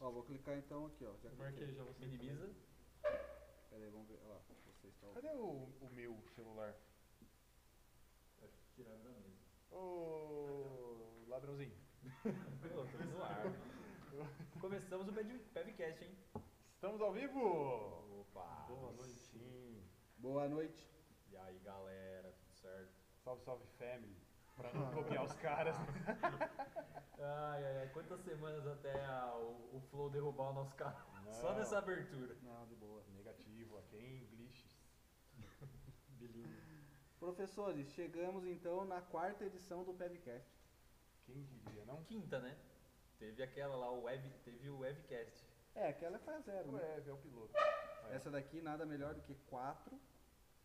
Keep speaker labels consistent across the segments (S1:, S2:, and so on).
S1: Ó, vou clicar então aqui, ó. Já
S2: é
S3: Marquei
S1: cliquei.
S3: já você.
S4: Minimiza.
S1: Pera aí, vamos ver. Olha lá, você está
S3: Cadê o, o meu celular?
S4: Acho que tiraram da mesa.
S3: Ô, ladrãozinho.
S4: Pô, estamos no ar. Começamos o Ped- Pevcast, hein?
S3: Estamos ao vivo!
S4: Opa!
S3: Boa noite.
S4: Sim.
S1: Boa noite.
S4: E aí, galera, tudo certo?
S3: Salve, salve, family. Pra não copiar os caras.
S4: Ai, ai, ai, quantas semanas até a- o, o Flow derrubar o nosso carro? Só nessa abertura.
S1: Não, de boa.
S3: Negativo, aqui em glitches.
S4: Bilinho.
S1: Professores, chegamos então na quarta edição do Pevcast.
S3: Quem diria, não?
S4: Quinta, né? Teve aquela lá, o web, teve o webcast.
S1: É, aquela foi a zero, né?
S3: É, é o piloto. É.
S1: Essa daqui nada melhor do que quatro,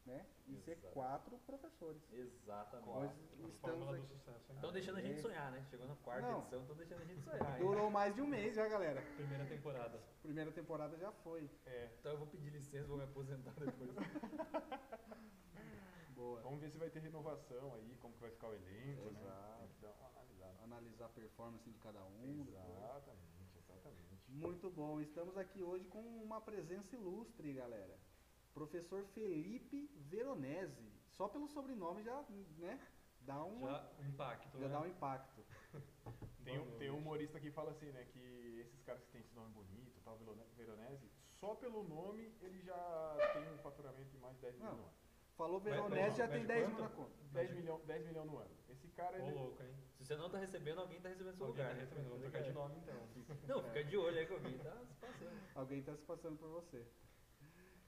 S1: né? E ser
S4: Exato.
S1: quatro professores. Nós
S4: Exatamente.
S1: estamos aqui.
S2: sucesso, hein?
S4: Estão deixando a gente
S1: É.
S4: sonhar, né? Chegou na quarta
S1: Não.
S4: edição, estão deixando a gente sonhar. hein?
S1: Durou mais de um mês já, galera.
S2: Primeira temporada.
S1: Primeira temporada já foi.
S3: É.
S4: Então eu vou pedir licença, vou me aposentar depois.
S1: Boa.
S3: Vamos ver se vai ter renovação aí, como que vai ficar o elenco, né?
S1: Exato.
S3: Tem que dar uma analisada.
S1: Analisar a performance de cada um. depois.
S3: Exatamente, exatamente.
S1: Muito bom. Estamos aqui hoje com uma presença ilustre, galera. Professor Felipe Veronese. Só pelo sobrenome já, né? Dá um, já,
S2: Já o impacto, né?
S1: dá um impacto.
S3: Tem, um- tem um humorista que fala assim, né? Que esses caras que têm esse nome bonito, tal, Verone- Veronese, só pelo nome ele já tem um faturamento de mais de 10 milhões
S1: Não.
S3: no ano.
S1: Falou
S2: Mas-
S1: Veronese,
S2: mas-
S1: já
S2: mas
S1: tem
S2: de
S1: 10 mil na
S2: um quanto?
S1: conta.
S3: 10 milhões 10 milhão no ano. Esse cara,
S2: Ô,
S3: ele-
S2: louco, hein?
S4: Se você não tá recebendo, alguém tá recebendo seu
S2: Alguém
S4: lugar.
S2: tá
S4: né?
S2: recebendo, vou trocar de nome então.
S4: Não, fica de olho aí que eu vi. Tá se passando.
S1: Alguém está se passando por você.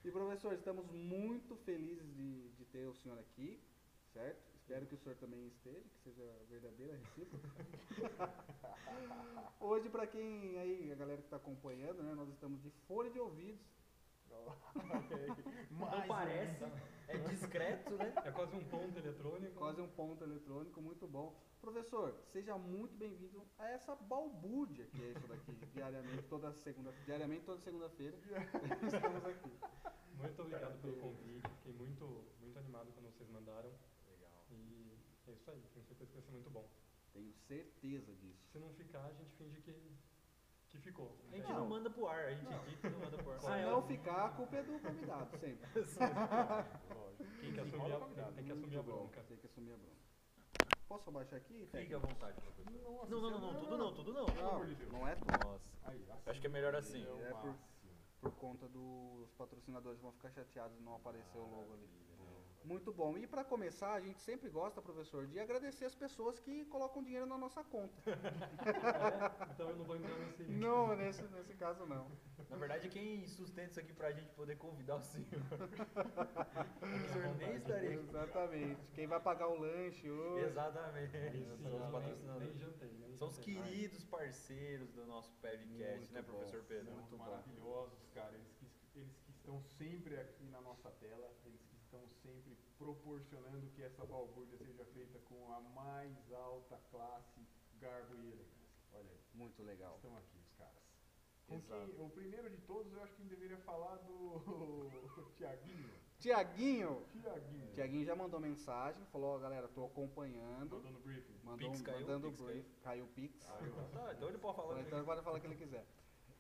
S1: E professor, estamos muito felizes de, de ter o senhor aqui, certo? Espero que o senhor também esteja, que seja verdadeira recíproca. Hoje, para quem aí, a galera que está acompanhando, né, nós estamos de folha de ouvidos.
S3: um,
S4: Não parece, é discreto, né?
S2: É quase um ponto eletrônico.
S1: Quase um ponto eletrônico, muito bom. Professor, seja muito bem-vindo a essa balbúrdia que é isso daqui, diariamente, toda segunda, diariamente toda segunda-feira. Estamos aqui.
S2: Muito obrigado pelo convite. Fiquei muito, muito animado quando vocês mandaram.
S4: Legal.
S2: E é isso aí. Tenho certeza que vai ser muito bom.
S1: Tenho certeza disso.
S2: Se não ficar, a gente finge que, que ficou.
S4: A gente
S2: Entende?
S4: não manda pro ar, a gente edita e não manda pro ar.
S1: Se
S4: Ah, é,
S1: não
S4: ó.
S1: ficar, a culpa é do convidado, sempre.
S3: Lógico.
S2: Tem que assumir
S3: Enrola o
S2: a,
S3: convidado.
S2: tem que assumir a
S1: Muito bom,
S2: bronca.
S1: Tem que assumir a bronca. Posso abaixar aqui?
S4: Fique à vontade, professor.
S3: Nossa,
S4: Não, não,
S3: você-
S4: não, não, tudo não, tudo não.
S1: Não,
S3: amor de Deus.
S1: não é
S4: Nossa.
S3: Aí, assim,
S4: Acho que é melhor assim.
S3: o
S1: É por-
S3: máximo.
S1: por conta dos patrocinadores vão ficar chateados de não aparecer o logo ali. né? Muito bom. E para começar, a gente sempre gosta, professor, de agradecer as pessoas que colocam dinheiro na nossa conta.
S2: Então eu não vou entrar nesse.
S1: Não, nesse, nesse caso não.
S4: Na verdade, quem sustenta isso aqui pra gente poder convidar o senhor? o senhor nem estaria aqui.
S1: Exatamente. Quem vai pagar o lanche hoje?
S4: Exatamente.
S2: Aí sim,
S4: São os
S2: nem- Nem
S4: patrocinadores.
S2: jantei, nem
S4: São os
S2: jantei.
S4: queridos parceiros do nosso
S1: Muito
S4: Pevcast, né,
S1: bom.
S4: professor
S3: São
S4: Pedro?
S1: Muito bom.
S3: maravilhosos, cara. Eles que, eles que estão sempre aqui na nossa tela, eles que estão sempre proporcionando que essa balbúrdia seja feita com a mais alta classe, garbo e elegância. Olha aí,
S1: Muito legal.
S3: estão aqui os caras. Com
S1: Exato.
S3: quem, o primeiro de todos, eu acho que deveria falar do Tiaguinho.
S1: Tiaguinho!
S3: Tiaguinho.
S1: Tiaguinho já mandou mensagem, falou, ó, galera, tô acompanhando.
S3: Mandou no briefing.
S1: Mandou, um,
S4: Pix caiu,
S1: mandando o
S4: Pix
S1: brief. Caiu o Pix.
S4: Tá, então ele pode falar.
S1: Então ele pode falar o que ele quiser.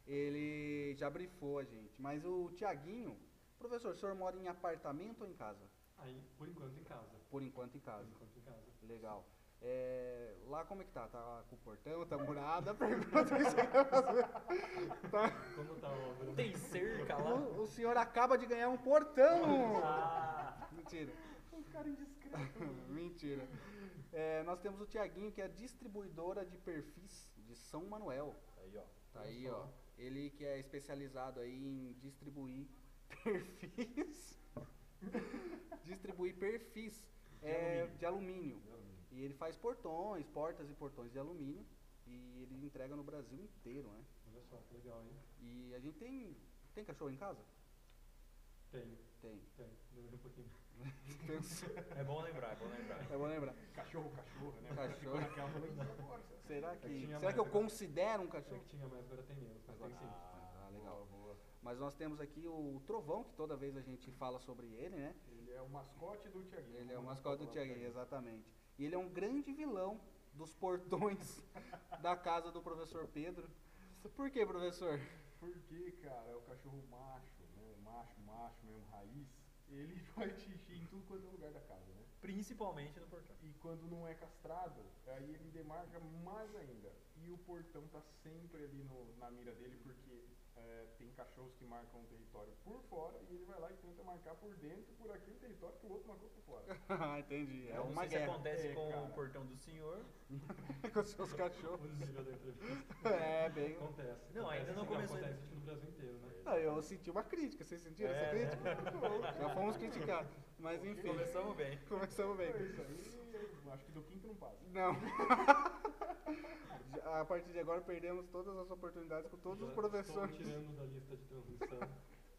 S1: Ele já brifou a gente, mas o Tiaguinho, professor, o senhor mora em apartamento ou em casa?
S2: Aí, por enquanto, em casa.
S1: Por enquanto em
S2: Por
S1: casa.
S2: enquanto, em casa.
S1: Legal. É, lá como é que tá? Tá com o portão, tá murada? Pergunta isso que eu ia fazer. Tá.
S2: Como tá o Bruno?
S4: Tem cerca lá.
S1: O, o senhor acaba de ganhar um portão!
S4: Ah,
S1: Mentira,
S3: Um cara indiscreto.
S1: mentira. É, nós temos o Tiaguinho, que é distribuidora de perfis de São Manuel.
S4: aí, ó.
S1: Tá aí, ó. Ele que é especializado aí em distribuir perfis. distribuir perfis é, de, alumínio. E ele faz portões, portas e portões de alumínio. E ele entrega no Brasil inteiro, né?
S2: Olha só, que legal, hein?
S1: E a gente tem. Tem cachorro em casa?
S2: Tem,
S1: Tem.
S2: tem. Demorei um pouquinho.
S4: É bom lembrar, é bom lembrar.
S1: Eu vou lembrar.
S3: Cachorro, cachorro, né? O cara
S1: Cachorro.
S3: ficou naquela falando, "E agora, será?"
S1: Será que.
S2: Eu tinha
S1: será
S2: mais
S1: que eu
S2: agora.
S1: considero um
S2: Achei
S1: cachorro?
S2: que tinha mais, agora tem menos, mas tem sim.
S1: Ah, legal.
S3: Boa, boa.
S1: Mas nós temos aqui o Trovão, que toda vez a gente fala sobre ele, né?
S3: Ele é o mascote do Tiaguinho.
S1: Ele é o mascote do Tiaguinho, exatamente. E ele é um grande vilão dos portões da casa do professor Pedro. Por que, professor?
S3: Porque, cara, é o cachorro macho, né? Macho, macho mesmo, raiz. Ele faz xixi em tudo quanto é lugar da casa, né?
S4: Principalmente no portão.
S3: E quando não é castrado, aí ele demarca mais ainda. E o portão tá sempre ali no- na mira dele, porque é, tem cachorros que marcam o território por fora e ele vai lá e tenta marcar por dentro, por aquele território que o outro marcou por fora.
S1: ah, entendi. É
S4: Eu não
S1: uma
S4: sei se
S1: guerra
S4: acontece
S3: É,
S4: com
S3: cara.
S4: o portão do senhor.
S1: com seus cachorros.
S2: O desvio Um da entrevista.
S1: É, bem.
S2: Acontece.
S4: Não,
S2: acontece,
S4: ainda não
S2: assim,
S4: começou ainda.
S2: Acontece tipo, no Brasil inteiro, né?
S1: Não, eu senti uma crítica, vocês sentiram essa
S4: É,
S1: crítica? Já fomos criticados. Mas enfim,
S4: Começamos bem.
S1: começamos bem.
S3: É isso aí, eu acho que do quinto não passa.
S1: Não. Já- A partir de agora perdemos todas as oportunidades com todos os
S2: Já
S1: professores.
S2: Estou tirando da lista de transmissão.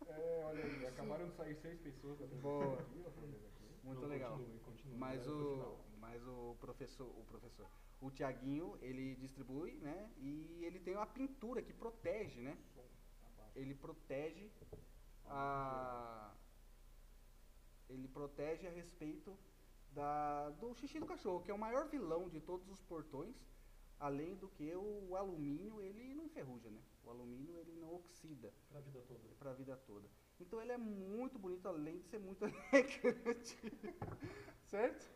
S3: É, olha aí, acabaram de sair seis pessoas da
S1: Boa.
S3: aqui, ó, tô vendo aqui.
S1: Muito
S2: Não, é
S1: legal.
S2: Continue, continue.
S1: Mas
S2: vai pro
S1: o,
S2: final.
S1: mas o professor, o professor, o Tiaguinho, ele distribui, né? E ele tem uma pintura que protege, né?
S3: Abaixo.
S1: Ele protege a ele protege a respeito da do xixi do cachorro, que é o maior vilão de todos os portões, além do que o alumínio, ele não enferruja, né? O alumínio ele não oxida
S2: Pra vida toda.
S1: para a vida toda. Então ele é muito bonito, além de ser muito elegante. certo?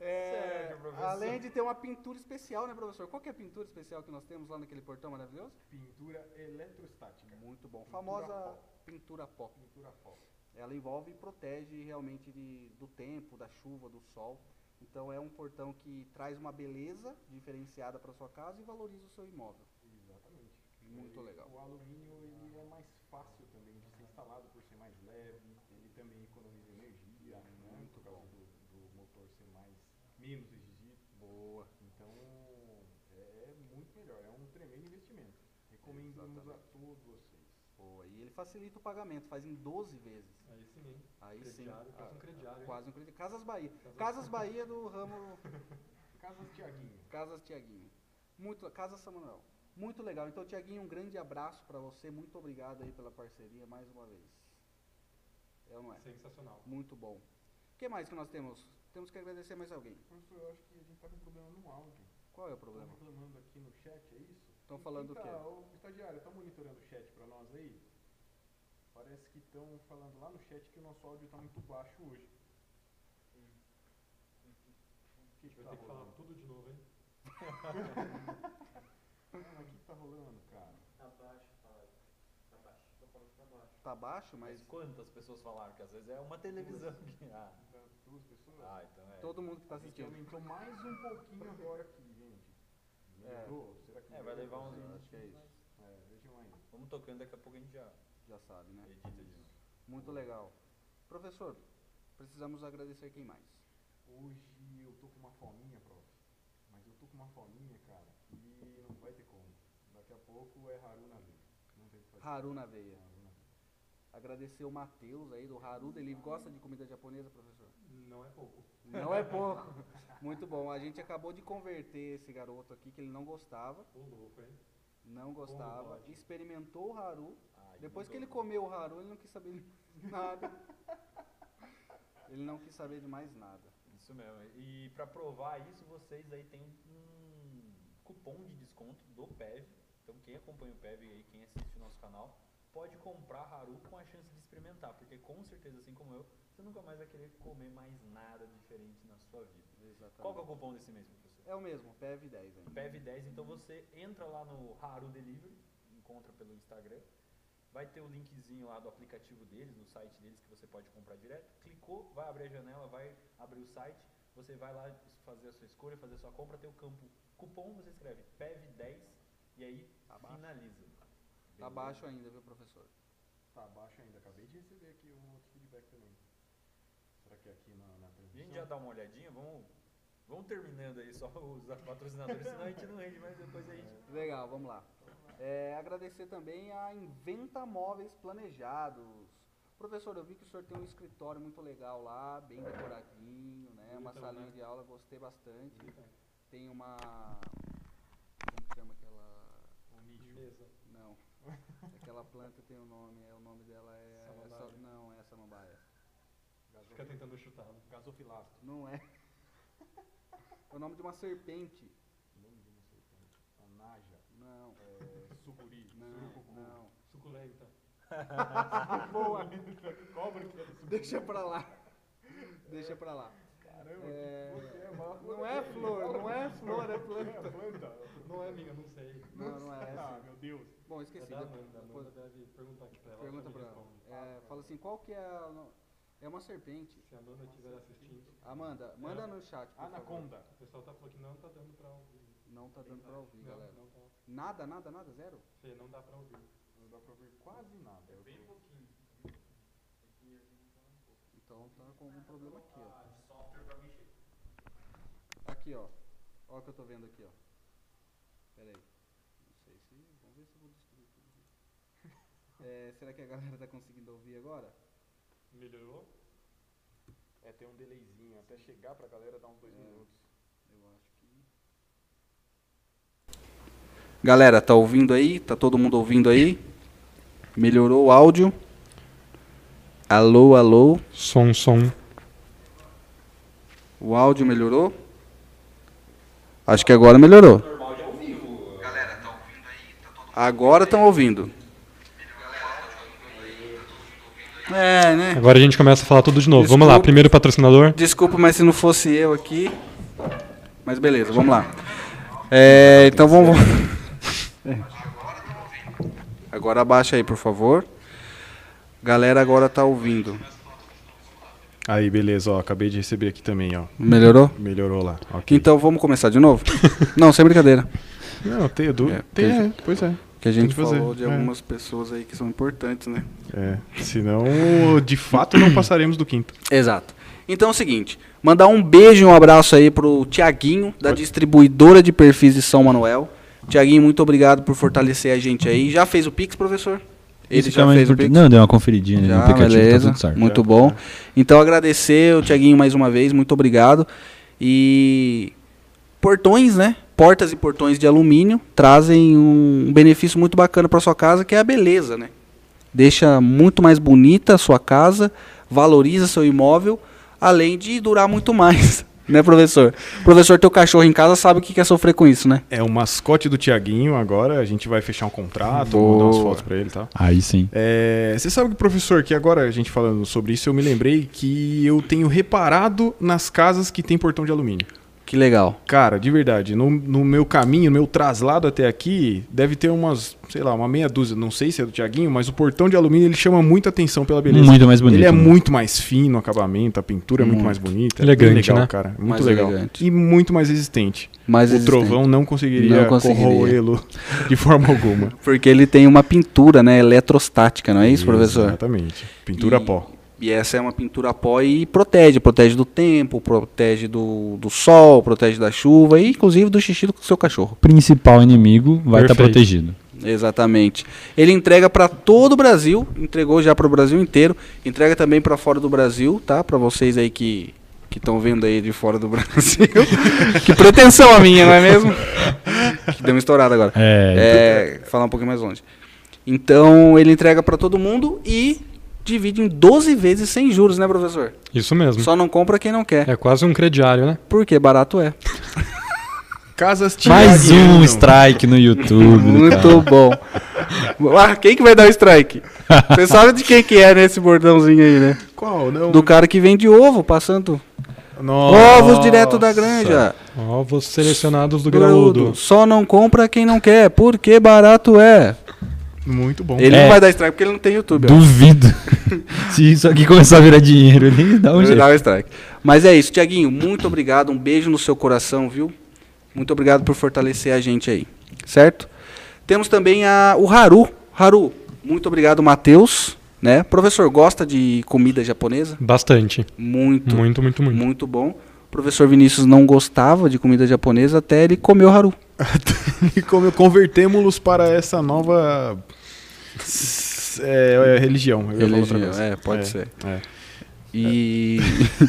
S1: É,
S4: Certo, professor.
S1: além de ter uma pintura especial, né, professor? Qual que é a pintura especial que nós temos lá naquele portão maravilhoso?
S3: Pintura eletrostática.
S1: Muito bom.
S3: Pintura
S1: Famosa
S3: pó.
S1: pintura pó.
S3: Pintura pó.
S1: Ela envolve e protege realmente de- do tempo, da chuva, do sol. Então é um portão que traz uma beleza diferenciada para sua casa e valoriza o seu imóvel.
S3: Exatamente.
S1: Muito
S3: Ele-
S1: legal.
S3: O alumínio ele é mais fácil também de ser instalado por ser mais leve, ele também economiza energia, né? Por causa do, do motor ser mais menos exigido. Boa. Então é muito melhor, é um tremendo investimento. Recomendamos a todos vocês.
S1: Boa. E ele facilita o pagamento, faz em 12 vezes.
S2: Aí sim, hein?
S1: Aí sim.
S2: Crediário, quase um
S1: Ah,
S2: crediário, hein?
S1: Quase um crediário. Casas Bahia.
S2: Casas-
S1: Casas Bahia do ramo
S3: Casas Tiaguinho.
S1: Casas Tiaguinho. Muito, Casa Samuel. Muito legal. Então, Tiaguinho, um grande abraço para você. Muito obrigado aí pela parceria mais uma vez. É ou não é?
S2: Sensacional.
S1: Muito bom. O que mais que nós temos? Temos que agradecer mais alguém.
S3: Professor, eu acho que a gente está com um problema no áudio.
S1: Qual é o
S3: Estão
S1: problema?
S3: reclamando aqui no chat, é isso?
S1: Tão falando o
S3: tá,
S1: quê?
S3: O estagiário, tá monitorando o chat pra nós aí? Parece que estão falando lá no chat que o nosso áudio tá muito baixo hoje. O que, que
S2: Vai ter
S3: tá
S2: que falar
S3: rolando?
S2: tudo de novo, hein?
S3: Não, mas o que, que tá rolando, cara?
S5: Tá baixo, fala. Tá baixo. Tô falando pra baixo.
S1: Tá baixo,
S4: Mas
S1: mas
S4: quantas pessoas falaram que às vezes é uma televisão que. Ah,
S3: Tá duas pessoas?
S4: ah, então é.
S1: todo mundo que tá
S3: A gente
S1: assistindo.
S3: aumentou mais um pouquinho agora aqui, gente.
S1: É.
S3: Melhorou? Será que
S4: É, vai levar uns.
S1: Acho que é isso.
S3: É, vejam aí.
S4: Vamos tocando, daqui a pouco a gente já
S1: Já sabe, né?
S4: edita de novo.
S1: Muito legal. Professor, precisamos agradecer quem mais?
S3: Hoje eu tô com uma fominha, prof. Mas eu tô com uma fominha, cara, e não vai ter como. Daqui a pouco é Haru na veia. Não tem o que fazer.
S1: Haru na veia.
S3: Haru na veia.
S1: Agradecer o Matheus aí do Haru. Ele gosta de comida japonesa, professor?
S2: Não é pouco.
S1: Não é pouco. Muito bom. A gente acabou de converter esse garoto aqui que ele não gostava,
S2: Ô louco, hein?
S1: não gostava,
S2: pode?
S1: experimentou o Haru.
S4: Ai,
S1: Depois que ele
S4: Ah, mudou.
S1: comeu o Haru, ele não quis saber de nada. Ele não quis saber de mais nada.
S4: Isso mesmo. E pra provar isso, vocês aí tem um cupom de desconto do PEV. Então quem acompanha o PEV aí, quem assiste o nosso canal, pode comprar Haru com a chance de experimentar. Porque com certeza, assim como eu, você nunca mais vai querer comer mais nada diferente na sua vida. Qual que é o
S1: Exatamente.
S4: cupom desse mês, professor?
S1: É o mesmo, PEV10 ainda.
S4: PEV10, então você entra lá no Haru Delivery, encontra pelo Instagram, vai ter o linkzinho lá do aplicativo deles, do site deles que você pode comprar direto. Clicou, vai abrir a janela, vai abrir o site, você vai lá fazer a sua escolha, fazer a sua compra, tem o campo cupom, você escreve PEV10 e aí
S1: Abaixo.
S4: finaliza.
S1: Tá baixo ainda, viu, professor?
S3: Tá baixo ainda. Acabei de receber aqui um outro feedback também. Será que é aqui na, na
S4: A
S3: transmissão?
S4: gente já dá uma olhadinha, vamos, vamos terminando aí só os patrocinadores, senão a gente não rende, mas depois a gente
S1: Legal, vamos lá. É, agradecer também a Inventa Móveis Planejados. Professor, eu vi que o senhor tem um escritório muito legal lá, bem decoradinho, né? Uma
S2: Bonitão,
S1: salinha
S2: né?
S1: de aula, gostei bastante.
S2: Então,
S1: Tem uma. Como que chama aquela.
S3: O nicho.
S2: Mesa.
S1: Não. Aquela planta tem um nome, é, o nome dela é.
S2: Samambaia.
S1: é sa- não, é samambaia.
S2: Fica
S3: Gasofi-
S2: tentando chutar. né?
S3: Gasofilasto.
S1: Não é. É o nome de uma serpente.
S3: Nome de uma serpente. Anaja.
S1: Não.
S3: É, suguri.
S2: Suculé, então.
S3: Ah, Boa ainda, cobra que é do suculento.
S1: Deixa pra lá. Deixa pra lá.
S3: Caramba,
S1: É,
S3: que flor que é, Mas a flor
S1: Não é
S3: que
S1: flor, não é flor, é
S3: É
S1: planta.
S3: a planta.
S2: Não é, amiga, não sei.
S1: Não, não é
S3: Ah,
S1: essa.
S3: meu Deus.
S1: Bom,
S2: É
S1: esqueci.
S2: da
S1: depois-
S2: Amanda. A
S1: assim, depois-
S2: Amanda deve perguntar aqui pra ela.
S1: Pergunta
S2: me
S1: pra ela.
S2: responde.
S1: É, fala assim, qual que é a... no- É uma serpente.
S2: Se a Amanda estiver assistindo,
S1: Amanda, manda no chat,
S3: Ah,
S1: por favor.
S3: Anaconda.
S2: o pessoal tá falando que não tá dando pra ouvir.
S1: Não tá dando pra ouvir,
S2: não,
S1: galera.
S2: não tá.
S1: Nada, nada, nada, zero?
S2: Fê, não dá pra ouvir.
S3: Não dá pra ouvir quase nada.
S6: É bem pouquinho.
S1: Então tá com algum problema aqui, ó.
S6: Ah, de software pra mexer.
S1: Aqui, ó. Ó o que eu tô vendo aqui, ó. Pera aí. Não sei se. Vamos ver se eu vou destruir tudo. aqui. É, será que a galera tá conseguindo ouvir agora?
S2: Melhorou?
S3: É, tem um delayzinho. Até chegar pra galera dá uns dois
S1: É.
S3: minutos.
S1: Eu acho que. Galera, tá ouvindo aí? Tá todo mundo ouvindo aí? Melhorou o áudio? Alô, alô.
S2: Som, som.
S1: O áudio melhorou? Acho que agora melhorou. Agora estão ouvindo. É, né?
S2: Agora a gente começa a falar tudo de novo.
S1: Vamos lá, Desculpa.
S2: primeiro patrocinador.
S1: Desculpa, mas se não fosse eu aqui. Mas beleza, vamos lá. É, então vamos. É. Agora abaixa aí, por favor. Galera, agora tá ouvindo.
S4: Aí, beleza, ó. Acabei de receber aqui também, ó.
S1: Melhorou?
S4: Melhorou lá. Ok.
S1: Então vamos começar de novo? Não, sem brincadeira.
S4: Não, tem dúvida.
S1: É,
S4: tem,
S1: tem-
S4: é, pois é.
S1: Que a gente
S4: Tem que fazer,
S1: falou de
S4: é.
S1: algumas pessoas aí que são importantes, né?
S4: É. Senão, de fato, não passaremos do quinto.
S1: Exato. Então é o seguinte, mandar um beijo e um abraço aí pro Tiaguinho, da distribuidora de perfis de São Manuel. Tiaguinho, muito obrigado por fortalecer a gente aí. Já fez o Pix, professor? Ele
S7: Isso
S1: já
S7: também
S1: fez o
S7: por-
S1: Pix?
S7: Não, deu uma conferidinha ali no
S1: Já,
S7: aplicativo,
S1: beleza.
S7: tá tudo certo.
S1: Muito bom. Então agradecer o Tiaguinho mais uma vez, muito obrigado. E portões, né? Portas e portões de alumínio trazem um benefício muito bacana para sua casa, que é a beleza, né? Deixa muito mais bonita a sua casa, valoriza seu imóvel, além de durar muito mais, né, professor? Professor, teu cachorro em casa sabe o que que é sofrer com isso, né?
S4: É o mascote do Tiaguinho agora. A gente vai fechar um contrato,
S1: Boa.
S4: mandar umas fotos pra ele e tal.
S7: Aí sim.
S4: É, você sabe que, professor, que agora a gente falando sobre isso, eu me lembrei que eu tenho reparado nas casas que tem portão de alumínio.
S1: Que legal.
S4: Cara, de verdade, no, no meu caminho, no meu traslado até aqui, deve ter umas, sei lá, uma meia dúzia, não sei se é do Tiaguinho, mas o portão de alumínio ele chama muita atenção pela beleza.
S7: Muito mais bonito.
S4: Ele é
S7: né?
S4: muito mais fino o acabamento, a pintura é muito,
S1: Muito.
S4: mais bonita.
S2: Elegante,
S4: é bem legal,
S2: né?
S4: cara. Muito
S1: Mais
S4: legal.
S1: elegante.
S4: E muito mais é resistente.
S1: Mas
S4: o
S1: existem.
S4: trovão não conseguiria,
S1: Não conseguiria.
S4: corroê-lo de forma alguma.
S1: Porque ele tem uma pintura, né, eletrostática, não é isso, professor?
S4: Exatamente. Pintura a
S1: E-
S4: pó.
S1: E essa é uma pintura a pó e protege, protege do tempo, protege do, do sol, protege da chuva e inclusive do xixi do seu cachorro.
S7: Principal inimigo vai estar
S2: Perfeito.
S7: protegido.
S1: Exatamente. Ele entrega para todo o Brasil, entregou já para o Brasil inteiro, entrega também para fora do Brasil, tá? Para vocês aí que que estão vendo aí de fora do Brasil. que pretensão a minha, não é mesmo? Que deu uma estourada agora.
S7: É,
S1: É, falar um pouquinho mais longe. Então, ele entrega para todo mundo e divide em 12 vezes sem juros, né, professor?
S2: Isso mesmo.
S1: Só não compra quem não quer.
S2: É quase um crediário, né?
S1: Porque barato é.
S4: Casas
S7: mais
S4: Tiaguinho.
S7: um strike no YouTube. cara.
S1: Muito bom. Ah, quem que vai dar o strike? Você sabe de quem que é nesse bordãozinho aí, né?
S4: Qual? Não.
S1: Do cara que vende ovo, passando ovos direto da granja.
S2: Ovos selecionados do graúdo.
S1: Só não compra quem não quer, porque barato é.
S4: Muito bom.
S1: Ele não
S7: É.
S1: vai dar strike porque ele não tem YouTube. ó.
S7: Duvido. Se isso aqui começar a virar dinheiro, ele dá um
S1: Ele
S7: jeito.
S1: dá o strike. Mas é isso, Tiaguinho, muito obrigado, um beijo no seu coração, viu? Muito obrigado por fortalecer a gente aí, certo? Temos também a, o Haru. Haru, muito obrigado, Matheus. Né? Professor, gosta de comida japonesa?
S2: Bastante.
S1: Muito, muito,
S2: Muito, muito, muito.
S1: bom. Professor Vinícius não gostava de comida japonesa até ele comeu Haru.
S4: E como eu convertemos-los para essa nova s- é, é, religião. Eu ia falar outra
S1: Religião,
S4: coisa.
S1: é, pode
S4: É,
S1: ser.
S4: é.
S1: E...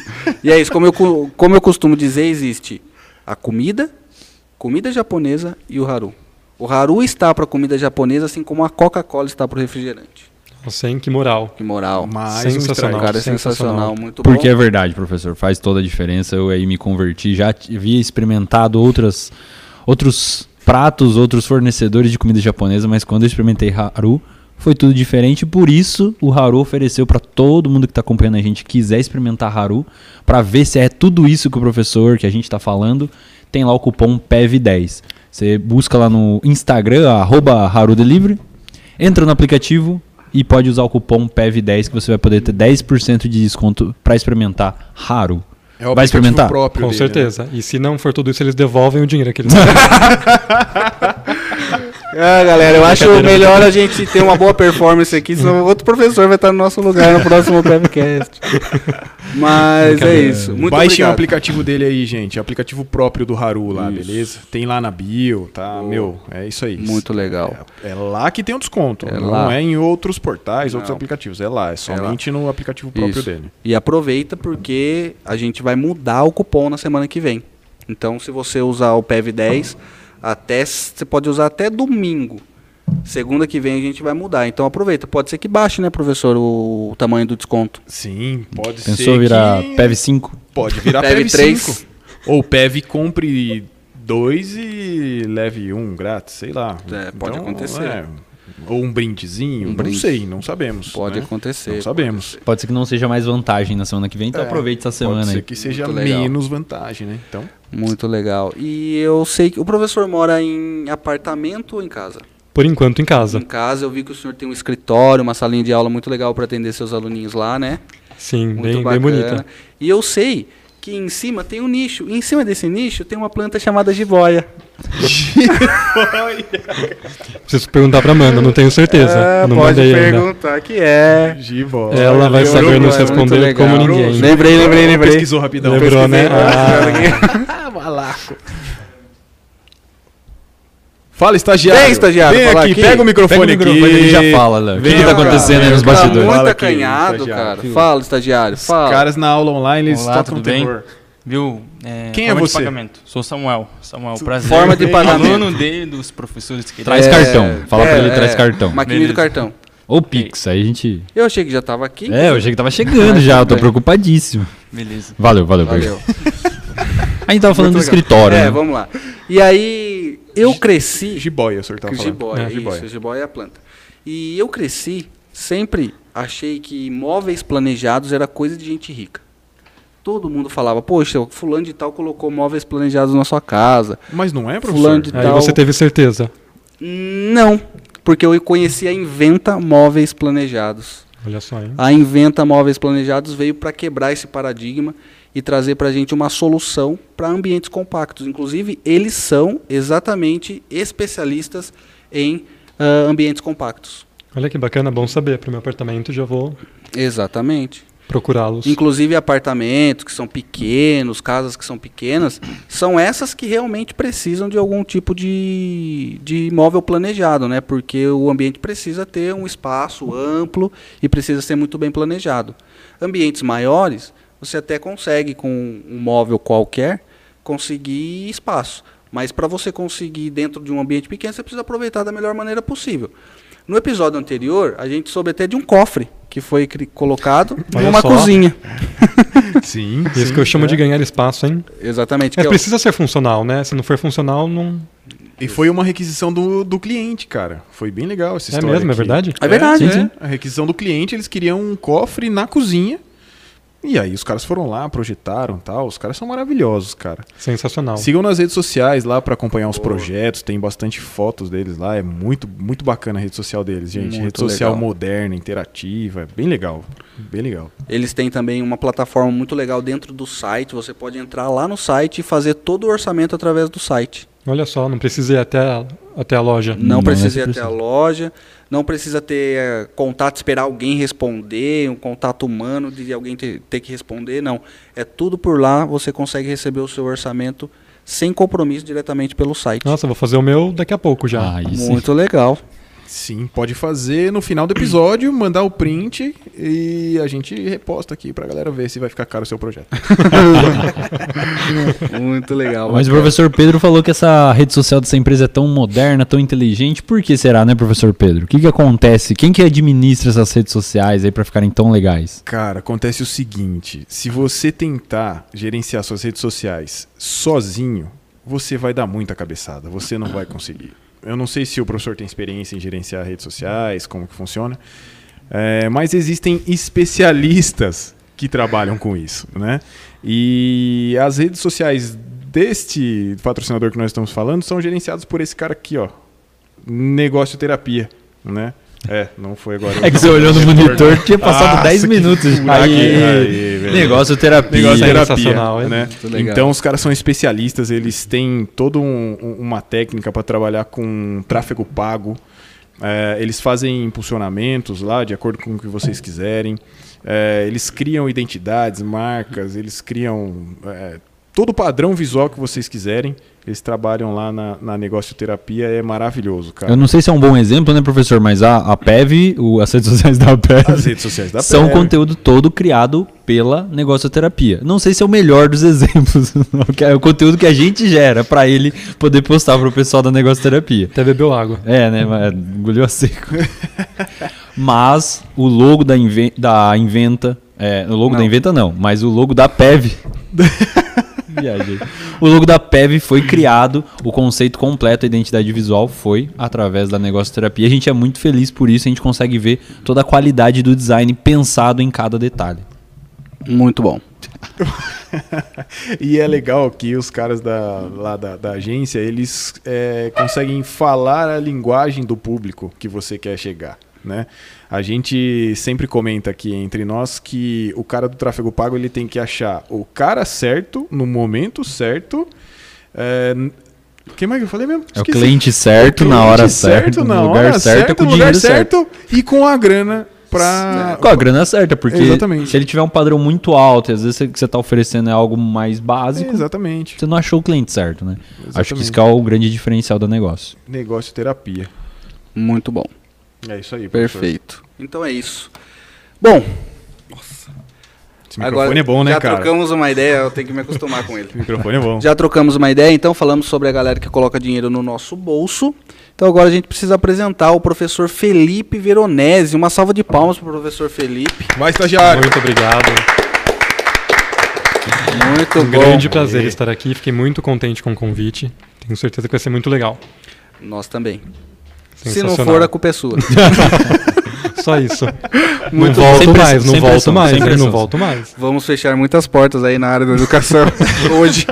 S1: e é isso, como eu, co- como eu costumo dizer, existe a comida, comida japonesa e o haru. O haru está para comida japonesa, assim como a Coca-Cola está para o refrigerante.
S2: Sem que moral.
S1: Que moral.
S4: Mais um
S2: Sensacional.
S1: O
S4: strike.
S1: cara é sensacional,
S2: sensacional.
S1: muito
S7: Porque é
S1: bom.
S7: verdade, professor, faz toda a diferença. Eu aí me converti, já t- havia experimentado outras, outros pratos, outros fornecedores de comida japonesa, mas quando eu experimentei Haru, Foi tudo diferente, por isso o Haru ofereceu para todo mundo que está acompanhando a gente quiser experimentar Haru, para ver se é tudo isso que o professor que a gente está falando, tem lá o cupom PEV10. Você busca lá no Instagram, arroba Haru Delivery, entra no aplicativo e pode usar o cupom PEV10 que você vai poder ter 10% de desconto para experimentar Haru.
S3: É o aplicativo
S7: Vai experimentar?
S3: próprio
S2: Com
S3: dele, né?
S2: certeza. E se não for tudo isso, eles devolvem o dinheiro que eles
S1: Ah, galera, eu acho
S7: Brincadeira,
S1: melhor a gente ter uma boa performance aqui, senão outro professor vai estar no nosso lugar no próximo podcast. Mas é
S7: Brincadeira.
S1: isso. Muito
S3: Baixem o
S1: obrigado.
S3: aplicativo dele aí, gente. Aplicativo próprio do Haru lá, beleza? Tem lá na bio, tá? Meu, é isso aí.
S1: Muito legal.
S3: É lá que tem o desconto.
S1: É
S3: não
S1: lá.
S3: é em outros portais, outros
S1: Não.
S3: aplicativos. É lá, é somente no aplicativo próprio
S1: Isso.
S3: dele.
S1: E aproveita porque a gente vai mudar o cupom na semana que vem. Então, se você usar o PEV10, até você pode usar até domingo. Segunda que vem a gente vai mudar. Então aproveita. Pode ser que baixe, né, professor, o, o tamanho do desconto.
S3: Sim, pode
S7: Pensou
S3: ser
S7: virar
S3: que...
S7: PEV5?
S3: Pode virar PEV,
S1: PEV
S3: 3.
S1: 3.
S3: Ou PEV compre dois e leve um grátis, sei lá. Então,
S1: É, pode acontecer.
S3: Ou um brindezinho,
S1: Um
S3: não
S1: brinde.
S3: sei, não sabemos.
S1: Pode
S3: né?
S1: acontecer.
S3: Não sabemos.
S7: Pode ser que não seja mais vantagem na semana que vem, então
S3: É,
S7: aproveite essa semana
S3: Pode ser
S7: aí.
S3: que seja
S1: Muito legal.
S3: menos vantagem, né? Então,
S1: Muito legal. E eu sei que o professor mora em apartamento ou em casa?
S2: Por enquanto, em casa.
S1: Em casa, eu vi que o senhor tem um escritório, uma salinha de aula muito legal para atender seus aluninhos lá, né?
S2: Sim,
S1: Muito
S2: bem, né?
S1: bacana.
S2: bem bonita.
S1: E eu sei que em cima tem um nicho. E em cima desse nicho tem uma planta chamada jiboia.
S2: Preciso perguntar pra Amanda, não tenho certeza.
S3: É,
S2: Eu não
S1: pode
S2: mandei ainda.
S1: perguntar que é.
S3: Gibo.
S2: Ela vai saber nos responder como ninguém.
S1: Lembrei, lembrei, lembrei.
S3: Pesquisou rapidão.
S2: Lembrou, né? Ah,
S3: Fala, estagiário.
S1: Vem, estagiário,
S3: Vem
S1: fala
S3: aqui,
S1: aqui.
S3: Pega o microfone
S7: Pega o microfone,
S3: aqui.
S7: ele já fala, Léo. O que
S3: Vem
S7: que tá
S3: pra cá.
S7: acontecendo aí nos
S1: Tá
S7: bastidores?
S1: muito
S3: Fala aqui,
S1: acanhado,
S3: estagiário.
S1: cara. Fala, estagiário,
S3: Os
S1: fala.
S3: caras na aula online, eles
S4: Olá,
S3: tocam
S4: tudo bem?
S3: terror.
S4: Viu? É,
S3: Quem é
S4: forma
S3: você?
S4: De pagamento. Sou Samuel. Samuel, prazer.
S1: Forma de pagamento.
S4: Aluno dele, dos professores que
S7: Traz
S1: É,
S7: cartão. Fala pra ele, traz cartão.
S1: Maquininha do
S4: Beleza.
S1: cartão.
S7: Ou Pix, aí a gente.
S1: Eu achei que já tava aqui.
S7: É, eu achei que tava chegando já, eu tô
S1: Bem.
S7: preocupadíssimo.
S4: Beleza.
S7: Valeu, valeu,
S1: É. Valeu.
S7: valeu. A gente tava falando do
S1: Muito legal.
S7: escritório.
S1: É,
S7: né?
S1: vamos lá. E aí, eu cresci.
S3: Jiboia, o senhor tava falando.
S1: Jiboia,
S7: Ah,
S3: É,
S1: isso, jiboia é a planta. E eu cresci, sempre achei que móveis planejados era coisa de gente rica. Todo mundo falava, poxa, o fulano de tal colocou móveis planejados na sua casa.
S3: Mas não é, professor?
S1: Fulano de
S2: aí
S1: tal...
S2: você teve certeza.
S1: Não, porque eu conheci a Inventa Móveis Planejados.
S2: Olha só, hein?
S1: A Inventa Móveis Planejados veio para quebrar esse paradigma e trazer para a gente uma solução para ambientes compactos. Inclusive, eles são exatamente especialistas em ah, ambientes compactos.
S2: Olha que bacana, bom saber. Pro meu apartamento já vou
S1: Exatamente.
S2: procurá-los.
S1: Inclusive apartamentos que são pequenos, casas que são pequenas, são essas que realmente precisam de algum tipo de, de imóvel planejado, né? Porque o ambiente precisa ter um espaço amplo e precisa ser muito bem planejado. Ambientes maiores, você até consegue com um móvel qualquer conseguir espaço. Mas para você conseguir dentro de um ambiente pequeno, você precisa aproveitar da melhor maneira possível. No episódio anterior, a gente soube até de um cofre que foi cri- colocado
S2: Olha
S1: numa
S2: só.
S1: cozinha.
S3: Sim,
S2: Isso
S3: sim,
S2: que eu chamo
S3: é.
S2: de ganhar espaço, hein?
S1: Exatamente.
S2: É,
S1: que é o-
S2: precisa ser funcional, né? Se não for funcional, não.
S3: E foi uma requisição do, do cliente, cara. Foi bem legal essa
S2: É
S3: história.
S2: mesmo, é
S3: aqui.
S2: verdade?
S1: É verdade,
S3: é,
S1: sim, sim.
S3: A requisição do cliente, eles queriam um cofre na cozinha. E aí os caras foram lá, projetaram e tal. Os caras são maravilhosos, cara.
S2: Sensacional.
S3: Sigam nas redes sociais lá pra acompanhar os projetos. Tem bastante fotos deles lá. É muito, muito bacana a rede social deles, gente.
S1: Muito
S3: rede social
S1: legal.
S3: moderna, interativa. É bem legal. Bem legal.
S1: Eles têm também uma plataforma muito legal dentro do site. Você pode entrar lá no site e fazer todo o orçamento através do site.
S2: Olha só, não precisei até a, até a loja.
S1: Não,
S7: Não
S1: precisa ir
S7: é
S1: até a loja, não precisa ter eh, contato, esperar alguém responder, um contato humano de alguém ter, ter que responder, não. É tudo por lá, você consegue receber o seu orçamento sem compromisso diretamente pelo site.
S2: Nossa, eu vou fazer o meu daqui a pouco já.
S7: Ah, isso.
S1: muito legal.
S3: Sim, pode fazer no final do episódio, mandar o print e a gente reposta aqui pra galera ver se vai ficar caro o seu projeto.
S1: Muito legal.
S7: Mas o professor Pedro falou que essa rede social dessa empresa é tão moderna, tão inteligente. Por que será, né, professor Pedro? O que, que acontece? Quem que administra essas redes sociais aí pra ficarem tão legais?
S3: Cara, acontece o seguinte: se você tentar gerenciar suas redes sociais sozinho, você vai dar muita cabeçada, você não vai conseguir.
S8: eu não sei se o professor tem experiência em gerenciar redes sociais, como que funciona, é, mas existem especialistas que trabalham com isso, né? E as redes sociais deste patrocinador que nós estamos falando são gerenciadas por esse cara aqui, ó, Negócio Terapia, né? É, não foi agora.
S7: É que você olhou no monitor, tinha passado
S8: Nossa,
S7: 10
S8: que
S7: minutos.
S8: furaco, hein? Aí,
S7: Aí,
S8: velho.
S7: negócio terapia.
S8: Negócio de terapia,
S2: sensacional, hein?
S8: né?
S1: Muito legal.
S8: Então os caras são especialistas, eles têm toda um- um- uma técnica para trabalhar com tráfego pago. É, eles fazem impulsionamentos lá de acordo com o que vocês quiserem. É, eles criam identidades, marcas, eles criam é, todo o padrão visual que vocês quiserem. Eles trabalham lá na, na negócio terapia, é maravilhoso, cara.
S7: Eu não sei se é um bom exemplo, né, professor? Mas a, a PEV, o, as redes sociais da PEV,
S8: As redes sociais da
S7: são
S8: Pepper.
S7: conteúdo todo criado pela negocioterapia. Não sei se é o melhor dos exemplos. que é o conteúdo que a gente gera pra ele poder postar pro pessoal da negocioterapia.
S2: Até bebeu água.
S7: É, né? mas Engoliu a seco. mas o logo da, Inven- da Inventa. É, o logo da Inventa não, mas o logo da PEV. Viajei. O logo da PEV foi criado, o conceito completo, a identidade visual foi através da negocioterapia. A gente é muito feliz por isso, a gente consegue ver toda a qualidade do design pensado em cada detalhe.
S1: Muito bom.
S8: E é legal que os caras da, lá da, da agência, eles é, conseguem falar a linguagem do público que você quer chegar, né? A gente sempre comenta aqui entre nós que o cara do tráfego pago, ele tem que achar o cara certo, no momento certo, é, n- quem mais que eu falei mesmo?
S7: É o
S8: Esqueci.
S7: cliente certo, na
S8: Cliente
S7: hora certa,
S8: na
S7: no lugar
S8: hora
S7: certo, com o
S8: no lugar
S7: dinheiro certo.
S8: certo e com a grana pra...
S7: Com a
S3: é
S7: grana certa, porque
S8: Exatamente.
S7: se ele tiver um padrão muito alto, e às vezes o que você está oferecendo é algo mais básico,
S8: Exatamente.
S7: você não achou o cliente certo, né? Acho que
S8: Exatamente.
S7: isso que é o grande diferencial do negócio.
S8: Negócio terapia.
S1: Muito bom.
S8: É isso aí, professor.
S1: Perfeito. Então é isso. Bom,
S8: Esse microfone é bom, né,
S1: já
S8: cara?
S1: trocamos uma ideia, eu tenho que me acostumar com ele.
S8: Esse microfone é bom.
S1: Já trocamos uma ideia, então falamos sobre a galera que coloca dinheiro no nosso bolso. Então agora a gente precisa apresentar o professor Felipe Veronese. Uma salva de palmas para o professor Felipe.
S8: Vai, estagiário.
S2: Muito obrigado.
S1: Muito
S2: Um
S1: bom.
S2: grande prazer estar aqui. Fiquei muito contente com o convite. Tenho certeza que vai ser muito legal.
S1: Nós também. Se não
S2: Sensacional.
S1: for, a culpa é sua.
S2: Só isso.
S1: Muito
S2: não volto
S7: Sem pressão,
S2: mais, não
S7: sem
S2: volto
S7: pressão,
S2: mais,
S7: sem
S2: né?
S7: pressão.
S2: não volto mais.
S1: Vamos fechar muitas portas aí na área da educação hoje.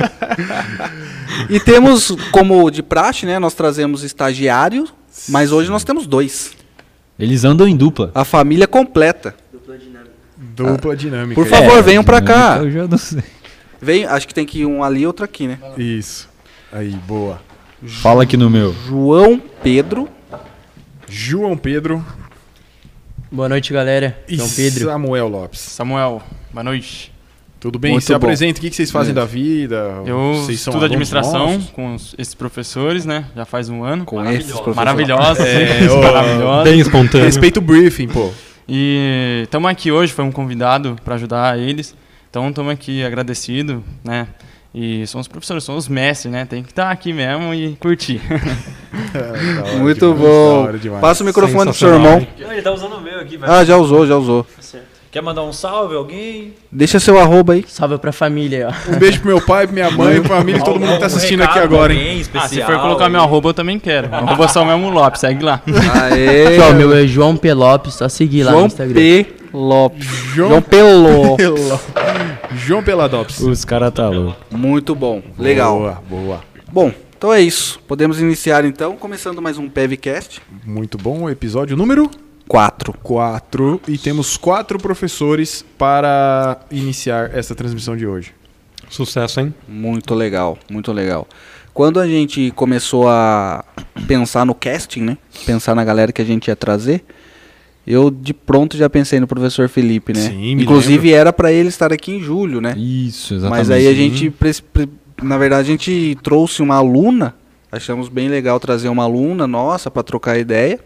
S1: E temos, como de praxe, né? Nós trazemos estagiário, mas hoje nós temos dois.
S7: Eles andam em dupla.
S1: A família completa.
S7: Ah,
S8: Dupla dinâmica.
S1: Por
S2: É.
S8: aí.
S1: favor, venham pra
S7: né?
S1: cá.
S7: Eu já não sei.
S1: Vem, acho que tem que ir um ali e outro aqui, né?
S8: É. Isso. Aí, boa.
S7: Fala aqui no meu.
S1: João Pedro.
S8: João Pedro
S9: Boa noite, galera.
S8: e
S9: João Pedro.
S8: Samuel Lopes.
S10: Samuel, boa noite.
S8: Tudo bem?
S1: Muito
S8: Se
S1: bom. É.
S8: apresenta, o que que vocês fazem da vida?
S10: Eu
S8: Vocês
S10: estudo
S8: são alunos
S10: administração
S8: nossos?
S10: com os- esses professores, né? Já faz um ano.
S1: Com esses professores.
S10: Maravilhosos,
S8: É, ô,
S10: maravilhosos.
S2: Bem espontâneo.
S8: Respeita o briefing, pô.
S10: E estamos aqui hoje, foi um convidado para ajudar eles. Então estamos aqui agradecido, né? E são os professores, são os mestres, né? Tem que estar aqui mesmo e curtir.
S8: Da hora
S1: É, Muito
S8: demais, da
S1: bom.
S8: hora demais.
S1: Passa o microfone pro seu irmão.
S4: Ele tá usando o meu aqui,
S1: Ah, já usou, já usou.
S7: Tá
S4: Quer mandar um salve, alguém?
S1: Deixa seu arroba aí.
S9: Salve pra família, ó.
S8: Um beijo pro meu pai, pra minha mãe, pra família e todo
S7: Um
S8: mundo que tá assistindo aqui agora, hein?
S10: Ah, se for colocar meu arroba, eu também quero. Arroba Samuel Lopes, segue lá.
S1: Aê.
S9: Pessoal, meu é João P. Lopes, só seguir lá no
S1: João
S9: Instagram.
S1: P. Lopes. João
S8: João
S1: Pelô.
S8: João Peladops.
S7: Os caras tá louco.
S1: Muito bom. Legal.
S8: Boa, boa.
S1: Bom, então é isso. Podemos iniciar então, começando mais um PEVCast
S8: Muito bom. Episódio número
S1: 4.
S8: quatro E temos quatro professores para iniciar essa transmissão de hoje.
S2: Sucesso, hein?
S1: Muito legal, muito legal. Quando a gente começou a pensar no casting, né? Pensar na galera que a gente ia trazer, eu de pronto já pensei no professor Felipe, né?
S8: Sim, me
S1: Inclusive era pra ele estar aqui em julho, né?
S7: Isso, exatamente.
S1: Mas aí
S2: Uhum.
S1: a gente, pres- pre- na verdade, a gente trouxe uma aluna. Achamos bem legal trazer uma aluna nossa para trocar ideia.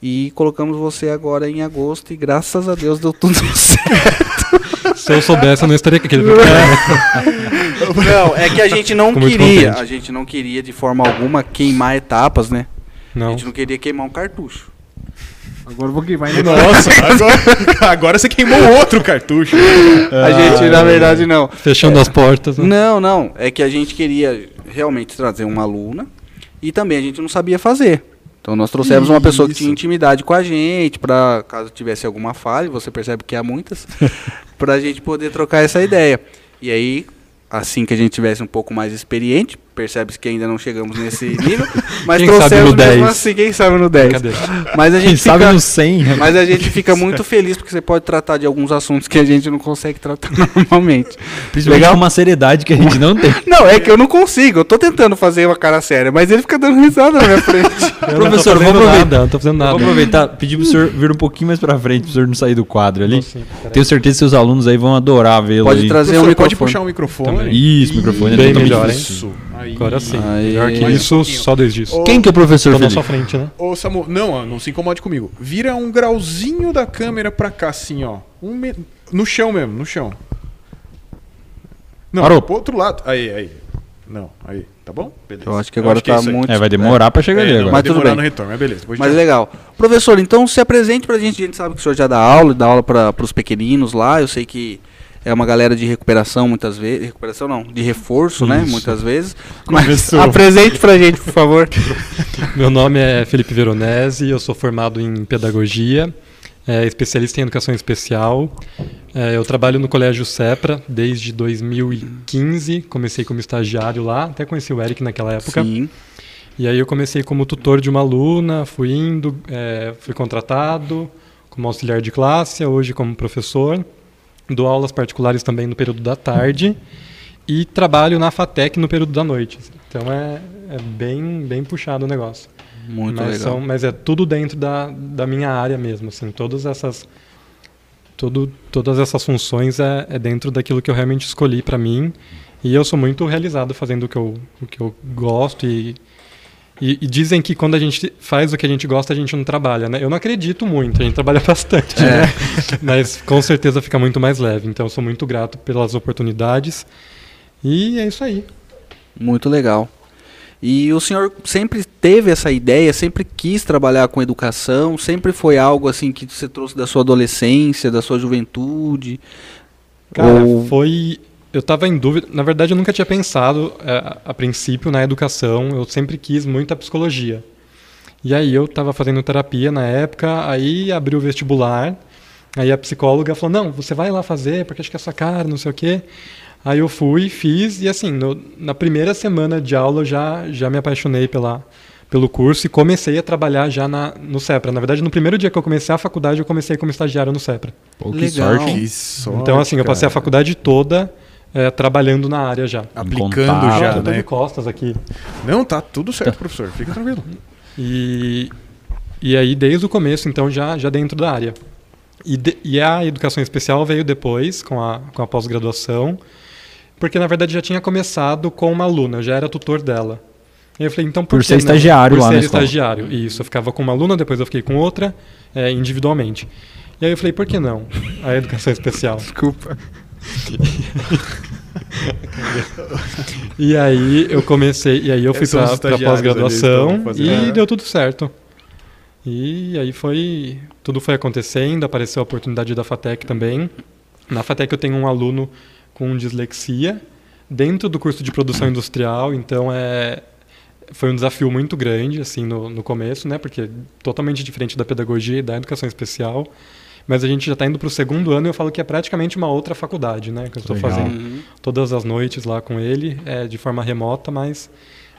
S1: E colocamos você agora em agosto e graças a Deus deu tudo certo.
S2: Se eu soubesse, eu não estaria aqui.
S1: Não, é que a gente não
S2: Fico muito
S1: queria,
S2: contente.
S1: a gente não queria de forma alguma queimar etapas, né? A
S2: Não.
S1: gente não queria queimar um cartucho.
S3: Agora eu vou queimar ainda.
S8: Nossa, agora, agora você queimou outro cartucho.
S1: a gente, na verdade, não.
S2: Fechando as portas. né?
S1: Não, não. É que a gente queria realmente trazer uma aluna E também a gente não sabia fazer. Então nós trouxemos uma pessoa que tinha intimidade com a gente, para caso tivesse alguma falha, você percebe que há muitas, para a gente poder trocar essa ideia. E aí, assim que a gente tivesse um pouco mais experiente, percebe-se que ainda não chegamos nesse nível, mas
S7: Quem sabe
S1: trouxemos
S7: no
S1: mesmo
S7: 10.
S1: assim, quem sabe no 10.
S7: Cadê?
S1: Mas a gente
S7: Quem sabe
S1: fica-
S7: no 100.
S1: Mas a gente fica muito feliz porque você pode tratar de alguns assuntos que a gente não consegue tratar normalmente.
S7: Principalmente
S1: Legal?
S7: com uma seriedade que a gente não tem.
S1: Não, é que eu não consigo. Eu tô tentando fazer uma cara séria, mas ele fica dando risada na minha frente.
S7: Eu não tô
S9: Professor,
S7: fazendo
S9: vamos aproveitar.
S7: nada, eu não tô fazendo nada.
S9: Vamos
S7: Vamos aproveitar, pedir pro senhor vir um pouquinho mais pra frente, pro senhor não sair do quadro ali.
S2: sim, peraí.
S7: Tenho certeza que seus alunos aí vão adorar vê-lo
S1: Pode
S7: aí.
S1: trazer um
S8: Professor,
S1: microfone.
S8: pode puxar um microfone?
S7: Também. Isso, microfone é
S2: Bem
S7: totalmente
S2: melhor, hein?
S7: difícil.
S3: Aí,
S2: Agora sim.
S1: Aí.
S2: Melhor que
S1: Mais um
S2: isso, só dois dias.
S8: Ô,
S7: Quem que é o professor,
S2: Tô na
S7: Felipe?
S2: sua frente, né?
S8: Ô, Samu, não, ó, não se incomode comigo. Vira um grauzinho da câmera pra cá, assim, ó. Um me- No chão mesmo, no chão. Não,
S7: Parou.
S8: pro outro lado. Aí, aí. Não, aí. Tá bom? Beleza.
S1: Eu acho que agora
S8: é
S1: tá
S8: isso aí.
S1: muito.
S7: É, vai demorar pra chegar
S8: É,
S7: ali
S8: não,
S7: agora.
S8: vai
S1: Mas tudo
S8: demorar
S1: bem.
S8: no retorno, mas beleza. depois
S1: Mas é
S8: já-
S1: legal. Professor, então se apresente pra gente. A gente sabe que o senhor já dá aula, e dá aula para os pequeninos lá. Eu sei que é uma galera de recuperação muitas vezes. Recuperação não, de reforço, né?
S2: Isso.
S1: Muitas vezes. Mas
S2: Começou.
S1: apresente pra gente, por favor.
S2: Meu nome é Felipe Veronese, eu sou formado em pedagogia, é, especialista em educação especial. É, eu trabalho no Colégio Sepra desde 2015, comecei como estagiário lá, até conheci o Eric naquela época.
S1: Sim.
S2: E aí eu comecei como tutor de uma aluna, fui indo, eh, fui contratado como auxiliar de classe, hoje como professor. Dou aulas particulares também no período da tarde e trabalho na FATEC no período da noite. Então é, é bem, bem puxado o negócio.
S1: Muito
S2: mas,
S1: legal.
S2: são- mas é tudo dentro da, da minha área mesmo, assim, todas essas... Todo, todas essas funções é, é dentro daquilo que eu realmente escolhi para mim e eu sou muito realizado fazendo o que eu, o que eu gosto e e, e dizem que quando a gente faz o que a gente gosta, a gente não trabalha, né? Eu não acredito muito, a gente trabalha bastante,
S1: É.
S2: né? Mas com certeza fica muito mais leve. Então eu sou muito grato pelas oportunidades. E é isso aí.
S1: Muito legal. E o senhor sempre teve essa ideia, sempre quis trabalhar com educação, sempre foi algo assim que você trouxe da sua adolescência, da sua juventude.
S2: Cara,
S1: Ou-
S2: foi. Eu estava em dúvida. Na verdade, eu nunca tinha pensado eh, a, a princípio na educação. Eu sempre quis muito a psicologia. E aí eu estava fazendo terapia na época, aí abri o vestibular. Aí a psicóloga falou: Não, você vai lá fazer, porque acho que é sua cara, não sei o quê. Aí eu fui, fiz, e assim, no- na primeira semana de aula eu já, já me apaixonei pela, pelo curso e comecei a trabalhar já na, no SEPRA. Na verdade, no primeiro dia que eu comecei a faculdade, eu comecei como estagiário no SEPRA.
S7: Pô, que
S1: Legal.
S7: sorte.
S8: Que sorte,
S2: Então, assim, eu passei a
S8: cara.
S2: faculdade toda eh, trabalhando na área já.
S8: Aplicando
S7: Ah,
S2: eu
S8: já,
S2: tô de
S8: né?
S2: costas aqui.
S8: Não, tá tudo certo, professor. Fica tranquilo.
S2: E, e aí, desde o começo, então, já, já dentro da área. E, de- e a educação especial veio depois, com a, com a pós-graduação, porque, na verdade, já tinha começado com uma aluna, eu já era tutor dela. E eu falei, então, por,
S7: Por
S2: que
S7: ser
S2: não?
S7: estagiário
S2: por
S7: lá
S2: ser
S7: na escola.
S2: estagiário, isso. Eu ficava com uma aluna, depois eu fiquei com outra, eh, individualmente. E aí eu falei, por que não a educação especial?
S1: Desculpa.
S2: E aí eu comecei, e aí eu fui
S8: Esses são os
S2: pra, pra
S8: estagiários ali, então,
S2: pós-graduação
S8: estão fazendo-
S2: e
S8: Aham.
S2: deu tudo certo. E aí foi, tudo foi acontecendo, apareceu a oportunidade da FATEC também. Na FATEC eu tenho um aluno com dislexia dentro do curso de produção industrial, então é foi um desafio muito grande assim no, no começo, né? Porque é totalmente diferente da pedagogia e da educação especial. Mas a gente já está indo para o segundo ano e eu falo que é praticamente uma outra faculdade, né? Que eu estou
S7: Legal.
S2: fazendo
S1: Uhum.
S2: todas as noites lá com ele, é, de forma remota, mas,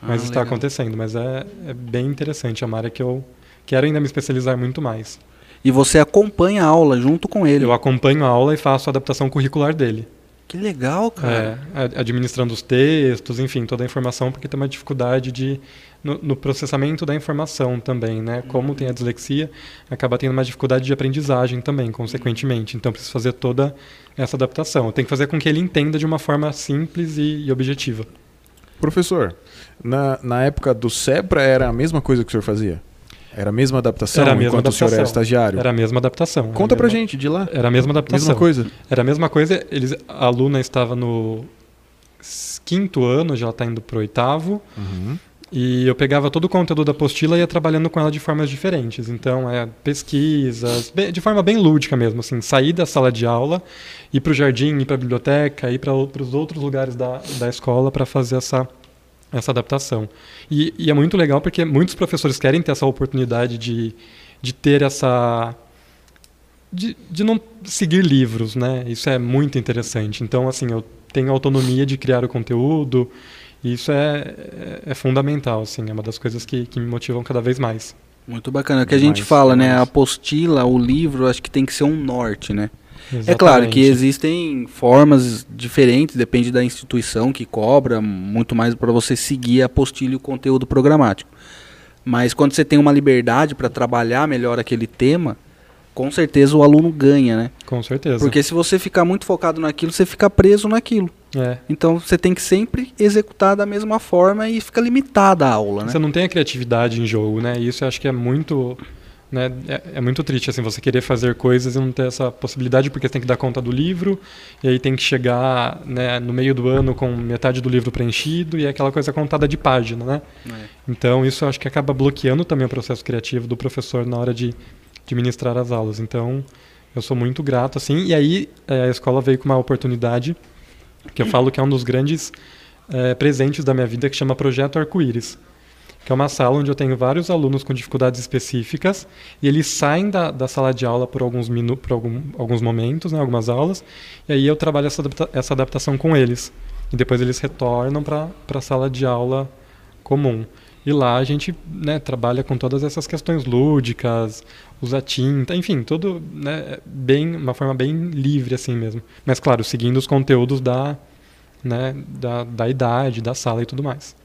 S2: mas
S1: Ah,
S2: está
S1: legal.
S2: acontecendo. Mas é, é bem interessante, é uma área que eu quero ainda me especializar muito mais.
S1: E você acompanha a aula junto com ele.
S2: Eu acompanho a aula e faço a adaptação curricular dele,
S1: Que legal, cara.
S2: é, a- administrando os textos, enfim, toda a informação, porque tem uma dificuldade de no, no processamento da informação também, né? Como tem a dislexia, acaba tendo uma dificuldade de aprendizagem também, consequentemente. Então, eu preciso fazer toda essa adaptação. Eu tenho que fazer com que ele entenda de uma forma simples e- e objetiva.
S8: Professor, na, na época do SEBRA era a mesma coisa que o senhor fazia? Era a mesma adaptação
S2: Era a mesma
S8: enquanto o senhor era
S2: adaptação.
S8: estagiário?
S2: Era a mesma adaptação. era
S8: Conta
S2: a
S8: pra
S2: mesma-
S8: gente de lá.
S2: Era a mesma adaptação.
S8: Mesma coisa.
S2: Era a mesma coisa. Eles, a aluna estava no s- quinto ano, já está indo pro oitavo. E eu pegava todo o conteúdo da apostila e ia trabalhando com ela de formas diferentes. Então, é, pesquisas, bem- de forma bem lúdica mesmo, assim, sair da sala de aula, ir para o jardim, ir para a biblioteca, ir para os outros lugares da, da escola para fazer essa essa adaptação. E, e é muito legal porque muitos professores querem ter essa oportunidade de, de ter essa. De, de não seguir livros, né? Isso é muito interessante. Então, assim, eu tenho autonomia de criar o conteúdo. E isso é, é, é fundamental, assim. É uma das coisas que, que me motivam cada vez mais.
S1: Muito bacana. É o que a gente
S8: Demais,
S1: fala, né?
S8: demais.
S1: A apostila, o livro, acho que tem que ser um norte, né? É claro que
S2: Exatamente.
S1: existem formas diferentes, depende da instituição que cobra, muito mais para você seguir a apostila e o conteúdo programático. Mas quando você tem uma liberdade para trabalhar melhor aquele tema, com certeza o aluno ganha, né?
S2: Com certeza.
S1: Porque se você ficar muito focado naquilo, você fica preso naquilo.
S2: É.
S1: Então você tem que sempre executar da mesma forma e fica limitada a aula, né?
S2: Você não tem a criatividade em jogo, né? E isso eu acho que é muito, né? É, é muito triste assim você querer fazer coisas e não ter essa possibilidade porque você tem que dar conta do livro e aí tem que chegar, né, no meio do ano com metade do livro preenchido e é aquela coisa contada de página, né? Então isso eu acho que acaba bloqueando também o processo criativo do professor na hora de, de ministrar as aulas. Então eu sou muito grato assim. E aí eh, a escola veio com uma oportunidade que eu falo que é um dos grandes eh, presentes da minha vida que chama Projeto Arco-Íris que é uma sala onde eu tenho vários alunos com dificuldades específicas e eles saem da, da sala de aula por alguns minu, por algum, alguns momentos, né, algumas aulas, e aí eu trabalho essa, adapta- essa adaptação com eles. E depois eles retornam para a sala de aula comum. E lá a gente né, trabalha com todas essas questões lúdicas, usa tinta, enfim, tudo né, bem, uma forma bem livre assim mesmo. Mas claro, seguindo os conteúdos da, né, da, da idade, da sala e tudo mais.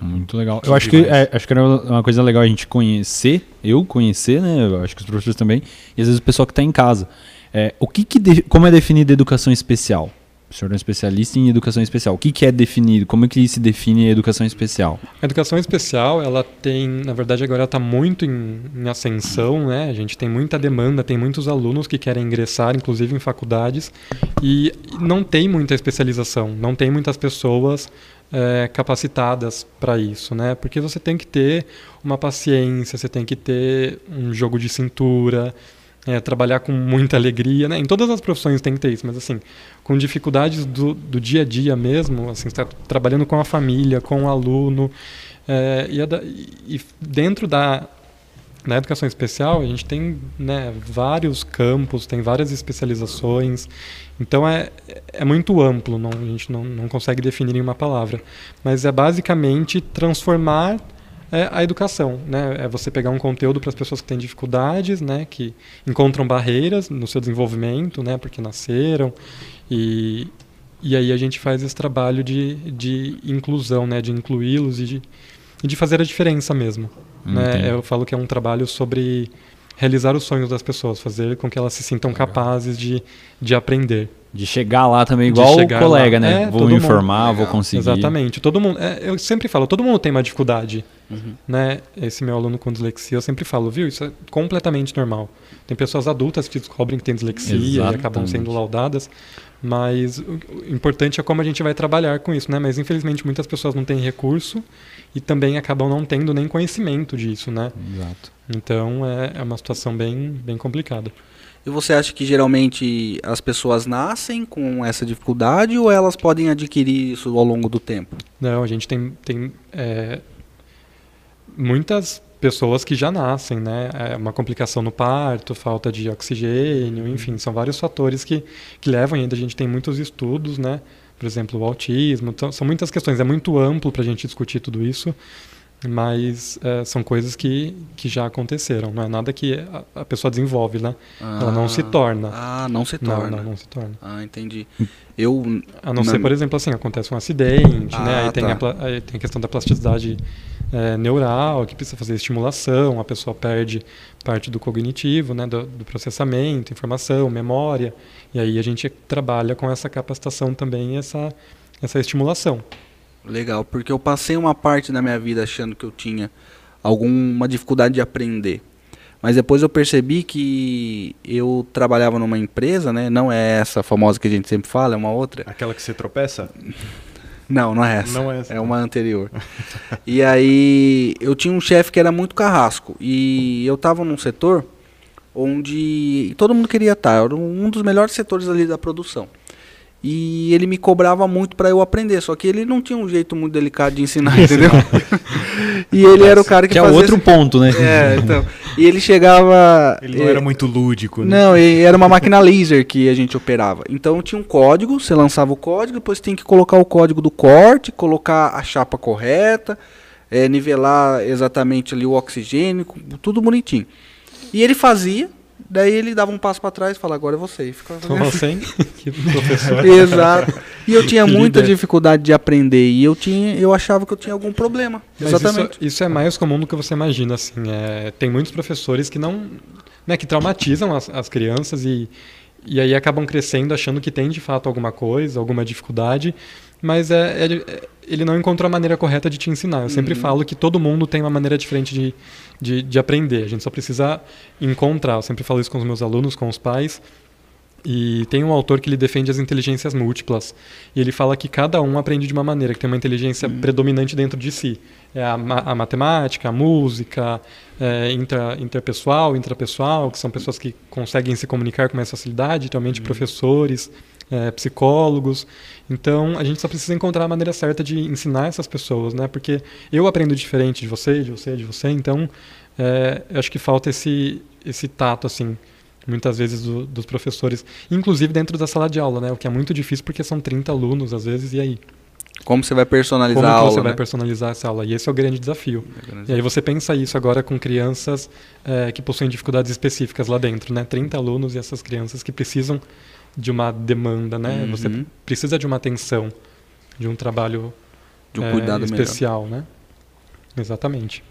S7: Muito legal. Eu acho que, é, acho que era uma coisa legal a gente conhecer, eu conhecer, né? Eu acho que os professores também, e às vezes o pessoal que está em casa. É, o que que de- como é definida a educação especial? O senhor é um especialista em educação especial. O que, que é definido? Como é que se define a educação especial?
S2: A educação especial, ela tem, na verdade, agora está muito em, em ascensão, né? A gente tem muita demanda, tem muitos alunos que querem ingressar, inclusive em faculdades, e não tem muita especialização, não tem muitas pessoas eh, capacitadas para isso, né? Porque você tem que ter uma paciência, você tem que ter um jogo de cintura, eh, trabalhar com muita alegria, né? Em todas as profissões tem que ter isso, mas assim, com dificuldades do, do dia a dia mesmo, assim, está trabalhando com a família, com o aluno, eh, e, a da- e- e dentro da na educação especial a gente tem né, vários campos, tem várias especializações, então é, é muito amplo, não, a gente não, não consegue definir em uma palavra, mas é basicamente transformar eh, a educação, né? É você pegar um conteúdo para as pessoas que têm dificuldades, né? Que encontram barreiras no seu desenvolvimento, né? Porque nasceram e, e aí a gente faz esse trabalho de, de inclusão, né? De incluí-los e de, e de fazer a diferença mesmo.
S7: Entendi.
S2: Né? Eu falo que é um trabalho sobre realizar os sonhos das pessoas, fazer com que elas se sintam capazes de, de aprender.
S7: De chegar lá também
S2: De
S7: igual o
S2: chegar
S7: colega,
S2: lá.
S7: né?
S2: É,
S7: vou
S2: todo
S7: me
S2: mundo.
S7: informar, vou
S1: Legal.
S7: conseguir.
S2: Exatamente. Todo mundo, é, eu sempre falo, todo mundo tem uma dificuldade,
S7: Uhum.
S2: né? Esse meu aluno com dislexia, eu sempre falo, viu? Isso é completamente normal. Tem pessoas adultas que descobrem que tem dislexia e acabam
S7: Exatamente.
S2: sendo laudadas, mas o, o importante é como a gente vai trabalhar com isso, né? Mas infelizmente muitas pessoas não têm recurso e também acabam não tendo nem conhecimento disso, né?
S7: Exato.
S2: Então é, é uma situação bem, bem complicada.
S1: E você acha que geralmente as pessoas nascem com essa dificuldade ou elas podem adquirir isso ao longo do tempo?
S2: Não, a gente tem, tem é, muitas pessoas que já nascem, né? É uma complicação no parto, falta de oxigênio,
S1: Uhum.
S2: enfim, são vários fatores que, que levam ainda. A gente tem muitos estudos, né? Por exemplo, o autismo, então, são muitas questões. É muito amplo para a gente discutir tudo isso, mas é, são coisas que, que já aconteceram. Não é nada que a, a pessoa desenvolve, né? Ela não se torna.
S1: Ah, não se
S2: Não,
S1: torna.
S2: não, não se torna.
S1: Ah, entendi. Eu.
S2: A não
S1: Na-
S2: ser, por exemplo, assim, acontece um acidente, né?
S1: Ah,
S2: Aí tem,
S1: tá.
S2: a, pla- aí tem a questão da plasticidade eh, neural, que precisa fazer estimulação, a pessoa perde parte do cognitivo, né? Do, do processamento, informação, memória. E aí a gente trabalha com essa capacitação também, essa essa estimulação.
S1: Legal, porque eu passei uma parte da minha vida achando que eu tinha alguma dificuldade de aprender. Mas depois eu percebi que eu trabalhava numa empresa, né? Não é essa famosa que a gente sempre fala, é uma outra.
S8: Aquela que você tropeça?
S1: Não, não é essa.
S8: Não é essa.
S1: uma anterior. e aí eu tinha um chefe que era muito carrasco. E eu tava num setor tá, onde todo mundo queria estar. Era um dos melhores setores ali da produção. E ele me cobrava muito para eu aprender, só que ele não tinha um jeito muito delicado de ensinar, entendeu? e ele era o cara que,
S7: Que é
S1: fazia
S7: outro ponto, né?
S1: É, então. E ele chegava.
S8: Ele não era muito lúdico, né?
S1: é- Não, e era uma máquina laser que a gente operava. Então tinha um código, você lançava o código, depois tem que colocar o código do corte, colocar a chapa correta, eh, nivelar exatamente ali o oxigênio, com- tudo bonitinho. E ele fazia, daí ele dava um passo para trás e falava, agora é você. E ficava fazendo
S2: Como assim? Que professor.
S1: Exato. E eu tinha muita
S2: Líder.
S1: dificuldade de aprender e eu tinha, eu achava que eu tinha algum problema.
S2: Mas
S1: Exatamente.
S2: Isso, isso é mais comum do que você imagina, assim. é, tem muitos professores que não, né, que traumatizam as, as crianças e e aí acabam crescendo achando que tem de fato alguma coisa, alguma dificuldade, mas é, ele- é- ele não encontrou a maneira correta de te ensinar. Eu sempre falo que todo mundo tem uma maneira diferente de, de, de aprender. A gente só precisa encontrar. Eu sempre falo isso com os meus alunos, com os pais. E tem um autor que ele defende as inteligências múltiplas. E ele fala que cada um aprende de uma maneira, que tem uma inteligência predominante dentro de si. É a, ma- a matemática, a música, é, intra, interpessoal, intrapessoal, que são pessoas que conseguem se comunicar com mais facilidade, realmente professores, é, psicólogos. Então, a gente só precisa encontrar a maneira certa de ensinar essas pessoas, né? Porque eu aprendo diferente de você, de você, de você. Então, é, eu acho que falta esse, esse tato, assim muitas vezes do- dos professores, inclusive dentro da sala de aula, né? O que é muito difícil porque são 30 alunos às vezes e aí
S1: Como você vai
S2: é- como
S1: personalizar
S2: que
S1: a aula?
S2: você vai
S1: né?
S2: personalizar essa aula? E esse é o grande desafio. E aí você pensa isso agora com crianças eh, que possuem dificuldades específicas lá dentro, né? 30 alunos e essas crianças que precisam de uma demanda, né? Você
S1: Uhum.
S2: precisa de uma atenção, de um trabalho
S1: De um
S2: eh,
S1: cuidado melhor.
S2: especial, né? Exatamente.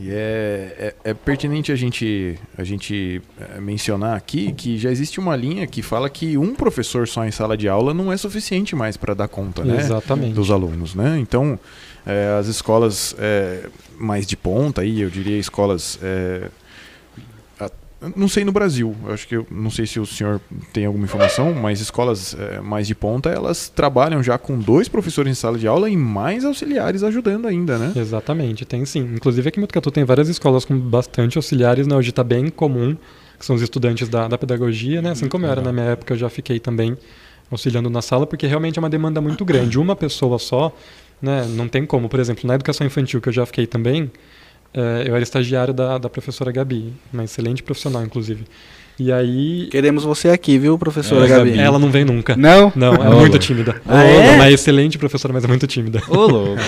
S8: E é, é, é pertinente a gente, a gente eh, mencionar aqui que já existe uma linha que fala que um professor só em sala de aula não é suficiente mais para dar conta né,
S2: Exatamente.
S8: dos alunos. Né? Então, eh, as escolas eh, mais de ponta, aí, eu diria escolas. eh, a- não sei no Brasil, eu acho que eu não sei se o senhor tem alguma informação, mas escolas eh, mais de ponta elas trabalham já com dois professores em sala de aula e mais auxiliares ajudando ainda, né?
S2: Exatamente, tem sim. Inclusive aqui em Botucatu tem várias escolas com bastante auxiliares, né? Hoje está bem comum, que são os estudantes da, da pedagogia, né? Assim como eu era na minha época, eu já fiquei também auxiliando na sala, porque realmente é uma demanda muito grande. Uma pessoa só, né? Não tem como. Por exemplo, na educação infantil, que eu já fiquei também, eh, eu era estagiário da, da professora Gabi, uma excelente profissional, inclusive. E aí...
S1: Queremos você aqui, viu, é professora
S7: É,
S1: Gabi?
S2: Ela não vem nunca.
S1: Não?
S2: Não, ela é
S7: Ô,
S2: muito
S7: louco.
S2: tímida.
S1: Ah, é?
S2: Ela é excelente professora, mas é muito tímida.
S7: Ô, louco.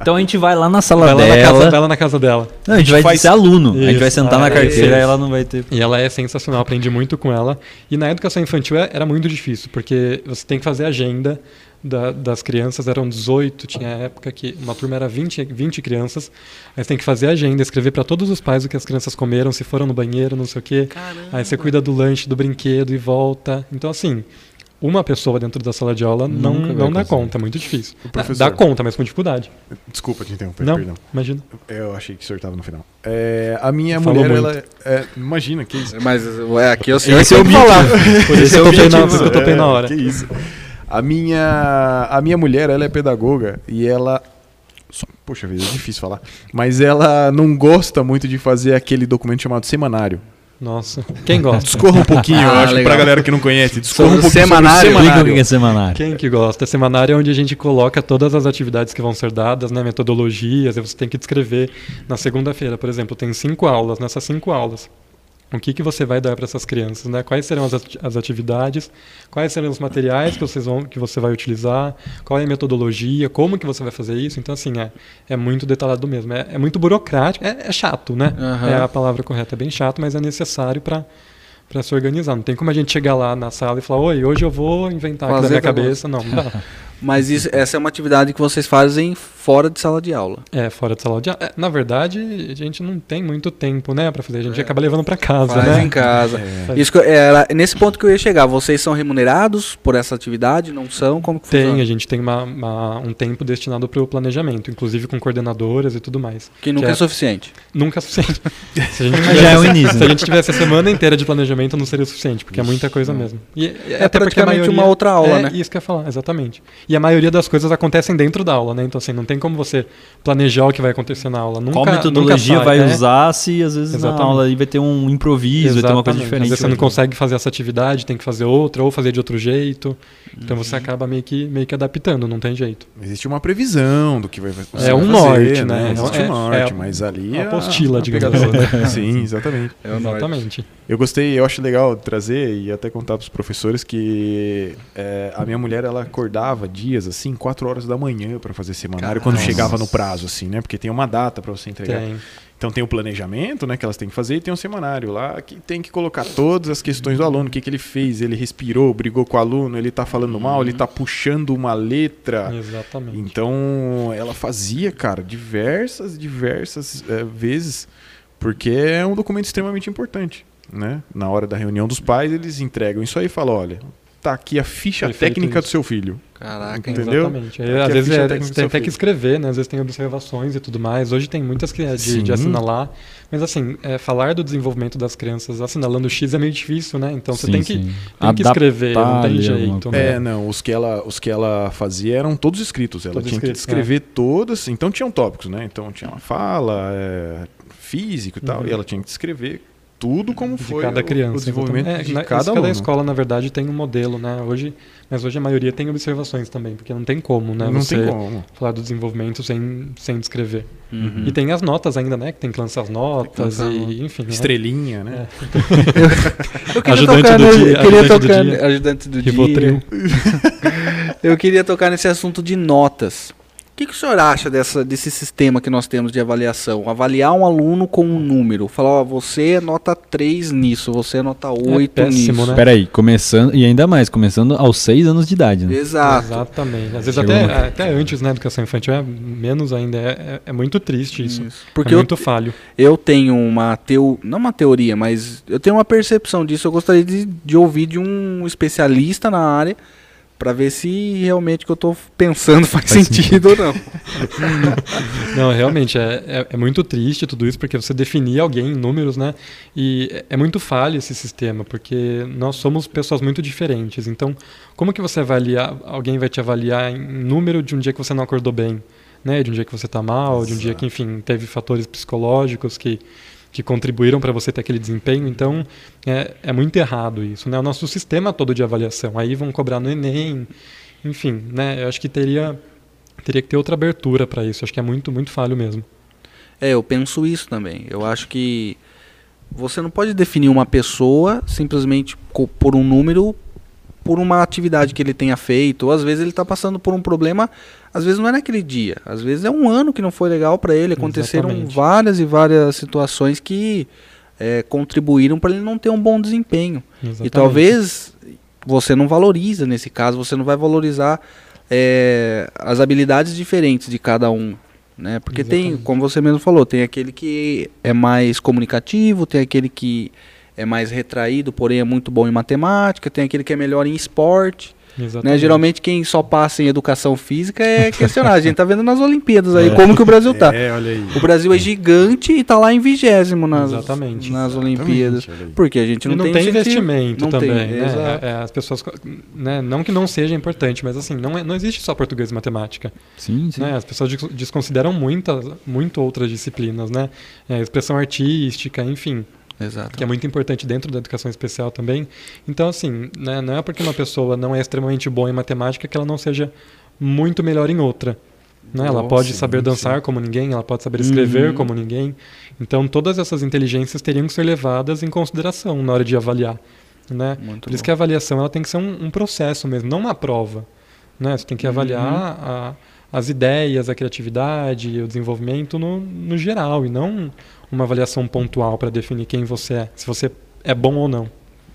S7: Então a gente vai lá na sala
S2: Vai lá, na
S7: dela.
S2: casa, vai lá na casa dela.
S7: Não, a gente vai
S8: Faz-
S7: ser aluno. A gente
S2: Isso.
S7: vai sentar
S4: Ah,
S7: na
S1: Aê.
S7: carteira e ela não vai ter.
S2: E ela é sensacional, aprendi muito com ela. E na educação infantil é- era muito difícil, porque você tem que fazer a agenda da- das crianças, eram 18, tinha época que uma turma era 20, 20 crianças. Aí você tem que fazer a agenda, escrever para todos os pais o que as crianças comeram, se foram no banheiro, não sei o quê. Aí você cuida do lanche, do brinquedo e volta. Então, assim, uma pessoa dentro da sala de aula não,
S7: Nunca vai
S2: não dá
S7: conseguir.
S2: conta, é muito difícil.
S8: professor.
S2: Dá conta, mas com dificuldade.
S8: Desculpa te interromper,
S2: não,
S8: perdão.
S2: imagina.
S8: Eu achei que o senhor tava no final. É, a minha
S2: Falou
S8: mulher,
S2: muito.
S8: ela. é, imagina, que isso.
S1: Mas ué, aqui eu sei
S7: Esse
S1: que
S7: é o
S1: eu vou falar.
S2: Por isso que eu topei na, por isso que eu topei
S8: É,
S2: na hora.
S8: Que isso. A minha, a minha mulher, ela é pedagoga e ela. só- Poxa vida, é difícil falar. Mas ela não gosta muito de fazer aquele documento chamado semanário.
S2: Nossa, quem gosta?
S8: Discorra um pouquinho, eu
S1: Ah,
S8: acho, que
S1: legal.
S8: pra galera que não conhece. Discorra
S1: Sobre
S8: um
S1: o
S8: pouquinho
S1: semanário.
S8: sobre
S7: Explica
S8: o
S7: o
S8: semanário.
S7: que é semanário.
S2: Quem que gosta? Semanário é onde a gente coloca todas as atividades que vão ser dadas, né? Metodologias, aí você tem que descrever. Na segunda-feira, por exemplo, tem cinco aulas. Nessas cinco aulas, o que, que você vai dar para essas crianças, né? Quais serão as, ati- as atividades, quais serão os materiais que, vocês vão, que você vai utilizar, qual é a metodologia, como que você vai fazer isso. Então, assim, é, é muito detalhado mesmo. É, é muito burocrático, é, é chato, né?
S1: Aham.
S2: É a palavra correta, é bem chato, mas é necessário para para se organizar. Não tem como a gente chegar lá na sala e falar, oi, hoje eu vou inventar aqui na
S1: Fazer
S2: minha
S1: pra
S2: cabeça. Não, não dá.
S1: Mas isso- essa é uma atividade que vocês fazem fora de sala de aula.
S2: É, fora de sala de aula. É, Na verdade, a gente não tem muito tempo, né, pra fazer. A gente acaba levando pra casa,
S1: É. Faz
S2: né?
S1: em casa.
S2: Faz-
S1: Isso que eu- era nesse ponto que eu ia chegar. Vocês são remunerados por essa atividade? Não são? Como que
S2: Tem,
S1: funciona?
S2: a gente tem uma- uma- um tempo destinado para o planejamento, inclusive com coordenadoras e tudo mais.
S1: Que nunca
S2: que
S1: é
S2: é-
S1: suficiente.
S2: Nunca é suficiente. Se a gente
S7: Mas já é o
S2: Se a
S7: início.
S2: gente tivesse a semana inteira de planejamento, não seria o suficiente, porque é muita coisa mesmo. E, é
S1: praticamente uma outra aula, né?
S2: Isso que eu ia falar, exatamente. E a maioria das coisas acontecem dentro da aula, né? Então, assim, não tem como você planejar o que vai acontecer na aula. Nunca,
S7: Qual metodologia
S2: nunca sai,
S7: vai
S2: né?
S7: usar se às vezes
S4: tá
S2: Exatamente.
S7: na aula aí vai ter um improviso, vai ter uma coisa
S2: Exatamente.
S7: diferente.
S2: Às vezes você não
S7: hoje.
S2: consegue fazer essa atividade, tem que fazer outra, ou fazer de outro jeito. Então você
S7: Uhum.
S2: acaba meio que, meio que adaptando, não tem jeito.
S8: Existe uma previsão do que vai você
S2: É um
S8: vai fazer,
S2: norte, né?
S8: Existe
S2: É-
S8: um norte,
S2: é
S8: mas ali.
S2: uma
S8: é
S2: apostila,
S8: a
S2: digamos
S8: pegadora.
S2: assim, né?
S8: Sim, exatamente.
S1: É o norte.
S2: Exatamente.
S8: Eu gostei, eu acho legal trazer e até contar para os professores que é, a minha mulher ela acordava dias assim, 4 horas da manhã para fazer semanário quando chegava no prazo assim, né? Porque tem uma data para você entregar.
S2: Tem.
S8: Então tem o planejamento, né, que elas têm que fazer e tem um semanário lá que tem que colocar todas as questões do aluno, o que, que ele fez, ele respirou, brigou com o aluno, ele tá falando mal, ele tá puxando uma letra.
S2: Exatamente.
S8: Então ela fazia, cara, diversas, diversas eh, vezes, porque é um documento extremamente importante. Né? Na hora da reunião dos pais, eles entregam isso aí e falam: olha, tá aqui a ficha
S2: Foi feito
S8: técnica do
S2: isso.
S8: seu filho.
S1: Caraca, hein?
S8: Entendeu?
S2: Exatamente. Aí, às
S8: Aqui a
S2: vezes
S8: ficha
S2: é-
S8: técnica
S2: você tem
S8: do seu
S2: até que
S8: filho.
S2: escrever, né? Às vezes tem observações e tudo mais. Hoje tem muitas que é de, de
S8: Sim.
S2: assinalar. Mas assim, é, falar do desenvolvimento das crianças assinalando X é meio difícil, né? Então você
S7: Sim,
S2: tem, que,
S7: sim.
S2: tem que
S7: Adaptar
S2: escrever, não tem
S7: ali
S2: jeito.
S7: alguma
S2: né?
S8: É, não, os que, ela, os que ela fazia eram todos escritos. Ela
S2: Todos
S8: tinha
S2: escritos, é.
S8: que escrever todas, então tinham tópicos, né? Então tinha uma fala, é, físico e tal, e ela tinha que descrever tudo como
S2: Uhum. de
S8: foi
S2: cada
S8: o-
S2: criança.
S8: o desenvolvimento
S2: exatamente. É,
S8: de
S2: na- isso
S8: cada
S2: que
S8: aluno.
S2: Cada escola, na verdade, tem um modelo, né? Hoje, mas hoje a maioria tem observações também, porque não tem como, né?
S8: Não
S2: você
S8: tem como.
S2: falar do desenvolvimento sem, sem descrever. E tem as notas ainda, né? Que tem que lançar as notas
S1: lançar
S2: e, enfim. né?
S8: Estrelinha, né?
S1: Eu queria
S2: Ajudante
S1: tocar,
S2: do
S1: ne-
S2: dia-
S1: eu queria
S2: ajudante do
S1: tocar
S2: dia.
S1: ne- ajudante do
S2: Rivotril.
S1: dia. Eu queria tocar nesse assunto de notas. O que, que o senhor acha dessa- desse sistema que nós temos de avaliação? Avaliar um aluno com um número. Falar, ó, você é nota 3 nisso, você é nota 8
S2: péssimo,
S1: nisso.
S2: né?
S7: Peraí, começando, e ainda mais, começando aos 6 anos de idade, né?
S1: Exato.
S2: Exatamente. Às vezes
S7: Chegou
S2: até,
S7: uma-
S2: até antes, né? Educação infantil é menos ainda. É, é- é muito triste isso.
S1: Porque
S2: é
S1: eu,
S2: muito falho.
S1: eu tenho uma teo, não uma teoria, mas eu tenho uma percepção disso. Eu gostaria de, de ouvir de um especialista na área para ver se realmente o que eu tô pensando faz,
S7: Faz
S1: sentido ou não.
S2: Não, realmente, é, é, é muito triste tudo isso, porque você definir alguém em números, né? E é- é muito falho esse sistema, porque nós somos pessoas muito diferentes. Então, como que você avaliar, alguém vai te avaliar em número de um dia que você não acordou bem, né? De um dia que você tá mal, de um dia que, enfim, teve fatores psicológicos que que contribuíram para você ter aquele desempenho, então é, é muito errado isso, né? O nosso sistema todo de avaliação, aí vão cobrar no Enem, enfim, né? Eu acho que teria Teria que ter outra abertura para isso. Acho que é muito, muito falho mesmo.
S1: É, eu penso isso também. Eu acho que você não pode definir uma pessoa simplesmente co- por um número, por uma atividade que ele tenha feito, ou às vezes ele está passando por um problema, às vezes não é naquele dia, às vezes é um ano que não foi legal para ele, aconteceram
S2: Exatamente.
S1: várias e várias situações que é, contribuíram para ele não ter um bom desempenho. E
S2: Exatamente.
S1: talvez você não valoriza nesse caso, você não vai valorizar é, as habilidades diferentes de cada um. Né? Porque tem,
S2: Exatamente.
S1: como você mesmo falou, tem aquele que é mais comunicativo, tem aquele que é mais retraído, porém é muito bom em matemática, tem aquele que é melhor em esporte.
S2: Exatamente.
S1: Né? Geralmente quem só passa em educação física é questionado. A gente tá vendo nas Olimpíadas aí como que o Brasil tá.
S8: É, olha aí.
S1: O Brasil é gigante e tá lá em vigésimo nas,
S2: Exatamente.
S1: nas Olimpíaas.
S8: Exatamente, olha aí.
S1: Porque a gente
S2: E
S1: não,
S2: não tem,
S1: incentivo.
S2: investimento
S1: não
S2: também.
S1: tem,
S2: né?
S1: exato.
S2: É, é, as pessoas, co- né? não que não seja importante, mas assim, não, é- não existe só português e matemática.
S7: Sim, sim.
S2: né? As pessoas des- desconsideram muitas, muito outras disciplinas, né? É, expressão artística, enfim.
S1: Exato.
S2: que é muito importante dentro da educação especial também. Então, assim, né, não é porque uma pessoa não é extremamente boa em matemática que ela não seja muito melhor em outra. Né? Ela
S8: Nossa,
S2: pode saber
S8: sim.
S2: dançar como ninguém, ela pode saber escrever como ninguém. Então, todas essas inteligências teriam que ser levadas em consideração na hora de avaliar. Né?
S1: Muito
S2: Por isso
S1: bom.
S2: que a avaliação ela tem que ser um, um processo mesmo, não uma prova. Né? Você tem que avaliar a- as ideias, a criatividade, o desenvolvimento no, no geral e não uma avaliação pontual para definir quem você é, se você é bom ou não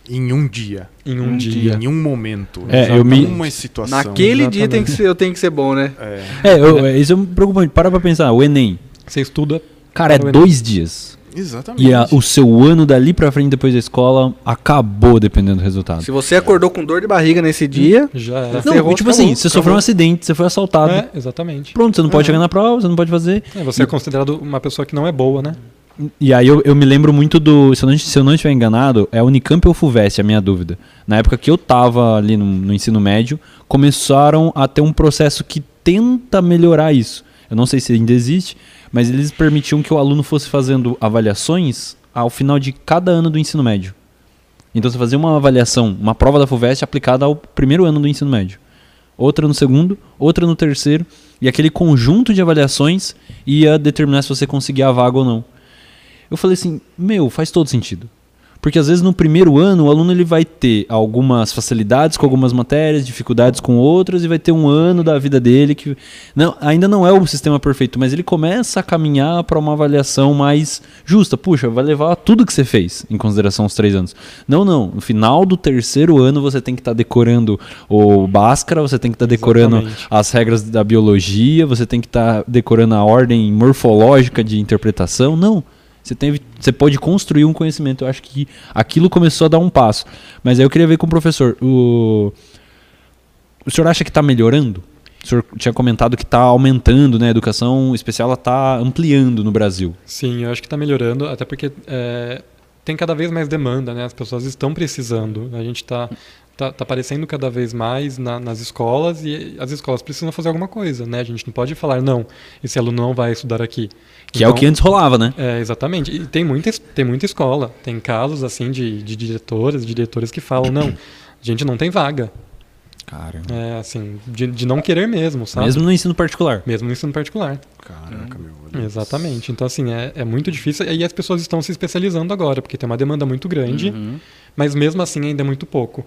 S8: Em um dia.
S2: em um, dia.
S8: Em um momento.
S7: É, eu me-
S8: Uma situação.
S1: Naquele dia
S2: Exatamente.
S1: tem que ser, eu tenho que ser bom, né?
S8: É,
S7: É, eu- é, isso é um preocupante. Para pra pensar, o Enem.
S2: Você estuda
S7: Cara, é
S2: O Enem.
S7: dois dias.
S8: exatamente.
S7: E a- o seu ano dali pra frente, depois da escola, acabou dependendo do
S2: Tá
S7: resultado.
S1: Se você acordou com dor de barriga nesse dia,
S2: já é.
S1: Não,
S7: Não,
S1: ferrou,
S7: tipo
S1: acabou,
S7: assim, você sofreu um acidente, você foi assaltado.
S2: É, exatamente.
S7: Pronto, você não pode chegar na prova, você não pode fazer.
S2: É, você é considerado uma pessoa que não é boa, né?
S4: E aí eu, eu me lembro muito do. Se eu, não, se eu não estiver enganado, é Unicamp ou FUVEST a minha dúvida. Na época que eu tava ali no, no ensino médio, começaram a ter um processo que tenta melhorar isso. Eu não sei se ainda existe, mas eles permitiam que o aluno fosse fazendo avaliações ao final de cada ano do ensino médio. Então você fazia uma avaliação, uma prova da FUVEST aplicada ao primeiro ano do ensino médio. Outra no segundo, outra no terceiro, e aquele conjunto de avaliações ia determinar se você conseguia a vaga ou não. Eu falei assim, meu, faz todo sentido. Porque às vezes no primeiro ano o aluno ele vai ter algumas facilidades com algumas matérias, dificuldades com outras e vai ter um ano da vida dele que não, ainda não é o sistema perfeito, mas ele começa a caminhar para uma avaliação mais justa. Puxa, vai levar tudo que você fez em consideração os três anos. Não, não. No final do terceiro ano você tem que estar decorando o Bhaskara, você tem que estar decorando
S2: Exatamente.
S4: as regras da biologia, você tem que estar decorando a ordem morfológica de interpretação. Não. Você, teve, você pode construir um conhecimento. Eu acho que aquilo começou a dar um passo. Mas aí eu queria ver com o professor. O, o senhor acha que está melhorando? O senhor tinha comentado que está aumentando, né? A educação especial está ampliando no Brasil.
S2: Sim, eu acho que está melhorando, até porque é, tem cada vez mais demanda, né? As pessoas estão precisando. A gente está tá, tá aparecendo cada vez mais na- nas escolas e as escolas precisam fazer alguma coisa, né? A gente não pode falar, não, esse aluno não vai estudar aqui.
S4: Que é o que antes rolava, né?
S2: É, exatamente. E tem muita, es- tem muita escola, tem casos assim de, de diretoras, diretoras que falam, não, a gente não tem vaga.
S4: Caramba.
S2: É, assim, de, de não querer mesmo, sabe?
S4: Mesmo no ensino particular.
S2: Mesmo no ensino particular.
S8: Caraca, meu.
S2: Exatamente. Então, assim, é, é muito difícil. E as pessoas estão se especializando agora, porque tem uma demanda muito grande,
S8: Uhum.
S2: mas mesmo assim ainda é muito pouco.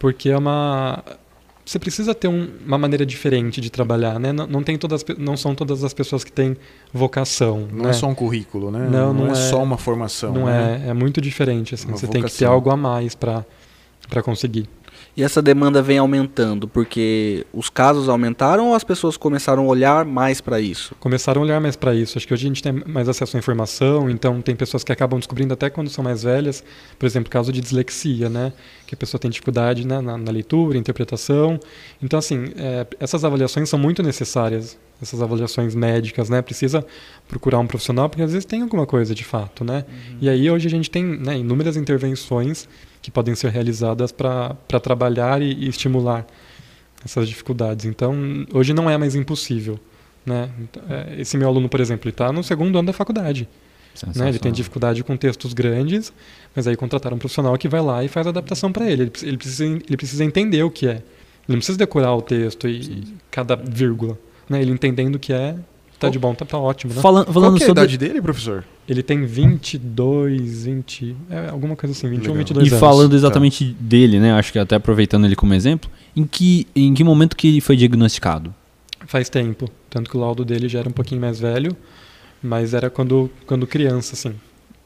S2: Porque é uma. Você precisa ter um- uma maneira diferente de trabalhar, né? Não, não tem todas, as pe- não são todas as pessoas que têm vocação.
S8: Não
S2: né?
S8: é só um currículo, né?
S2: Não, não
S8: é,
S2: é-
S8: só uma formação.
S2: Não
S8: né?
S2: é, é muito diferente. Assim,
S8: Uma
S2: você tem que ter
S8: vocação.
S2: algo a mais para conseguir.
S1: E essa demanda vem aumentando porque os casos aumentaram ou as pessoas começaram a olhar mais para isso?
S2: Começaram a olhar mais para isso. Acho que hoje a gente tem mais acesso à informação, então tem pessoas que acabam descobrindo até quando são mais velhas, por exemplo, caso de dislexia, né? Que a pessoa tem dificuldade né, na, na leitura, interpretação. Então, assim, é, essas avaliações são muito necessárias, essas avaliações médicas, né? Precisa procurar um profissional, porque às vezes tem alguma coisa de fato, né? E aí hoje a gente tem né, inúmeras intervenções que podem ser realizadas para trabalhar e- e estimular essas dificuldades. Então, hoje não é mais impossível. Né? Então, é, Esse meu aluno, por exemplo, ele está no segundo ano da faculdade. Né? Ele tem dificuldade com textos grandes, mas aí contrataram um profissional que vai lá e faz a adaptação para ele. Ele precisa, ele, precisa, ele precisa entender o que é. Ele não precisa decorar o texto e cada vírgula. Né? Ele entendendo o que é, tá de bom, tá, tá ótimo. Né?
S4: Falan-
S8: Qual
S4: falando
S8: que é a
S4: sobre
S8: idade dele, professor?
S2: Ele tem 22, 20... É, alguma coisa assim, 21,
S8: Legal.
S2: 22
S4: e
S2: anos.
S4: falando exatamente dele, né? Acho que até aproveitando ele como exemplo, em que, em que momento que ele foi diagnosticado?
S2: Faz tempo. Tanto que o laudo dele já era um pouquinho mais velho, mas era quando, quando criança, assim.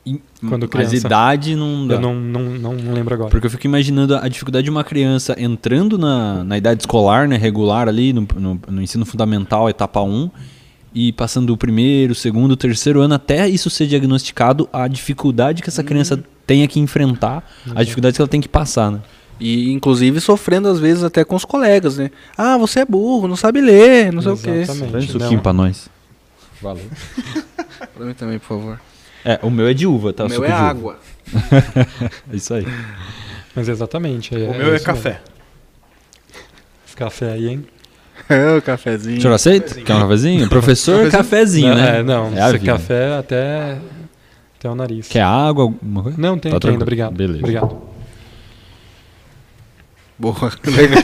S4: Em-
S2: Quando
S4: Mas
S2: criança.
S4: idade não dá.
S2: Eu não, não, não, não lembro agora.
S4: Porque eu fico imaginando a dificuldade de uma criança entrando na, na idade escolar, né, regular ali, no, no- no ensino fundamental, etapa 1, e passando o primeiro, o segundo, o terceiro ano, até isso ser diagnosticado, a dificuldade que essa criança tenha que enfrentar, a dificuldade que ela tem que passar, né?
S1: E inclusive sofrendo às vezes até com os colegas, né? Ah, você é burro, não sabe ler, não sei o
S2: Exatamente.
S4: Dá um
S2: Não,
S4: suquinho pra nós. Valeu.
S1: quê. Pra mim também, por favor.
S4: É, o meu é de uva, tá?
S1: o meu é
S4: suco de uva.
S1: água.
S4: É isso aí.
S2: Mas exatamente.
S8: o meu
S2: isso
S8: é
S2: mesmo.
S8: café.
S2: Café aí, hein?
S1: É, o
S4: O
S1: cafezinho.
S4: senhor aceita? Quer um cafezinho? Professor, cafezinho,
S2: não,
S4: né?
S2: É, não.
S4: É a
S2: se
S4: vida.
S2: café até, até o nariz.
S4: Quer água, alguma coisa?
S2: Não, tem
S4: Tá
S2: aqui ainda, obrigado.
S4: tranquilo. Beleza.
S2: Obrigado.
S1: Boa, legal.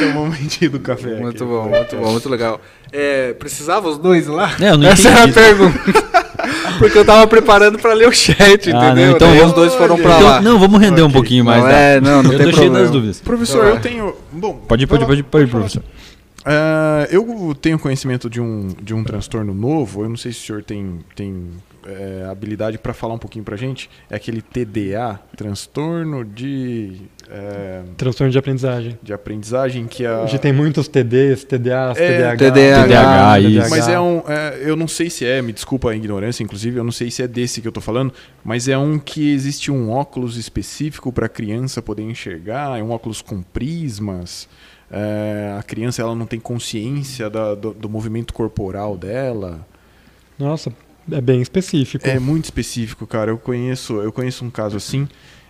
S8: É o momento do café.
S1: muito bom, muito bom, muito legal. É, precisava os dois lá?
S4: É, eu não
S1: Essa era a
S4: entendi.
S1: pergunta. Porque eu tava preparando pra ler o chat,
S4: Ah,
S1: entendeu?
S4: não, então
S1: Daí né? os
S4: vamos-
S1: dois foram pra
S4: Então,
S1: lá.
S4: não, vamos render um pouquinho mais.
S1: Não,
S4: tá?
S1: é, não, não
S4: eu
S1: tem
S4: tô cheio
S1: problema.
S4: das dúvidas.
S8: Professor,
S1: Então é.
S8: eu tenho. Bom.
S4: Pode ir, pode ir, pode ir, pode ir, professor.
S8: Ah, eu tenho conhecimento de um, de um transtorno novo. Eu não sei se o senhor tem, tem é, habilidade para falar um pouquinho pra gente. É aquele TDA, transtorno de, é,
S2: Transtorno de aprendizagem.
S8: de aprendizagem que a.
S2: Hoje tem muitos TDs, TDAs,
S8: É,
S2: TDAH.
S1: TDAH,
S4: isso.
S8: Mas é um. é, eu não sei se é, me desculpa a ignorância, inclusive, eu não sei se é desse que eu tô falando, mas é um que existe um óculos específico para criança poder enxergar, é um óculos com prismas. é, a criança ela não tem consciência da- do, do movimento corporal dela.
S2: Nossa, É bem específico.
S8: É muito específico, cara. Eu conheço, eu conheço um caso assim.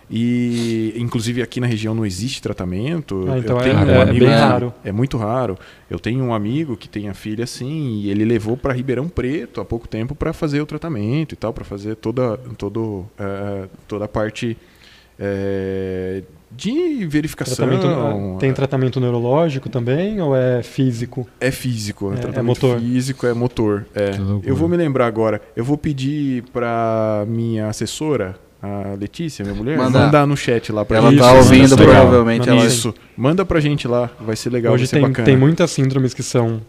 S8: E, inclusive, aqui na região não existe tratamento.
S2: Ah, então
S8: eu
S2: é-
S8: tenho um
S2: é- é bem raro.
S8: É muito raro. Eu tenho um amigo que tem a filha assim, e ele levou para Ribeirão Preto há pouco tempo para fazer o tratamento e tal, para fazer toda, todo, eh, toda a parte eh, de verificação.
S2: Tratamento- é, tem tratamento neurológico também ou é físico?
S8: É físico,
S2: É- é
S8: tratamento
S2: motor.
S8: Físico é motor. é.
S7: Que loucura.
S8: Eu vou me lembrar agora. Eu vou pedir pra minha assessora, a Letícia, minha mulher,
S1: Mandar.
S8: mandar no chat lá pra
S1: Ela
S8: gente.
S1: tá
S8: Isso,
S1: ouvindo,
S8: isso, legal.
S1: provavelmente, ela-
S8: Isso. Manda pra gente lá. Vai ser legal,
S2: Hoje
S8: vai ser
S2: tem,
S8: bacana.
S2: tem muitas síndromes que são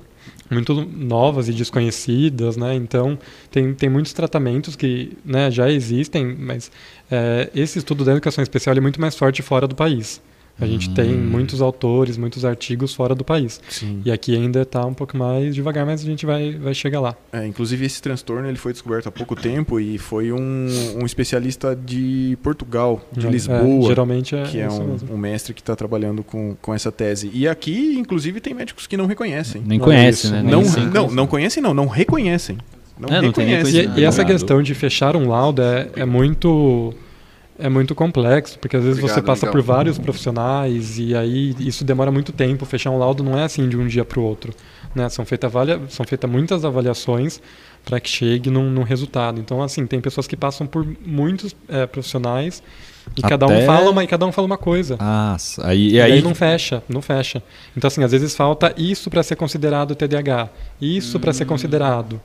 S2: muito novas e desconhecidas, né? Então, tem, tem muitos tratamentos que né, já existem, mas é, esse estudo da educação especial ele é muito mais forte fora do país. A
S8: Hum.
S2: gente tem muitos autores, muitos artigos fora do país.
S8: Sim.
S2: E aqui ainda está um pouco mais devagar, mas a gente vai, vai chegar lá.
S8: É, inclusive, esse transtorno ele foi descoberto há pouco tempo e foi um, um especialista de Portugal, de
S2: É,
S8: Lisboa.
S2: geralmente é
S8: que é
S2: isso
S8: um,
S2: mesmo.
S8: um mestre que está trabalhando com, com essa tese. E aqui, inclusive, tem médicos que não reconhecem.
S7: Nem conhece,
S2: isso.
S7: né? Nem
S8: Não,
S7: sei.
S8: não, não conhecem, não, não reconhecem. Não
S7: É, não tem
S8: reconhecem.
S7: reconhecimento.
S2: E, e essa
S7: Obrigado.
S2: questão de fechar um laudo é, é muito é muito complexo, porque às vezes você
S1: Obrigado,
S2: passa
S1: amigão.
S2: por vários profissionais e aí isso demora muito tempo. Fechar um laudo não é assim de um dia para o outro. Né? São feitas avalia são feita muitas avaliações para que chegue num, num resultado. Então, assim, tem pessoas que passam por muitos eh, profissionais e cada um
S7: Até-
S2: fala uma, e cada um fala uma coisa.
S7: Ah, aí,
S2: E
S7: e
S2: aí,
S7: aí,
S2: não fecha, não fecha. Então, assim, às vezes falta isso para ser considerado TDAH, isso para ser considerado.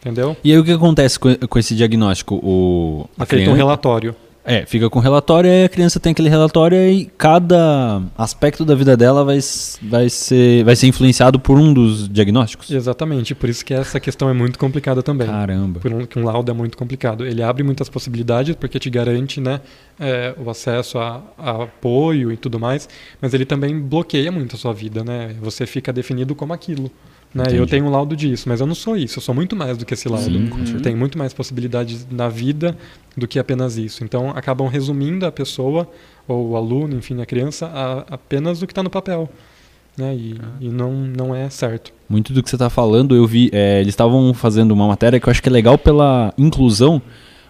S2: Entendeu?
S7: e aí o que acontece com, com esse diagnóstico? O,
S2: É feito um
S7: criança-
S2: relatório.
S7: É, fica com relatório, aí a criança tem aquele relatório e cada aspecto da vida dela vai, s- vai, ser, vai ser influenciado por um dos diagnósticos.
S2: Exatamente, por isso que essa questão é muito complicada também.
S7: Caramba.
S2: Por um, que um laudo é muito complicado. Ele abre muitas possibilidades porque te garante né, é, o acesso a, a apoio e tudo mais, mas ele também bloqueia muito a sua vida, né? Você fica definido como aquilo. Né? Eu
S7: Entendi.
S2: tenho um laudo disso, mas eu não sou isso, eu sou muito mais do que esse laudo.
S7: Sim,
S2: Tem muito mais possibilidades na vida do que apenas isso. Então acabam resumindo a pessoa, ou o aluno, enfim, a criança, a, apenas do que está no papel. Né?
S7: Ah.
S2: E, e não, não é certo.
S7: Muito do que você está falando, eu vi. é, eles estavam fazendo uma matéria que eu acho que é legal pela inclusão,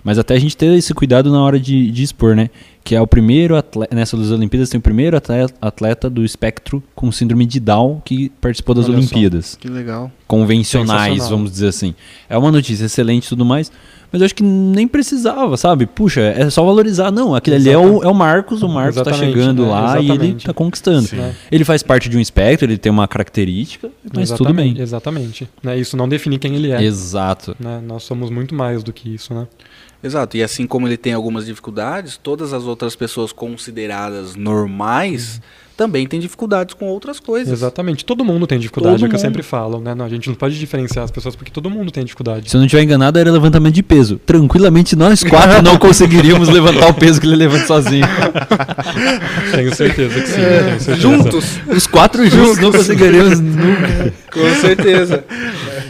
S7: mas até a gente ter esse cuidado na hora de, de expor, né? Que é o primeiro atleta. Nessas Olimpíadas tem o primeiro atleta, atleta do espectro com síndrome de Down que participou das
S2: Olha só.
S7: Olimpíadas.
S1: Que legal.
S7: Convencionais,
S2: Sensacional.
S7: vamos dizer assim. É uma notícia excelente e tudo mais. Mas eu acho que nem precisava, sabe? Puxa, é só valorizar. Não, aquele ali é o, é o Marcos, o Marcos está tá
S2: Exatamente,
S7: chegando
S2: né?
S7: lá e ele
S2: Exatamente.
S7: tá conquistando.
S2: né?
S7: Ele faz parte de um espectro, ele tem uma característica, mas tudo
S2: Exatamente,
S7: bem.
S2: Exatamente. Né, Isso não define quem ele é.
S7: Exato.
S2: né? Nós somos muito mais do que isso, né?
S1: Exato. E assim como ele tem algumas dificuldades, todas as outras pessoas consideradas normais também têm dificuldades com outras coisas.
S2: Exatamente. Todo mundo tem dificuldade,
S1: Todo
S2: é o que eu
S1: mundo.
S2: sempre falo, né? Não, a gente não pode diferenciar as pessoas porque todo mundo tem dificuldade.
S7: Se eu não tiver enganado, era levantamento de peso. Tranquilamente, nós quatro não conseguiríamos levantar o peso que ele levanta sozinho.
S2: Tenho certeza que sim.
S1: É.
S2: tenho certeza.
S1: Juntos,
S7: Os quatro juntos não conseguiríamos nunca.
S1: com certeza.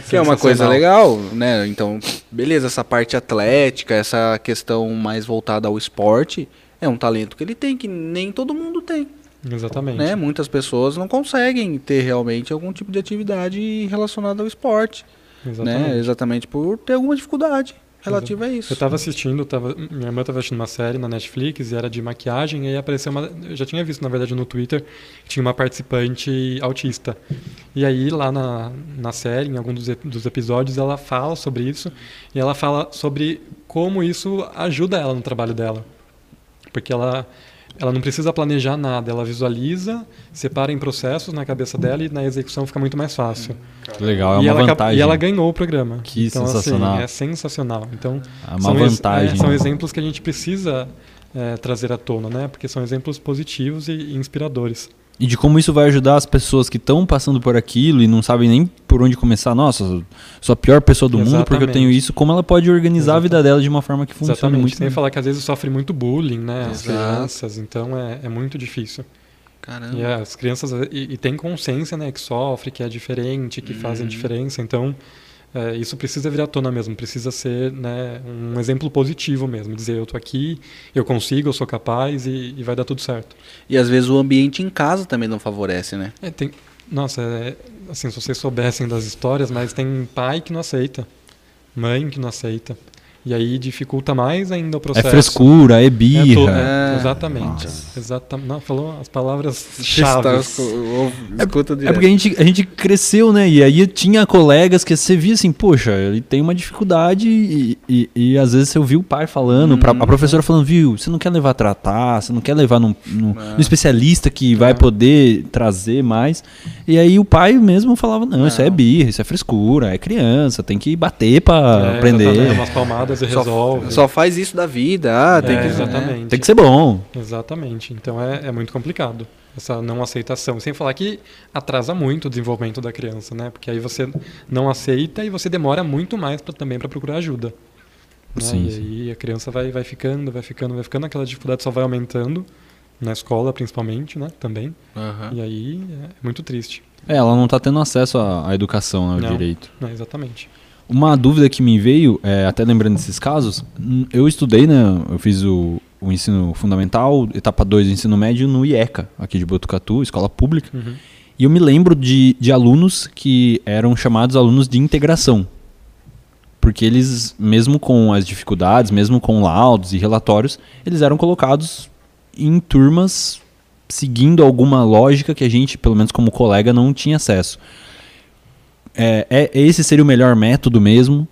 S1: que é uma coisa legal, né? Então, beleza, essa parte atlética, essa questão mais voltada ao esporte, é um talento que ele tem que nem todo mundo tem.
S2: Exatamente.
S1: né? Muitas pessoas não conseguem ter realmente algum tipo de atividade relacionada ao esporte,
S2: Exatamente.
S1: né? Exatamente por ter alguma dificuldade relativa a isso.
S2: Eu tava assistindo, tava, minha irmã tava assistindo uma série na Netflix e era de maquiagem, e aí apareceu uma. Eu já tinha visto, na verdade, no Twitter, que tinha uma participante autista. E aí, lá na, na série, em algum dos, ep- dos episódios, ela fala sobre isso, e ela fala sobre como isso ajuda ela no trabalho dela. Porque ela. Ela não precisa planejar nada, ela visualiza, separa em processos na cabeça dela e na execução fica muito mais fácil.
S7: Legal, é uma
S2: e, ela, acab-
S7: vantagem.
S2: e ela ganhou o programa.
S7: Que
S2: então,
S7: sensacional.
S2: Assim, é sensacional. Então,
S7: É uma
S2: ex-
S7: vantagem.
S2: é, são exemplos que a gente precisa é, trazer à tona, né? Porque são exemplos positivos e, e inspiradores.
S7: E de como isso vai ajudar as pessoas que estão passando por aquilo e não sabem nem por onde começar. Nossa, sou a pior pessoa do mundo porque eu
S2: Exatamente.
S7: tenho isso. Como ela pode organizar a vida dela de uma forma que funcione
S2: Exatamente.
S7: muito
S2: Sem
S7: bem.
S2: falar que às vezes sofre muito bullying, né? As
S1: Exato.
S2: crianças. Então é, é muito difícil.
S1: Caramba.
S2: E é, as crianças e, e tem consciência, né? Que sofre, que é diferente, que fazem diferença. Então é, isso precisa vir à tona mesmo. Precisa ser né, um exemplo positivo mesmo. Dizer eu tô aqui, eu consigo, eu sou capaz e- e vai dar tudo certo.
S1: E às vezes o ambiente em casa também não favorece, né?
S2: É, tem... Nossa, é, assim, se vocês soubessem das histórias, mas tem pai que não aceita. mãe que não aceita. E aí dificulta mais ainda o processo.
S7: É frescura, é birra.
S2: assim. É to-
S1: É,
S2: exatamente. Exatamente. Não, falou as palavras chaves.
S1: Está- ouve- tá Escuta
S7: É
S1: direto.
S7: porque a gente, a gente cresceu, né? E aí tinha colegas que você via assim, poxa, ele tem uma dificuldade e, e, e às vezes você ouvia o pai falando, pra-
S2: Uhum.
S7: a professora falando, viu, você não quer levar a tratar, você não quer levar num, num- num especialista
S2: É.
S7: que vai poder trazer mais. E aí o pai mesmo falava, não, isso é birra, isso é frescura, é criança, tem que bater pra
S2: É, exatamente,
S7: aprender.
S2: Umas palmadas e resolve.
S1: Só faz isso da vida. Ah, tem
S2: É,
S1: que.
S2: exatamente.
S7: Tem que ser bom.
S2: Exatamente. Então é, é muito complicado essa não aceitação. Sem falar que atrasa muito o desenvolvimento da criança, né? Porque aí você não aceita e você demora muito mais pra, também para procurar ajuda. né?
S7: Sim,
S2: e
S7: sim.
S2: aí a criança vai, vai ficando, vai ficando, vai ficando, aquela dificuldade só vai aumentando, na escola principalmente, né? Também. E aí é muito triste.
S7: É, ela não tá tendo acesso à, à educação, né, ao
S2: Não.
S7: direito.
S2: Né? Exatamente.
S7: Uma dúvida que me veio, é, até lembrando desses casos, n- eu estudei, né? Eu fiz o, o ensino fundamental, etapa 2 do ensino médio, no IECA, aqui de Botucatu, escola pública.
S2: Uhum.
S7: E eu me lembro de, de alunos que eram chamados alunos de integração. Porque eles, mesmo com as dificuldades, mesmo com laudos e relatórios, eles eram colocados em turmas seguindo alguma lógica que a gente, pelo menos como colega, não tinha acesso. É, é- esse seria o melhor método mesmo?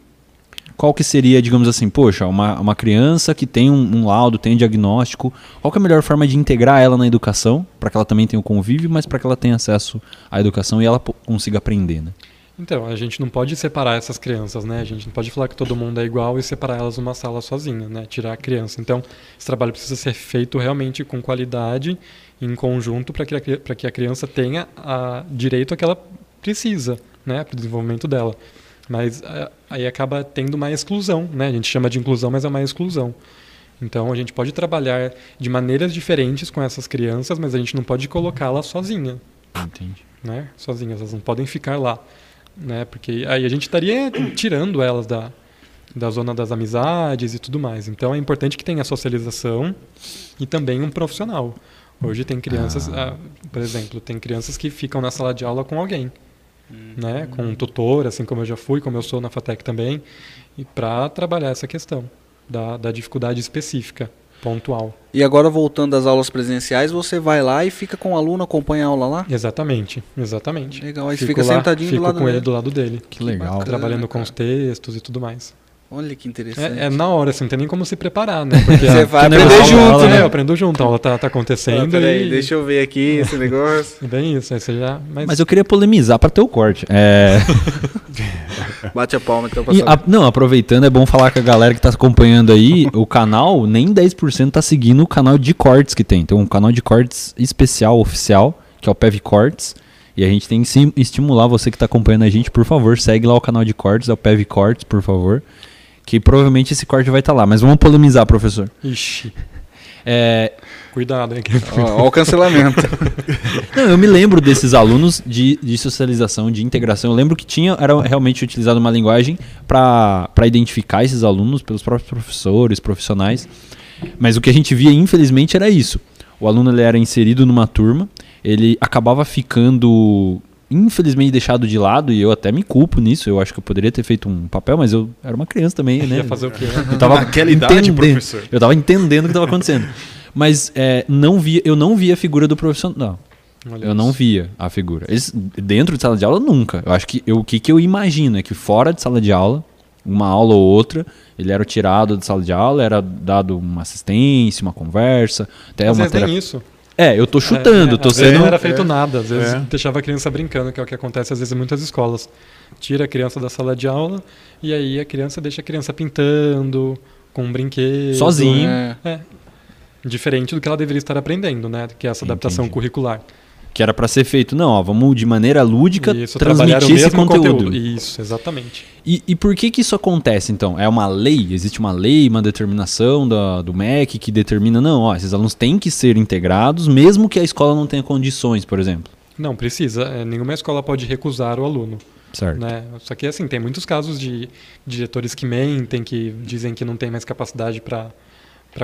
S7: Qual que seria, digamos assim, poxa, uma, uma criança que tem um, um laudo, tem um diagnóstico, qual que é a melhor forma de integrar ela na educação, para que ela também tenha o convívio, mas para que ela tenha acesso à educação e ela po- consiga aprender, né?
S2: Então, a gente não pode separar essas crianças, né? A gente não pode falar que todo mundo é igual e separar elas numa sala sozinha, né? Tirar a criança. Então, esse trabalho precisa ser feito realmente com qualidade, em conjunto, para que, a cri- pra que a criança tenha a direito ao que ela precisa, né? Para o desenvolvimento dela. Mas a- aí acaba tendo uma exclusão, né? A gente chama de inclusão, mas é uma exclusão. Então, a gente pode trabalhar de maneiras diferentes com essas crianças, mas a gente não pode colocá-las sozinha
S7: Entendi.
S2: né, sozinhas, elas não podem ficar lá, né, porque aí a gente estaria tirando elas da, da zona das amizades e tudo mais. Então é importante que tenha socialização e também um profissional. Hoje tem crianças, ah, por exemplo, tem crianças que ficam na sala de aula com alguém,
S1: Hum.
S2: né, com um tutor, assim como eu já fui, como eu sou na FATEC também, e para trabalhar essa questão da, da dificuldade específica, pontual.
S1: E agora voltando às aulas presenciais, você vai lá e fica com o aluno, acompanha a aula lá?
S2: Exatamente, exatamente.
S1: Legal, aí você
S2: Fico
S1: fica
S2: lá,
S1: sentadinho
S2: fico
S1: do lado
S2: com ele
S1: dele.
S2: do lado dele.
S7: Que legal.
S1: bacana.
S2: trabalhando com
S1: cara.
S2: os textos e tudo mais.
S1: Olha que interessante.
S2: É, é na hora, assim, não tem nem como se preparar, né? Porque
S1: Você
S2: a-
S1: vai
S7: que
S1: aprender
S7: legal,
S1: junto,
S7: aula,
S2: É,
S1: né?
S2: eu aprendo junto, a aula tá, tá acontecendo
S1: Ah, peraí,
S2: e
S1: deixa eu ver aqui esse negócio.
S2: é bem isso, aí você já... Mas,
S7: Mas eu queria polemizar para ter o corte. É,
S1: Bate a palma então pra
S7: e
S1: saber.
S7: a- não, aproveitando, é bom falar que a galera que tá acompanhando aí o canal, nem 10% tá seguindo o canal de cortes que tem. Tem um canal de cortes especial, oficial, que é o PEV Cortes. E a gente tem que sim- estimular você que tá acompanhando a gente, por favor, segue lá o canal de cortes, é o PEV Cortes, por favor. Que provavelmente esse corte vai estar lá. Mas vamos polemizar, professor.
S2: Ixi,
S7: É,
S2: cuidado, hein?
S1: Ó, ó o cancelamento.
S7: Não, eu me lembro desses alunos de, de socialização, de integração. Eu lembro que tinha era realmente utilizado uma linguagem para identificar esses alunos pelos próprios professores, profissionais. Mas o que a gente via, infelizmente, era isso. O aluno ele era inserido numa turma, ele acabava ficando, infelizmente, deixado de lado, e eu até me culpo nisso. Eu acho que eu poderia ter feito um papel, mas eu era uma criança também, né?
S2: Ia fazer o quê? né?
S7: Eu tava
S8: Naquela idade,
S7: entendendo-
S8: professor.
S7: Eu tava entendendo o que tava acontecendo. Mas é, não via, eu não via a figura do profissional.
S2: Olha
S7: Eu não
S2: isso.
S7: via a figura. Eles- dentro de sala de aula, nunca. Eu acho que eu- o que, que eu imagino é que fora de sala de aula, uma aula ou outra, ele era tirado da sala de aula, era dado uma assistência, uma conversa, até
S2: Às
S7: uma
S2: vezes
S7: terapia.
S2: nem isso.
S7: É, eu tô chutando,
S2: É,
S7: tô
S2: às vezes
S7: sendo.
S2: Não era feito nada, às vezes
S8: É.
S2: deixava a criança brincando, que é o que acontece às vezes em muitas escolas. Tira a criança da sala de aula e aí a criança deixa a criança pintando, com um brinquedo. né?
S7: Sozinho.
S1: É.
S2: Diferente do que ela deveria estar aprendendo, né? Que é essa adaptação
S7: Entendi.
S2: curricular.
S7: Que era pra ser feito. Não, ó, vamos de maneira lúdica
S2: Isso, trabalhar o
S7: transmitir esse
S2: mesmo
S7: conteúdo.
S2: Isso, exatamente.
S7: E, e por que que isso acontece, então? É uma lei? Existe uma lei, uma determinação da, do MEC que determina, não, ó, esses alunos têm que ser integrados, mesmo que a escola não tenha condições, por exemplo.
S2: Não, precisa. É, Nenhuma escola pode recusar o aluno.
S7: Certo.
S2: Né? Só que, assim, tem muitos casos de diretores que mentem, que dizem que não tem mais capacidade para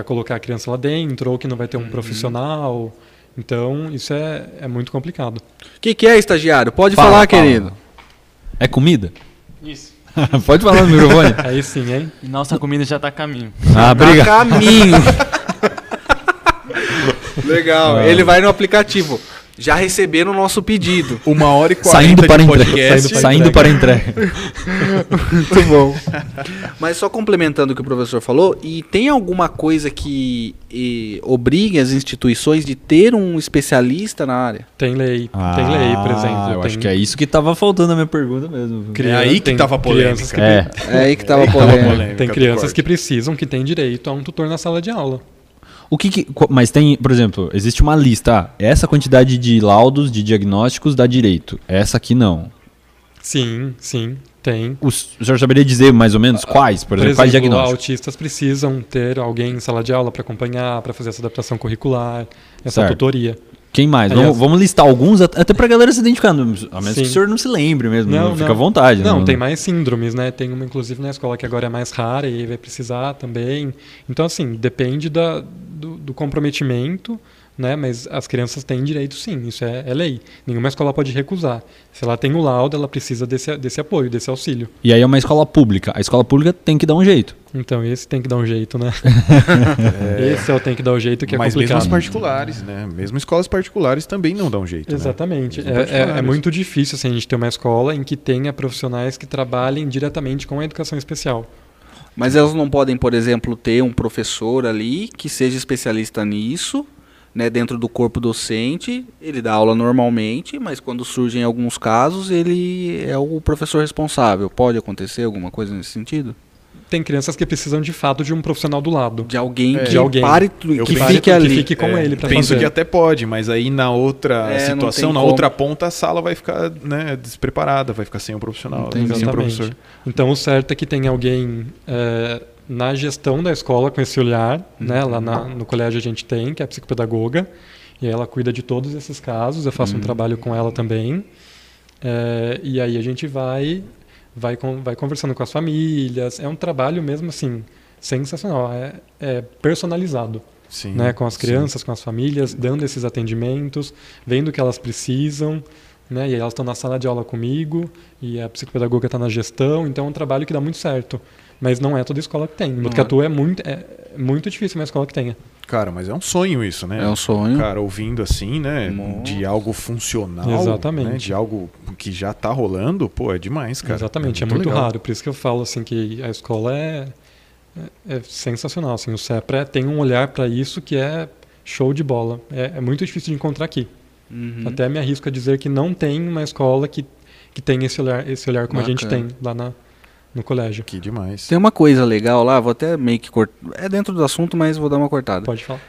S2: colocar a criança lá dentro, ou que não vai
S8: Uhum.
S2: ter um profissional. Então, isso é, é muito complicado.
S1: O que, que é, estagiário? Pode
S7: Fala,
S1: falar,
S7: fala.
S1: querido.
S7: É comida?
S10: Isso.
S7: Pode falar no microfone.
S2: Aí sim, hein?
S10: E nossa comida já tá a caminho.
S7: Ah,
S1: Tá
S7: obrigado.
S1: caminho. Legal. Ele vai no aplicativo. Já receberam o nosso pedido.
S8: Uma hora e
S7: Saindo
S8: quarenta
S7: para
S8: de
S7: entrega.
S8: podcast.
S7: Saindo para entrega.
S1: Muito bom. Mas só complementando o que o professor falou, e tem alguma coisa que eh, obrigue as instituições de ter um especialista na área?
S2: Tem lei, tem
S8: Ah,
S2: lei, por exemplo.
S7: Ah, Eu
S2: tem
S7: acho que é isso que tava faltando na minha pergunta mesmo.
S2: criança-
S8: É aí que
S2: tem
S8: tava a
S2: crianças que-
S7: É.
S1: É aí que tava
S8: Tava
S1: polêmica.
S8: polêmica
S2: Tem
S8: do
S2: crianças
S8: corte.
S2: que precisam, que têm direito a um tutor na sala de aula.
S7: O que, que- qu- mas tem, por exemplo, existe uma lista, ah, essa quantidade de laudos de diagnósticos dá direito, essa aqui não.
S2: Sim, sim, tem.
S7: Os, o senhor saberia dizer mais ou
S2: Ah,
S7: menos quais, por
S2: Por
S7: exemplo, quais
S2: exemplo,
S7: diagnósticos?
S2: autistas precisam ter alguém em sala de aula para acompanhar, para fazer essa adaptação curricular, essa
S7: Certo.
S2: tutoria.
S7: Quem mais?
S2: Aliás-
S7: vamos, vamos listar alguns, at- até pra galera se identificar, no- a menos que
S2: Sim.
S7: o senhor não se lembre mesmo,
S2: Não,
S7: fica à
S2: não.
S7: vontade.
S2: Não, tem mais síndromes, né? Tem uma, inclusive, na escola que agora é mais rara e vai precisar também. Então, assim, depende da, do, do comprometimento, né? Mas as crianças têm direito, sim, isso é, é lei. Nenhuma escola pode recusar. Se ela tem o laudo, ela precisa desse, desse apoio, desse auxílio.
S7: E aí é uma escola pública, a escola pública tem que dar um jeito.
S2: Então, esse tem que dar um jeito, né? Esse é o tem que dar o jeito que é
S8: Mas mesmo
S2: complicado.
S8: as particulares, né? Mesmo escolas particulares também não dão jeito. né?
S2: Exatamente.
S8: Mesmo
S2: É- É, é
S8: particulares.
S2: muito difícil assim, a gente ter uma escola em que tenha profissionais que trabalhem diretamente com a educação especial.
S1: Mas elas não podem, por exemplo, ter um professor ali que seja especialista nisso, né, dentro do corpo docente. Ele dá aula normalmente, mas quando surgem alguns casos, ele é o professor responsável. Pode acontecer alguma coisa nesse sentido?
S2: Tem crianças que precisam de fato de um profissional do lado.
S1: De alguém
S8: É.
S1: que
S2: De alguém.
S1: pare tu-
S8: Eu
S1: que
S8: penso
S1: fique
S2: que
S1: ali.
S2: fique com ele pra
S8: É. Penso
S2: fazer.
S8: que até pode, mas aí na outra
S1: É, não
S8: situação,
S1: tem
S8: na
S1: como.
S8: outra ponta, a sala vai ficar né, despreparada, vai ficar sem o profissional, vai ficar sem o
S2: Exatamente.
S8: professor.
S2: Então o certo é que tem alguém eh, na gestão da escola com esse olhar, né? Lá na- no colégio a gente tem, que é a psicopedagoga, e ela cuida de todos esses casos, eu faço um trabalho com ela também. Eh, e aí a gente vai, vai, con- vai conversando com as famílias. É um trabalho mesmo assim, sensacional, é, é personalizado.
S8: Sim,
S2: né, com as
S8: Uhum. sim.
S2: crianças, com as famílias, dando esses atendimentos, vendo o que elas precisam, né, e aí elas estão na sala de aula comigo, e a psicopedagoga está na gestão, então é um trabalho que dá muito certo. Mas não é toda escola que tem. Em Botucatu é muito, é é muito difícil uma escola que tenha.
S8: Cara, mas é um sonho isso, né?
S1: É um sonho.
S8: Cara, ouvindo assim, né?
S1: Nossa.
S8: De algo funcional.
S2: Exatamente.
S8: né, de algo que já tá rolando, pô, é demais, cara.
S2: Exatamente, é muito,
S8: legal.
S2: raro. Por isso que eu falo assim que a escola é, é, é sensacional. Assim, o CEPRE tem um olhar para isso que é show de bola. É, é muito difícil de encontrar aqui.
S1: Uhum.
S2: Até me arrisco a dizer que não tem uma escola que, que tem esse olhar, esse olhar como a gente
S1: Bacana.
S2: tem lá na, no colégio.
S8: Que demais.
S1: Tem uma coisa legal lá, vou até meio que cortar. É dentro do assunto, mas vou dar uma cortada.
S2: Pode falar.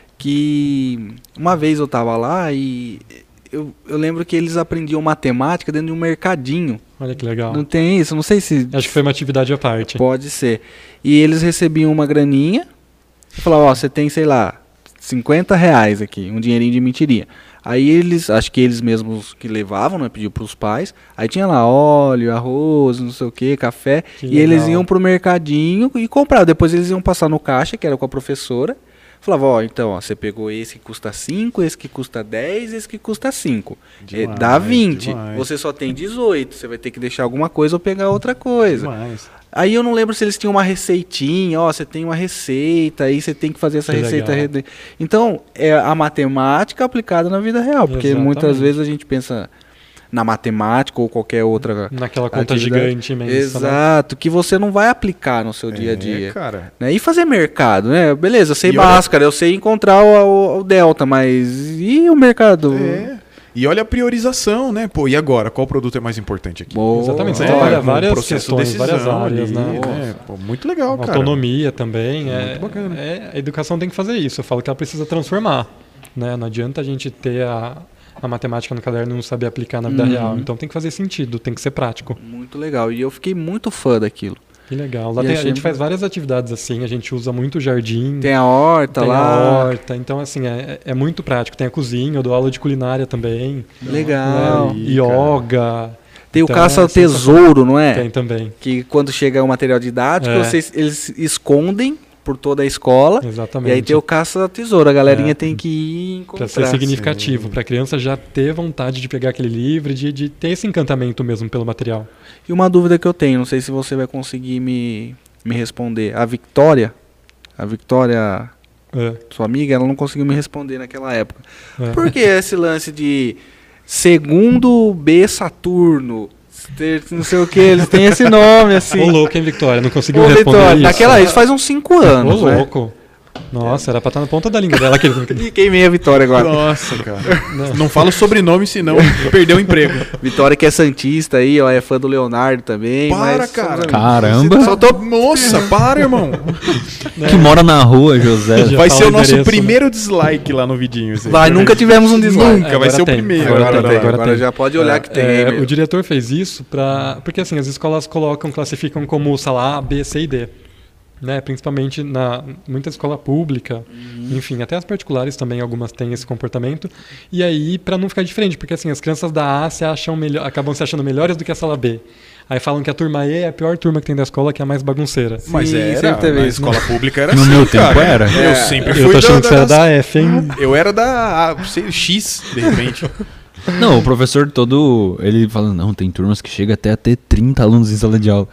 S1: que uma vez eu tava lá e eu, eu lembro que eles aprendiam matemática dentro de um mercadinho.
S2: Olha que legal.
S1: Não tem isso? Não sei se
S2: Acho que foi uma atividade à parte.
S1: pode ser. E eles recebiam uma graninha e falavam, ó, você tem, sei lá, 50 reais aqui, um dinheirinho de mentirinha. Aí eles, acho que eles mesmos que levavam, né, pediu pros pais. Aí tinha lá óleo, arroz, não sei o que, café.
S2: Que
S1: e eles
S2: legal.
S1: iam pro mercadinho e compravam. Depois eles iam passar no caixa, que era com a professora. Falava, ó, então, ó, você pegou esse que custa 5, esse que custa 10, esse que custa 5. Eh, Dá
S8: Demais,
S1: 20.
S8: demais.
S1: Você só tem 18. Você vai ter que deixar alguma coisa ou pegar outra coisa.
S8: Demais.
S1: Aí eu não lembro se eles tinham uma receitinha, ó, você tem uma receita, aí você tem que fazer essa
S2: Que
S1: receita.
S2: legal.
S1: rede- Então, é a matemática aplicada na vida real, porque
S2: Exatamente.
S1: muitas vezes a gente pensa na matemática ou qualquer outra.
S2: Naquela conta
S1: Atividade.
S2: gigante imensa. né?
S1: Exato, que você não vai aplicar no seu dia a
S8: É,
S1: dia.
S8: cara.
S1: né? E fazer mercado, né? Beleza, eu sei
S8: E olha-
S1: Bhaskara, eu sei encontrar o, o- o delta, mas e o mercado?
S8: É. E olha a priorização, né? Pô, e agora? Qual produto é mais importante aqui?
S1: Boa.
S2: Exatamente, você
S8: Né?
S2: trabalha
S8: Um
S2: várias
S8: processo de
S2: questões, várias
S8: decisão
S2: áreas, né?
S8: Pô, muito legal, cara.
S2: Autonomia também. É,
S8: Muito bacana.
S2: é- a educação tem que fazer isso. Eu falo que ela precisa transformar. Né? Não adianta a gente ter a, a matemática no caderno e não saber aplicar na
S1: Uhum.
S2: vida real. Então tem que fazer sentido, tem que ser prático.
S1: Muito legal, e eu fiquei muito fã daquilo.
S2: Que legal. Lá
S1: E
S2: tem- a
S1: achei-
S2: gente faz várias atividades assim, a gente usa muito o jardim.
S1: Tem a horta
S2: Hum. tem
S1: Tá lá.
S2: a horta, então assim, é, é muito prático. Tem a cozinha, eu dou aula de culinária também,
S1: Legal.
S2: né? yoga,
S1: Tem o
S2: Então,
S1: caça ao
S2: é sensacional.
S1: tesouro, não é?
S2: tem também.
S1: Que quando chega o material didático,
S2: É.
S1: vocês, eles escondem por toda a escola.
S2: Exatamente.
S1: E aí tem o caça da tesoura. A galerinha
S2: É.
S1: tem que ir
S2: Pra
S1: encontrar.
S2: ser significativo,
S1: né?
S2: pra criança já ter vontade de pegar aquele livro, de, de ter esse encantamento mesmo pelo material.
S1: E uma dúvida que eu tenho, não sei se você vai conseguir me, me responder. A Victória, a Victória,
S2: É,
S1: sua amiga, ela não conseguiu me responder naquela época.
S2: é.
S1: Por que esse lance de segundo B Saturno? ter- Não sei o que, eles têm esse nome, assim.
S2: Ô louco, hein, Victoria? Não conseguiu
S1: Ô, tá
S2: responder
S1: Vitória,
S2: isso?
S1: naquela isso faz uns 5 anos.
S2: Ô
S1: né? É,
S2: louco. Nossa, era pra estar na ponta da língua dela. Aquele...
S1: E queimei a Vitória agora.
S8: Nossa, cara. Não, fala o sobrenome, senão perdeu o emprego.
S1: Vitória que é Santista aí, ó, é fã do Leonardo também.
S8: Para,
S1: mas somos
S8: cara.
S1: amigos.
S7: Caramba,
S8: Só tô... Nossa, para, irmão.
S7: que mora na rua, José.
S2: Já
S8: Vai
S2: fala
S8: ser o
S2: o
S8: nosso
S2: endereço, né?
S8: primeiro dislike lá no vidinho. assim.
S1: Vai, nunca tivemos um deslike.
S8: Nunca, vai
S2: Agora
S8: ser o
S2: tem,
S8: primeiro.
S2: agora
S1: Agora,
S2: tem,
S1: tem, agora
S2: tem.
S1: já pode
S8: Ah,
S1: olhar que tem. hein,
S2: É,
S1: meu?
S2: o diretor fez isso pra. Porque assim, as escolas colocam, classificam como sala A, B, C e D. Né? Principalmente na muita escola pública, enfim, até as particulares também, algumas têm esse comportamento. E aí, pra não ficar diferente, porque assim, as crianças da A se acham melhor, acabam se achando melhores do que a sala B. Aí falam que a turma E é a pior turma que tem da escola, que é a mais bagunceira.
S8: Mas
S1: Sim,
S8: era,
S1: sempre teve
S8: na
S1: isso,
S8: escola pública era
S7: No
S8: assim,
S7: meu tempo
S8: cara.
S7: era.
S8: Eu sempre fui
S2: É. Eu tô achando
S8: da-
S2: que você era
S8: da-
S2: da F, hein?
S8: Eu era da ah, sei, X, de repente.
S7: Não, o professor todo. Ele fala, não, tem turmas que chega até a ter 30 alunos em sala de aula.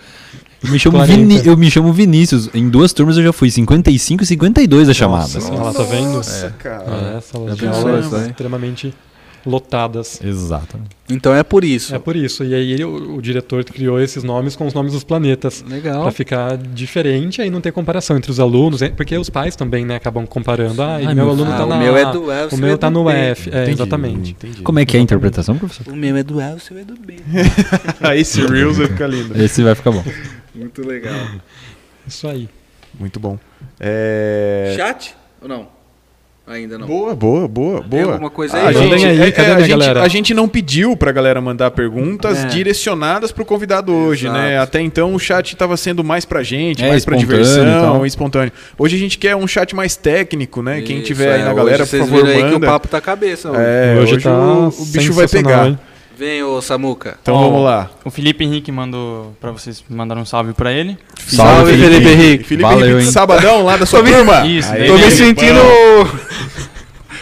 S7: Eu me chamo,
S2: 40.
S7: Vini- eu me chamo Vinícius. Em duas turmas eu já fui 55 e 52 a chamada.
S2: Nossa, ela tá vendo?
S8: Nossa, cara.
S2: É, salas de
S1: pensou
S2: aulas
S1: isso aí?
S2: extremamente lotadas.
S7: Exato.
S1: Então é por isso.
S2: É por isso. E aí ele- o, o diretor criou esses nomes com os nomes dos planetas.
S1: Legal.
S2: Pra ficar diferente, aí não ter comparação entre os alunos, é- porque os pais também, né, acabam comparando. Ah, e
S7: Ai,
S2: meu
S7: meu
S2: aluno
S1: Ah,
S2: tá
S1: o
S2: na
S1: meu
S2: A,
S1: é do F,
S2: o
S1: o
S2: meu
S1: meu é
S2: tá
S1: do
S2: no
S1: B.
S2: F. É, exatamente.
S8: Entendi.
S7: Como é que é a interpretação, professor?
S1: O meu é do A, o seu é do B.
S2: é
S8: Ah, esse Reels vai ficar lindo.
S7: Esse vai ficar bom.
S1: Muito legal.
S2: Isso aí.
S8: Muito bom. É...
S1: Chat? Ou não? Ainda não.
S8: Boa, boa, boa,
S1: Tem
S8: boa.
S1: alguma coisa
S8: Ah,
S1: aí?
S8: a
S2: Mandem
S8: gente,
S2: aí,
S8: é, é,
S2: cadê
S8: a,
S2: minha
S8: gente,
S2: galera?
S8: a gente não pediu pra galera mandar perguntas
S1: É.
S8: direcionadas pro convidado hoje,
S1: Exato.
S8: né? Até então o chat tava sendo mais pra gente,
S7: É,
S8: mais pra
S7: espontâneo e
S8: diversão,
S7: tal.
S8: espontâneo. Hoje a gente quer um chat mais técnico, né? Quem
S1: Isso,
S8: tiver aí
S1: é,
S8: na
S1: hoje
S8: galera, por
S1: vocês
S8: favor,
S1: viram aí que o
S8: manda.
S1: papo tá cabeça. hoje.
S8: É, hoje, o, o bicho
S2: sensacional,
S8: vai pegar.
S2: hein?
S1: Vem, ô Samuca.
S8: Então
S10: Ó,
S8: vamos lá.
S10: O Felipe Henrique mandou pra vocês mandar um salve pra ele.
S7: Salve, Felipe Henrique.
S8: Felipe
S7: Valeu,
S8: Henrique,
S7: hein?
S8: sabadão lá da sua turma.
S10: Isso,
S8: Aí,
S10: daí
S1: Tô me
S10: ele-
S1: sentindo...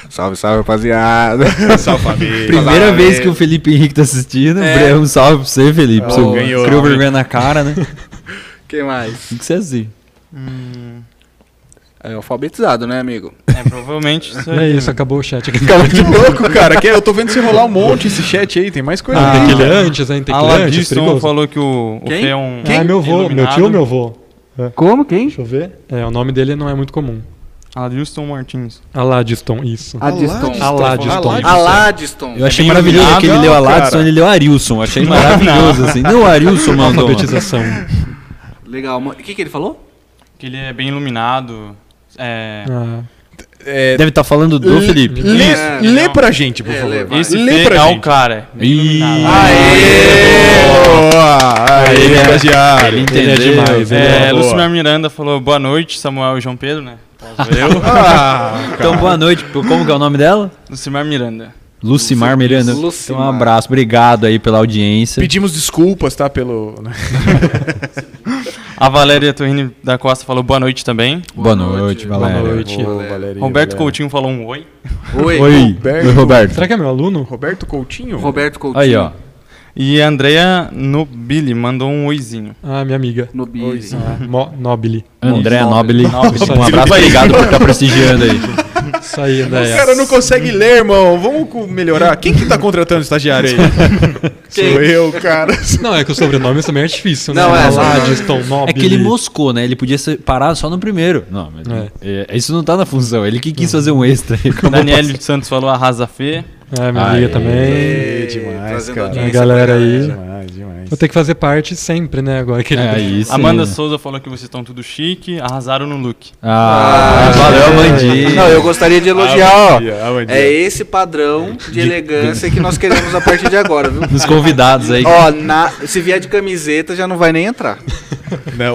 S1: salve, salve, rapaziada.
S8: Salve, família.
S7: Primeira
S1: Fala,
S7: vez
S1: é.
S7: que o Felipe Henrique tá assistindo.
S1: É.
S7: Um salve pra você, Felipe.
S8: Ô,
S7: Você
S8: ganhou,
S7: criou
S8: hein?
S7: vergonha na cara, né?
S1: Quem mais?
S7: Tem que ser assim.
S10: Hum,
S1: É alfabetizado, né, amigo?
S10: é, provavelmente isso
S2: É
S10: aí.
S2: isso, acabou o chat aqui.
S8: Cara, que louco, cara. Que eu tô vendo você rolar um monte esse chat aí. Tem mais coisa.
S7: Ah,
S2: tem
S8: aí.
S2: que ler antes, hein? Tem que
S7: é
S2: ler antes,
S10: Aladiston
S2: perigoso.
S10: falou que o, o
S1: Quem?
S10: Fê é um.
S2: Ah, meu vô, meu tio ou meu vô?
S1: Como? Quem?
S2: Deixa eu ver. É, o nome dele não é muito comum.
S10: Aladiston Martins.
S2: Aladiston, isso.
S1: Aladiston.
S2: Aladiston.
S1: Aladiston.
S7: Eu achei
S8: tem
S7: maravilhoso
S8: maravilhoso.
S7: que ele
S8: Não,
S7: leu a
S8: cara.
S7: Ladson, ele leu Arilson. Achei maravilhoso, assim. Não, Arilson mandou.
S2: Alfabetização.
S1: Legal. ma- O que, que ele falou?
S10: Que ele é bem iluminado. É.
S2: Ah,
S8: É,
S7: Deve estar falando do Felipe.
S8: lê,
S1: É,
S8: lê
S10: não.
S8: pra gente, por
S1: É,
S8: favor.
S1: lê, vai.
S2: Ah.
S10: Esse
S8: lê
S10: Fê
S8: pra
S10: é o
S8: gente.
S10: cara. bem
S7: Ih.
S10: iluminado.
S8: Boa!
S7: é
S8: Aê, estagiário.
S2: ele é demais. ele
S10: É,
S2: é-
S8: boa.
S10: Lucimar Miranda falou boa noite, Samuel e João Pedro, né? Eu,
S8: Ah,
S7: Então, boa noite. Como que é o nome dela?
S10: Lucimar Miranda.
S7: Lucimar Miranda.
S1: Lucimar.
S7: Então, um abraço. Obrigado aí pela audiência.
S8: pedimos desculpas, tá? Pelo.
S10: A Valéria Torrini da Costa falou boa noite também.
S7: Boa noite, Valéria.
S2: Boa noite.
S8: Boa,
S10: Roberto
S8: Valéria, Valéria.
S10: Coutinho falou um oi.
S1: Oi.
S7: Oi,
S8: Roberto.
S7: Oi, Roberto.
S2: Será que é meu aluno?
S8: Roberto Coutinho?
S1: Roberto Coutinho.
S7: Aí, ó.
S10: E a Andrea Nobili mandou um oizinho.
S2: Ah, minha amiga.
S1: No Billy.
S8: é.
S2: Ah, Mo- Nobile.
S7: André Nobili.
S2: Nobili.
S7: Um abraço, obrigado por estar prestigiando aí.
S2: Isso aí,
S8: O
S2: Andréia.
S8: É. cara não consegue ler, irmão. Vamos co- melhorar. Quem que tá contratando estagiário aí? Sou eu, cara.
S2: Não, é que o sobrenome também é difícil, né?
S1: Não, é,
S2: Aladiston, Nobile.
S7: É que ele moscou, né? Ele podia ser- parar só no primeiro. Não, mas é, isso não tá na função. Ele que quis fazer um extra. aí, acabou
S10: Daniele Santos falou arrasa Fê.
S2: É, minha amiga
S7: Aê.
S2: também.
S8: É demais,
S1: Trazendo
S8: cara.
S2: A
S1: audiência pra
S2: galera aí.
S8: Demais, demais.
S2: Vou ter que fazer parte sempre, né? Agora que ele...
S7: É isso.
S10: Amanda
S7: aí.
S10: Souza falou que vocês estão tudo chique, arrasaram no look.
S7: Ah, valeu, Amandinha.
S1: Não, eu gostaria de
S8: Ah,
S1: elogiar, ó. É
S8: É
S1: esse padrão de elegância que nós queremos a partir de agora, viu?
S7: Dos convidados aí.
S1: Ó, na- se vier de camiseta já não vai nem entrar.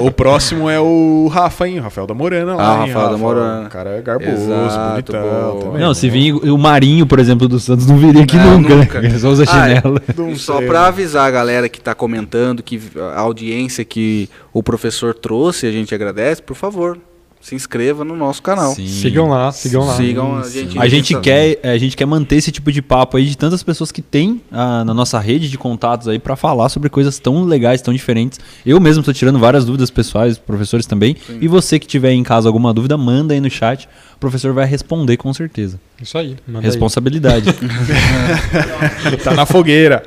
S8: o próximo é o Rafa, hein? Rafael da Morana lá.
S1: Ah,
S8: hein,
S1: Rafael da Morana.
S8: O cara é garboso,
S1: Exato,
S8: bonitão.
S1: boa.
S8: também.
S7: Não, se vir o Marinho, por exemplo, do Santos, não viria aqui
S1: Não,
S7: nunca.
S1: nunca.
S7: Ele só usa
S1: Ah, é.
S7: chinela.
S8: Não
S1: E só
S7: né?
S8: sei.
S1: pra avisar a galera que tá comentando, que a audiência que o professor trouxe, a gente agradece, por favor. se inscreva no nosso canal.
S7: Sim.
S2: Sigam lá, sigam lá.
S1: Sigam a
S2: Sim.
S1: gente.
S7: A gente,
S1: Isso.
S7: quer, é, a gente quer manter esse tipo de papo aí de tantas pessoas que tem ah, na nossa rede de contatos aí para falar sobre coisas tão legais, tão diferentes. Eu mesmo estou tirando várias dúvidas pessoais, professores também. E você que tiver em casa alguma dúvida, manda aí no chat. O professor vai responder com certeza.
S2: Isso aí. manda aí.
S7: Responsabilidade.
S8: Tá na fogueira.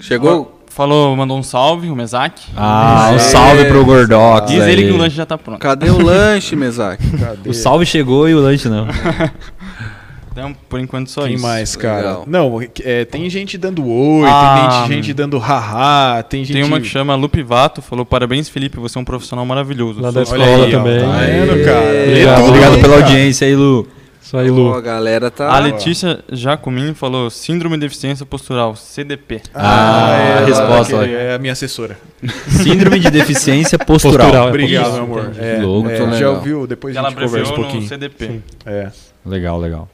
S1: Chegou?
S10: Falou, mandou um salve, o Mesaque.
S7: ah, um
S1: Aê.
S7: salve pro Gordox.
S10: Diz ele
S7: aí.
S10: que o lanche já tá pronto.
S1: Cadê o lanche, Mesaque?
S7: O salve chegou e o lanche não.
S10: Então, por enquanto só
S8: Quem
S10: isso.
S8: mais, cara?
S1: Legal.
S8: Não, é, tem gente dando oi,
S10: Ah,
S8: tem gente, gente dando haha, tem gente...
S10: Tem uma que chama Lupe Vato, falou: Parabéns, Felipe, você é um profissional maravilhoso.
S2: Lá
S10: Sou
S2: da
S10: fã."
S8: Olha
S2: escola
S8: aí, ó,
S2: também.
S8: Tá vendo, cara?
S7: Obrigado,
S8: Tudo,
S7: Ah, obrigado pela
S8: cara.
S7: audiência aí, Lu.
S2: Isso aí,
S1: Ó,
S2: Lu.
S1: a galera tá.
S10: A Letícia Jacomin falou: Síndrome de Deficiência Postural, CDP.
S7: Ah,
S8: é,
S7: a resposta,
S8: ela que
S7: olha.
S8: É a minha assessora.
S7: Síndrome de deficiência postural.
S2: Postural.
S8: Obrigado,
S2: Isso,
S8: meu amor.
S7: entendi.
S8: É,
S7: Louco,
S8: é,
S1: tô
S8: já
S1: legal.
S8: ouviu, depois a
S10: Ela
S8: gente conversa
S10: abreviou
S8: um
S10: no
S8: pouquinho.
S10: CDP.
S2: Sim.
S8: É.
S7: Legal, legal.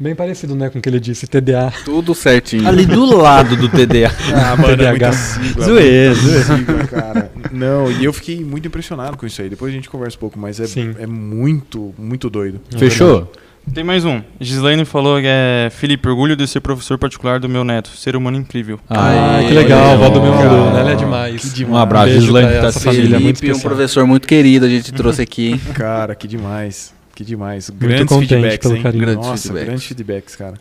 S2: Bem parecido, né, com o que ele disse, TDA.
S1: Tudo certinho.
S7: Ali do lado do TDA.
S8: Ah, mano, é muita
S2: TDAH.
S8: sigla.
S7: Zoeira,
S8: muita sigla, cara. Não, e eu fiquei muito impressionado com isso aí. Depois a gente conversa um pouco, mas é,
S2: Sim.
S8: é muito, muito doido.
S7: Fechou?
S10: Tem mais um. Gislaine falou que é Felipe, orgulho de ser professor particular do meu neto. Ser humano incrível.
S2: Ah, que
S7: olha
S2: legal,
S7: aí,
S2: vó do meu
S7: ó.
S2: aluno. Ela é demais.
S7: Um abraço,
S2: Beijo pra
S7: Islândia,
S2: ela,
S7: tá
S2: essa
S7: assistindo.
S2: família é muito
S1: Felipe, um
S2: especial.
S1: professor muito querido, a gente trouxe aqui. hein?
S8: Cara, que demais. Que demais. Grandes
S2: contente
S8: feedbacks,
S2: pelo
S8: hein?
S2: carinho.
S1: Grandes
S8: Nossa,
S1: feedbacks.
S8: grandes feedbacks, cara.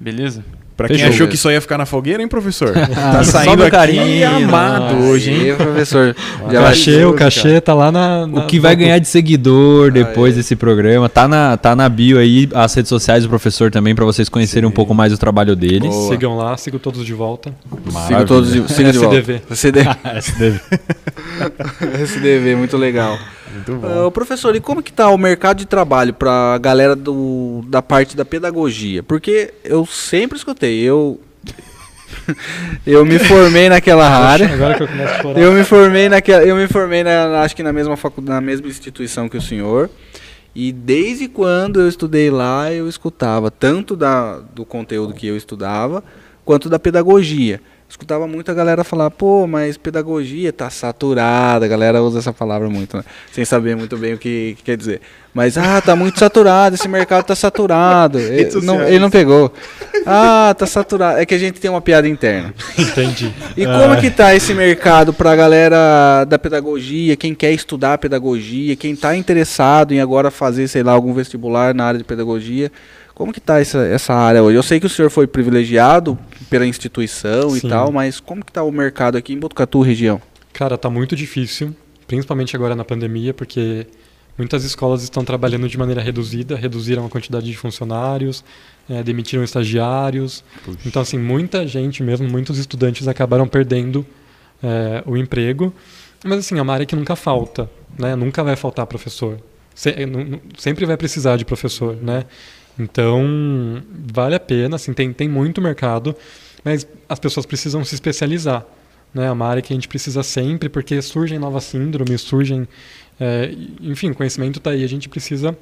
S10: Beleza?
S8: Pra quem
S7: Fechou.
S8: achou que só ia ficar na fogueira, hein, professor? tá
S7: só
S8: saindo
S7: meu
S8: aqui
S7: carinho,
S8: amado
S7: nossa.
S8: hoje, hein?
S1: E aí, professor. já vai-
S2: Cachê, o cachê tá lá na. na-
S7: O que vai ganhar de seguidor depois
S1: é.
S7: desse programa? Tá na, tá na bio aí as redes sociais do professor também, pra vocês conhecerem um pouco mais o trabalho dele.
S1: Boa.
S2: Sigam lá, sigam todos de volta.
S1: Siga todos de, siga de volta.
S2: SDV.
S1: SDV.
S7: SDV.
S1: SDV, muito legal.
S8: Muito
S1: Ah,
S8: bom.
S1: ô, professor, e como que tá o mercado de trabalho pra galera do, da parte da pedagogia? Porque eu sempre escutei, eu eu me formei naquela área.
S2: Agora que eu começo a chorar.
S1: Eu me formei naquela, eu me formei na, acho que na mesma faculdade, na mesma instituição que o senhor. E desde quando eu estudei lá, eu escutava tanto da, do conteúdo que eu estudava, quanto da pedagogia. Escutava muito a galera falar, pô, mas pedagogia tá saturada, a galera usa essa palavra muito, né? Sem saber muito bem o que, que quer dizer. Mas, ah, tá muito saturado, esse mercado tá saturado. Ele não, ele não pegou. Ah, tá saturado. É que a gente tem uma piada interna.
S2: Entendi.
S1: E
S7: É.
S1: como que tá esse mercado pra galera da pedagogia, quem quer estudar pedagogia, quem tá interessado em agora fazer, sei lá, algum vestibular na área de pedagogia? Como que tá essa, essa área hoje? Eu sei que o senhor foi privilegiado pela instituição
S2: Sim.
S1: e tal, mas como que tá o mercado aqui em Botucatu, região?
S2: Cara, tá muito difícil, principalmente agora na pandemia, porque muitas escolas estão trabalhando de maneira reduzida, reduziram a quantidade de funcionários, eh, demitiram estagiários. Então, assim, muita gente mesmo, muitos estudantes acabaram perdendo eh, o emprego. Mas, assim, é uma área que nunca falta, né? Nunca vai faltar professor. Se- eh, nu- nu- sempre vai precisar de professor, né? Então, vale a pena, assim, tem, tem muito mercado, mas as pessoas precisam se especializar né? É uma área que a gente precisa sempre, porque surgem novas síndromes, surgem. é, enfim, o conhecimento está aí, a gente precisa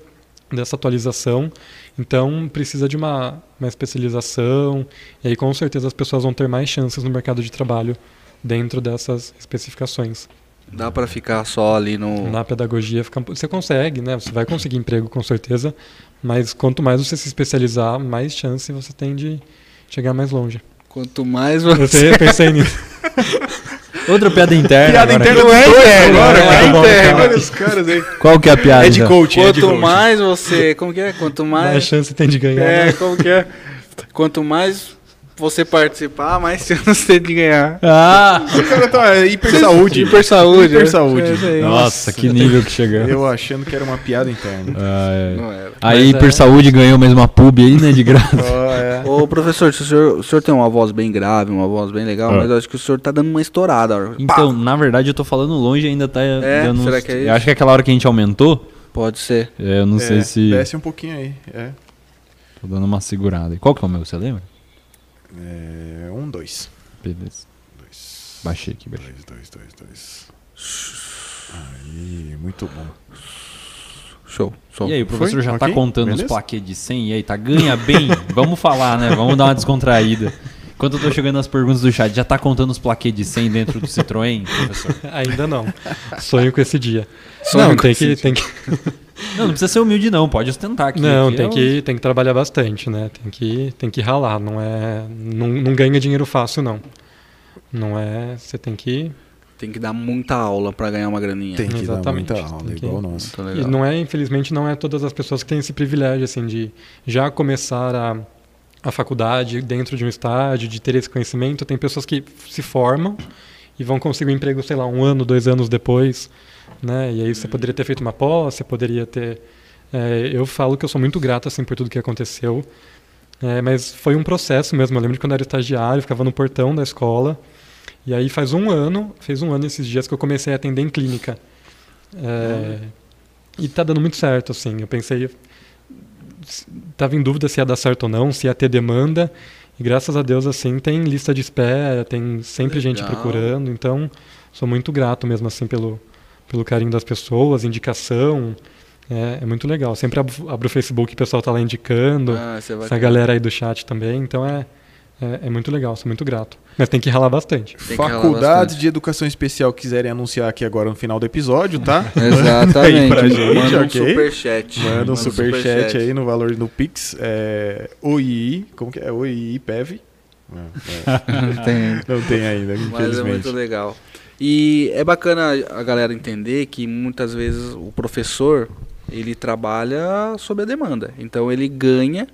S2: dessa atualização. Então, precisa de uma, uma especialização, e aí com certeza as pessoas vão ter mais chances no mercado de trabalho dentro dessas especificações.
S1: Dá pra ficar só ali no.
S2: Na pedagogia, fica, um po- você consegue, né? Você vai conseguir emprego com certeza, mas quanto mais você se especializar, mais chance você tem de chegar mais longe.
S1: Quanto mais
S2: Eu
S1: você.
S2: te- pensei nisso.
S7: Outra piada interna. agora.
S8: é interno agora,
S2: é
S8: cara.
S2: interno.
S8: interno. Olha os caras aí.
S7: Qual que é a piada?
S8: É de
S7: então?
S8: coaching, é de
S1: Quanto
S8: coaching.
S1: mais você. Como que é? Quanto
S2: Mais
S1: mais.
S2: chance tem de ganhar. né?
S1: É, como que é? Quanto mais você participar, mais chance tem de ganhar.
S2: É.
S7: Ah,
S8: O cara tá hiper saúde.
S1: Hiper saúde.
S8: Hiper saúde.
S7: nossa, que nível que chegamos.
S8: Eu achando que era uma piada interna.
S7: Ah, é.
S1: Não era.
S2: Mas
S7: Aí,
S2: é.
S7: Hiper Saúde ganhou mais uma pub aí, né, de graça.
S8: Ah, é.
S1: Ô, professor, se o senhor, o senhor tem uma voz bem grave, uma voz bem legal,
S2: É.
S7: Ah.
S1: mas eu acho que o senhor tá dando uma estourada. ó. Pá!
S7: Então, na verdade, eu tô falando longe ainda tá
S1: É?
S7: dando uns-
S1: Será que é
S7: Eu
S1: isso?
S7: acho que aquela hora que a gente aumentou,
S1: Pode ser.
S7: é, eu não sei
S8: É,
S7: se...
S8: Desce um pouquinho aí. É.
S7: Tô dando uma segurada. Qual que é o meu, você lembra?
S8: É, um, dois.
S7: Beleza.
S8: Dois.
S7: Baixei aqui, baixei.
S8: Dois, dois, dois, dois. Aí, muito bom.
S1: Show. Show.
S7: E aí, o professor
S8: Foi?
S7: já tá
S8: Ok,
S7: contando os
S8: beleza.
S7: plaquês de 100 e aí tá ganha bem? Vamos falar, né? Vamos dar uma descontraída. Enquanto eu tô chegando nas perguntas do chat, já tá contando os plaquês de 100 dentro do Citroën, professor?
S2: Ainda não. Sonho com esse dia.
S1: Sonho
S2: não,
S1: com
S2: tem
S1: esse
S2: que,
S1: dia.
S2: tem que,
S7: Não, não precisa ser humilde não, pode ostentar aqui.
S2: não
S7: aqui é
S2: tem,
S7: um-
S2: que, tem que trabalhar bastante, né? Tem que, tem que ralar. Não é, não, não ganha dinheiro fácil, não. Não é. Você tem que.
S1: Tem que dar muita aula pra ganhar uma graninha. tá
S8: Tem que dar
S2: Exatamente,
S8: muita
S2: tem
S8: aula,
S2: que-
S8: igual o nosso.
S1: Muito
S2: E
S1: legal.
S2: não é, infelizmente, não é todas as pessoas que têm esse privilégio, assim, de já começar a, a faculdade dentro de um estádio, de ter esse conhecimento. Tem pessoas que se formam e vão conseguir um emprego, sei lá, um ano, dois anos depois, né? E aí você poderia ter feito uma pós, você poderia ter... é, eu falo que eu sou muito grato, assim, por tudo que aconteceu. É, mas foi um processo mesmo. Eu lembro de quando eu era estagiário, ficava no portão da escola. E aí faz um ano, fez um ano esses dias que eu comecei a atender em clínica. É, e tá dando muito certo, assim. Eu pensei. s- Tava em dúvida se ia dar certo ou não, se ia ter demanda. E graças a Deus, assim, tem lista de espera, tem sempre gente
S1: Legal.
S2: procurando. Então, sou muito grato mesmo, assim, pelo, pelo carinho das pessoas, indicação. É, é muito legal. Sempre abro, abro o Facebook, o pessoal tá lá indicando.
S1: Ah, você vai
S2: Essa galera aí do chat também. Então, é, é, é muito legal, sou muito grato. Mas tem que ralar bastante.
S1: Tem que ralar
S8: Faculdades
S1: bastante.
S8: de Educação Especial quiserem anunciar aqui agora no final do episódio, tá?
S1: Exatamente.
S8: Aí pra gente,
S1: Manda um
S8: ok?
S1: superchat.
S8: Manda um superchat
S1: superchat.
S8: aí no valor do Pix. É, OII, como que é? OII PEV? Não, é,
S1: Tem.
S8: não tem ainda,
S1: Mas é
S8: infelizmente.
S1: muito legal. E é bacana a galera entender que muitas vezes o professor ele trabalha sob a demanda. Então ele ganha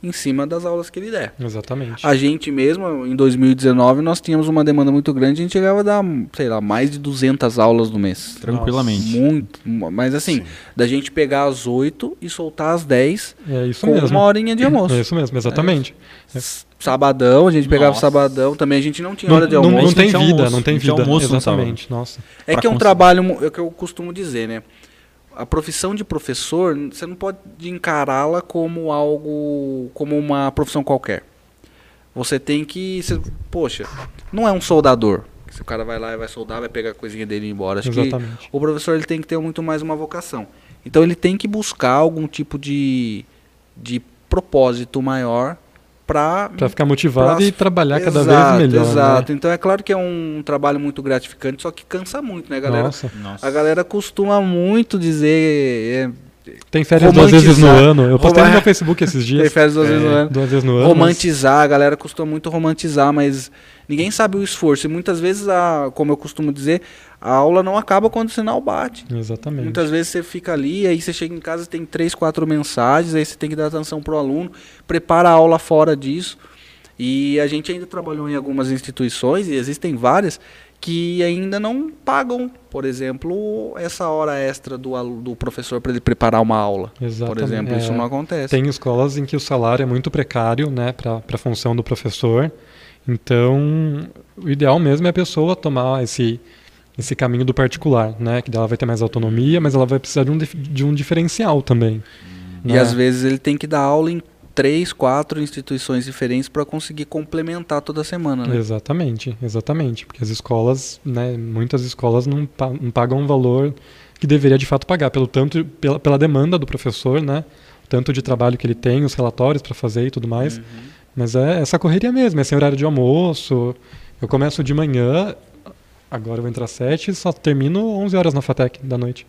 S1: em cima das aulas que ele der.
S2: Exatamente.
S1: A gente mesmo, em 2019, nós tínhamos uma demanda muito grande, a gente chegava a dar, sei lá, mais de 200 aulas no mês.
S7: Tranquilamente.
S1: Muito, mas assim, da gente pegar as 8 e soltar as 10
S2: É isso
S1: com
S2: mesmo.
S1: uma horinha de almoço.
S2: É isso mesmo, exatamente.
S1: S- Sabadão, a gente pegava
S7: Nossa.
S1: sabadão, também a gente não tinha
S2: Não,
S1: hora de
S2: não-
S1: almoço.
S2: não tem
S7: não tinha
S2: vida,
S7: almoço,
S2: não tem
S7: não tinha
S2: vida.
S7: almoço no
S2: exatamente, nossa.
S1: É
S7: pra
S1: que é um
S7: conseguir.
S1: trabalho, mu- é o que eu costumo dizer, né? A profissão de professor, n- você não pode encará-la como algo, como uma profissão qualquer. Você tem que, você- poxa, não é um soldador. Se o cara vai lá e vai soldar, vai pegar a coisinha dele e ir embora. Acho
S2: Exatamente.
S1: que o professor ele tem que ter muito mais uma vocação. Então ele tem que buscar algum tipo de, de propósito maior para
S2: Pra ficar motivado
S1: Pra-
S2: e trabalhar cada
S1: Exato,
S2: vez melhor. né?
S1: Exato. Então é claro que é um trabalho muito gratificante, só que cansa muito, né, galera?
S2: Nossa.
S1: A galera costuma muito dizer. é,
S2: Tem férias duas
S1: Romantizar.
S2: vezes no ano. Eu postei no
S1: Roman-
S2: meu Facebook esses
S1: É, tem
S2: dias.
S1: férias duas vezes no
S2: é,
S1: ano.
S2: Duas vezes no ano.
S1: Romantizar, a galera costuma muito romantizar, mas ninguém sabe o esforço. E muitas vezes, a, como eu costumo dizer, a aula não acaba quando o sinal bate.
S2: mas- Exatamente.
S1: Muitas vezes você fica ali, aí você chega em casa tem três, quatro mensagens, aí você tem que dar atenção pro aluno, prepara a aula fora disso. E a gente ainda trabalhou em algumas instituições, e existem várias, que ainda não pagam, por exemplo, essa hora extra do, alu- do professor para ele preparar uma aula.
S2: Exatamente.
S1: Por exemplo,
S2: É,
S1: isso não acontece.
S2: Tem escolas em que o salário é muito precário, né, para a função do professor. Então, o ideal mesmo é a pessoa tomar esse esse caminho do particular, né, que daí ela vai ter mais autonomia, mas ela vai precisar de um dif- de um diferencial também.
S1: E
S2: né?
S1: às vezes ele tem que dar aula em três, quatro instituições diferentes para conseguir complementar toda semana, né?
S2: Exatamente, exatamente. Porque as escolas, né, muitas escolas não, pa- não pagam um valor que deveria de fato pagar, pelo tanto, pela, pela demanda do professor, né? O tanto de trabalho que ele tem, os relatórios para fazer e tudo mais.
S1: Uhum.
S2: Mas é essa correria mesmo, é sem horário de almoço. Eu começo de manhã, agora eu vou entrar às 7 e só termino 11 horas na FATEC da noite.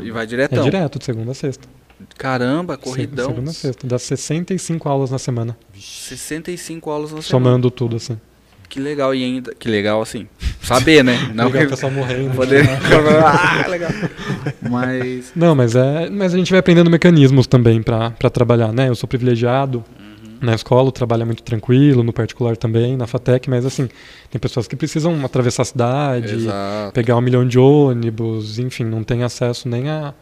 S1: E vai
S2: É
S1: diretão.
S2: direto, de segunda a sexta.
S1: Caramba,
S2: Se-
S1: Então, corridão.
S2: Segunda a sexta. Dá 65 aulas na semana,
S1: 65 aulas na semana.
S2: somando tudo assim.
S1: Que legal e ainda. Que legal, assim. Saber, né? Não
S2: Legal, o
S1: que
S2: pessoal morrendo.
S1: poder. ah, legal. Mas.
S2: Não, mas é, mas a gente vai aprendendo mecanismos também pra pra trabalhar, né? Eu sou privilegiado
S7: Uhum.
S2: na escola, o trabalho é muito tranquilo, no particular também, na Fatec, mas assim, tem pessoas que precisam atravessar a cidade,
S1: Exato.
S2: pegar um milhão de ônibus, enfim, não tem acesso nem a,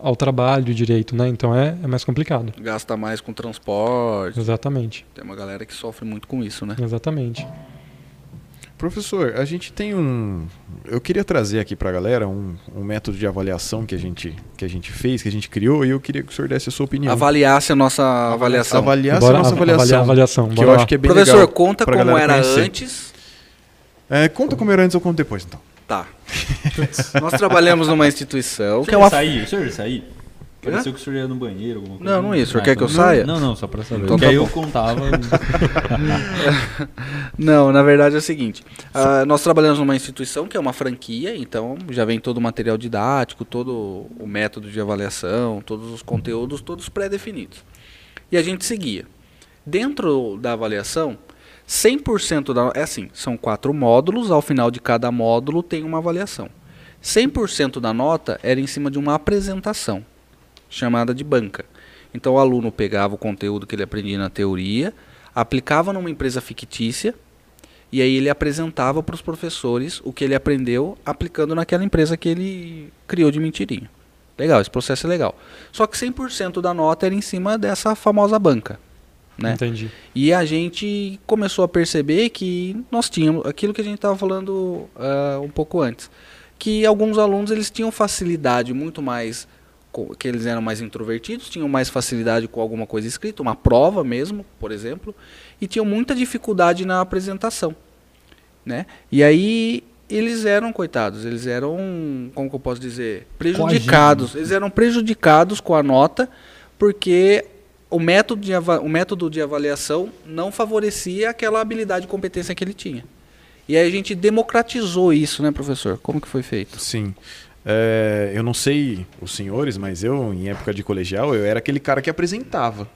S2: ao trabalho direito, né? Então é, é mais complicado.
S1: Gasta mais com transporte.
S2: Exatamente,
S1: Tem uma galera que sofre muito com isso, né?
S2: exatamente.
S8: Professor, a gente tem um. Eu queria trazer aqui pra galera um, um método de avaliação que a, gente, que a gente fez, que a gente criou, e eu queria que o senhor desse a sua opinião.
S1: Avaliasse a nossa avaliação.
S8: Avaliar essa
S2: Bora
S8: nossa
S2: av-
S8: avaliação.
S2: avaliar um. a avaliação,
S8: Que
S2: bora
S8: eu
S2: lá.
S8: acho que é bem
S1: Professor,
S8: legal
S1: conta
S8: pra
S1: como
S8: galera
S1: era
S8: conhecer.
S1: antes.
S8: É, conta como era antes, eu conto depois, então.
S1: Tá. Nós trabalhamos numa instituição
S4: O
S1: que é uma.
S4: sair? O senhor ia sair?
S7: Pareceu que o senhor ia no banheiro, alguma coisa.
S1: Não, não ia. O senhor
S7: Ah,
S1: quer
S7: então-
S1: que eu saia?
S7: Não, não, só pra saber.
S1: Então
S7: Porque
S1: tá
S7: aí eu
S1: bom.
S7: contava.
S1: Não, na verdade é o seguinte: ah, nós trabalhamos numa instituição que é uma franquia, então já vem todo o material didático, todo o método de avaliação, todos os conteúdos, todos pré-definidos. E a gente seguia. Dentro da avaliação, 100% da. É assim, são quatro módulos, ao final de cada módulo tem uma avaliação. 100% da nota era em cima de uma apresentação, chamada de banca. Então o aluno pegava o conteúdo que ele aprendia na teoria, aplicava numa empresa fictícia e aí ele apresentava para os professores o que ele aprendeu aplicando naquela empresa que ele criou de mentirinho. Legal, esse processo é legal. Só que 100% da nota era em cima dessa famosa banca. Né?
S2: Entendi.
S1: E a gente começou a perceber que nós tínhamos aquilo que a gente estava falando ah, um pouco antes, que alguns alunos eles tinham facilidade muito mais co- que eles eram mais introvertidos, tinham mais facilidade com alguma coisa escrita, uma prova mesmo, por exemplo, e tinham muita dificuldade na apresentação, né? E aí eles eram coitados, eles eram, como que eu posso dizer, prejudicados. Eles eram prejudicados com a nota porque o método de, ava- o método de avaliação não favorecia aquela habilidade e competência que ele tinha. E aí a gente democratizou isso, né, professor? Como que foi feito?
S8: Sim. É, eu não sei os senhores, mas eu, em época de colegial, eu era aquele cara que apresentava.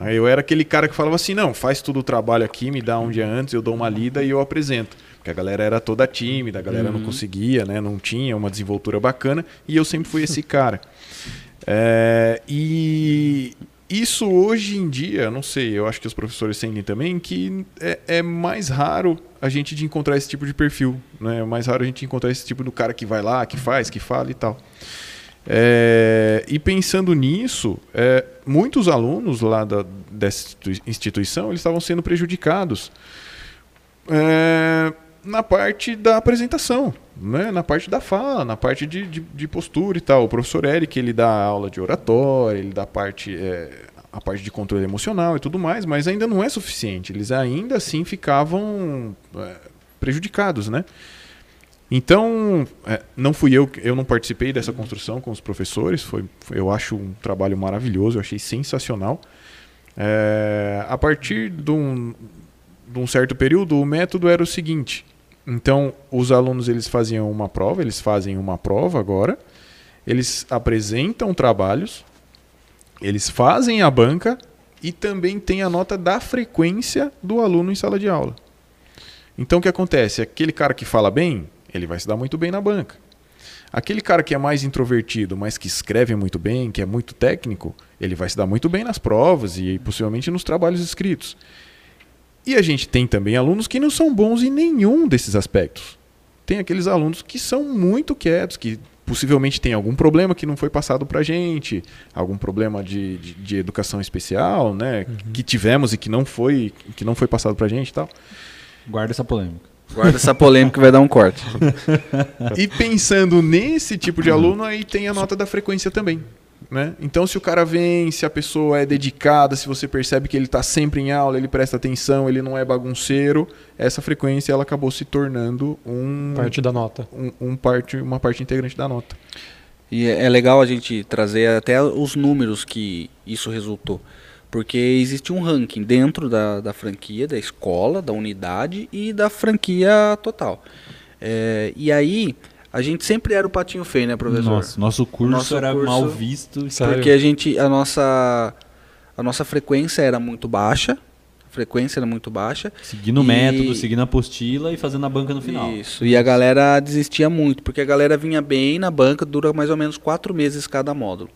S8: Aí eu era aquele cara que falava assim: não, faz todo o trabalho aqui, me dá um dia antes, eu dou uma lida e eu apresento. Porque a galera era toda tímida, a galera não conseguia, né? não tinha uma desenvoltura bacana, e eu sempre fui esse cara. É, e isso hoje em dia, eu não sei, eu acho que os professores sentem também que é, é mais raro a gente de encontrar esse tipo de perfil. Né? É mais raro a gente encontrar esse tipo do cara que vai lá, que faz, que fala e tal. É, e pensando nisso, é, muitos alunos lá da, dessa institui- instituição eles estavam sendo prejudicados é, na parte da apresentação, né? na parte da fala, na parte de, de, de postura e tal. O professor Eric ele dá aula de oratória, ele dá parte, é, a parte de controle emocional e tudo mais, mas ainda não é suficiente. Eles ainda assim ficavam é, prejudicados, né? Então, é, não fui eu, que- eu não participei dessa construção com os professores, foi, foi- eu acho um trabalho maravilhoso, eu achei sensacional. É, a partir de um, de um certo período, o método era o seguinte. Então, os alunos eles faziam uma prova, eles fazem uma prova agora, eles apresentam trabalhos, eles fazem a banca e também tem a nota da frequência do aluno em sala de aula. Então o que acontece? Aquele cara que fala bem, ele vai se dar muito bem na banca. Aquele cara que é mais introvertido, mas que escreve muito bem, que é muito técnico, ele vai se dar muito bem nas provas e possivelmente nos trabalhos escritos. E a gente tem também alunos que não são bons em nenhum desses aspectos. Tem aqueles alunos que são muito quietos, que possivelmente tem algum problema que não foi passado para gente, algum problema de, de, de educação especial, né,
S7: Uhum.
S8: que tivemos e que não foi que não foi passado para gente, e tal.
S7: Guarda essa polêmica.
S1: Guarda essa polêmica que vai dar um corte.
S8: E pensando nesse tipo de aluno, aí tem a nota da frequência também. Né? Então, se o cara vem, se a pessoa é dedicada, se você percebe que ele está sempre em aula, ele presta atenção, ele não é bagunceiro, essa frequência ela acabou se tornando um,
S2: Parte da nota.
S8: um, um parte, uma parte integrante da nota.
S1: E é é legal a gente trazer até os números que isso resultou. Porque existe um ranking dentro da, da franquia, da escola, da unidade e da franquia total. É, e aí, a gente sempre era o patinho feio, né, professor?
S7: Nossa, nosso curso
S1: Nosso
S7: era
S1: curso-
S7: mal visto.
S2: Sério?
S1: Porque a gente, a nossa, a nossa frequência era muito baixa. A frequência era muito baixa.
S7: Seguindo o
S1: E-
S7: método, seguindo a apostila e fazendo a banca no final.
S1: Isso. E a galera desistia muito, porque a galera vinha bem na banca, dura mais ou menos quatro meses cada módulo.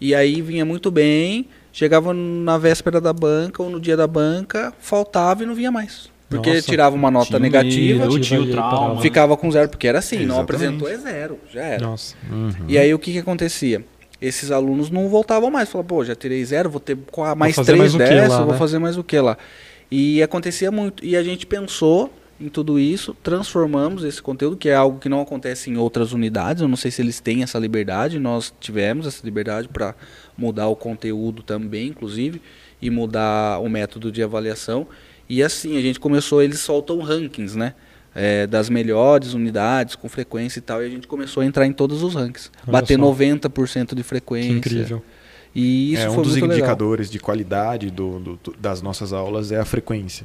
S1: E aí vinha muito bem, chegava na véspera da banca ou no dia da banca, faltava e não vinha mais. Porque
S2: Nossa. um
S1: tirava uma nota
S7: Tinha o
S1: negativa,
S7: medo, tinha o
S2: Negativa,
S7: trauma.
S1: ficava com zero, porque era assim, não
S8: Exatamente.
S1: apresentou é zero, já era.
S2: Nossa. uhum.
S1: E aí o que, que acontecia? Esses alunos não voltavam mais. Falavam, pô, já tirei zero, vou ter qua- mais
S2: fazer
S1: três
S2: mais o quê
S1: dessa,
S2: lá,
S1: vou
S2: né?
S1: fazer mais o que lá. E acontecia muito. E a gente pensou em tudo isso, transformamos esse conteúdo, que é algo que não acontece em outras unidades. Eu não sei se eles têm essa liberdade, nós tivemos essa liberdade para mudar o conteúdo também, inclusive, e mudar o método de avaliação. E assim, a gente começou, eles soltam rankings, né? é, das melhores unidades, com frequência e tal, e a gente começou a entrar em todos os rankings.
S2: Olha
S1: bater
S2: só.
S1: 90% de frequência.
S2: Que incrível.
S1: E isso
S8: é,
S1: foi
S8: um dos
S1: muito legal.
S8: indicadores de qualidade do- do- do- das nossas aulas é a frequência.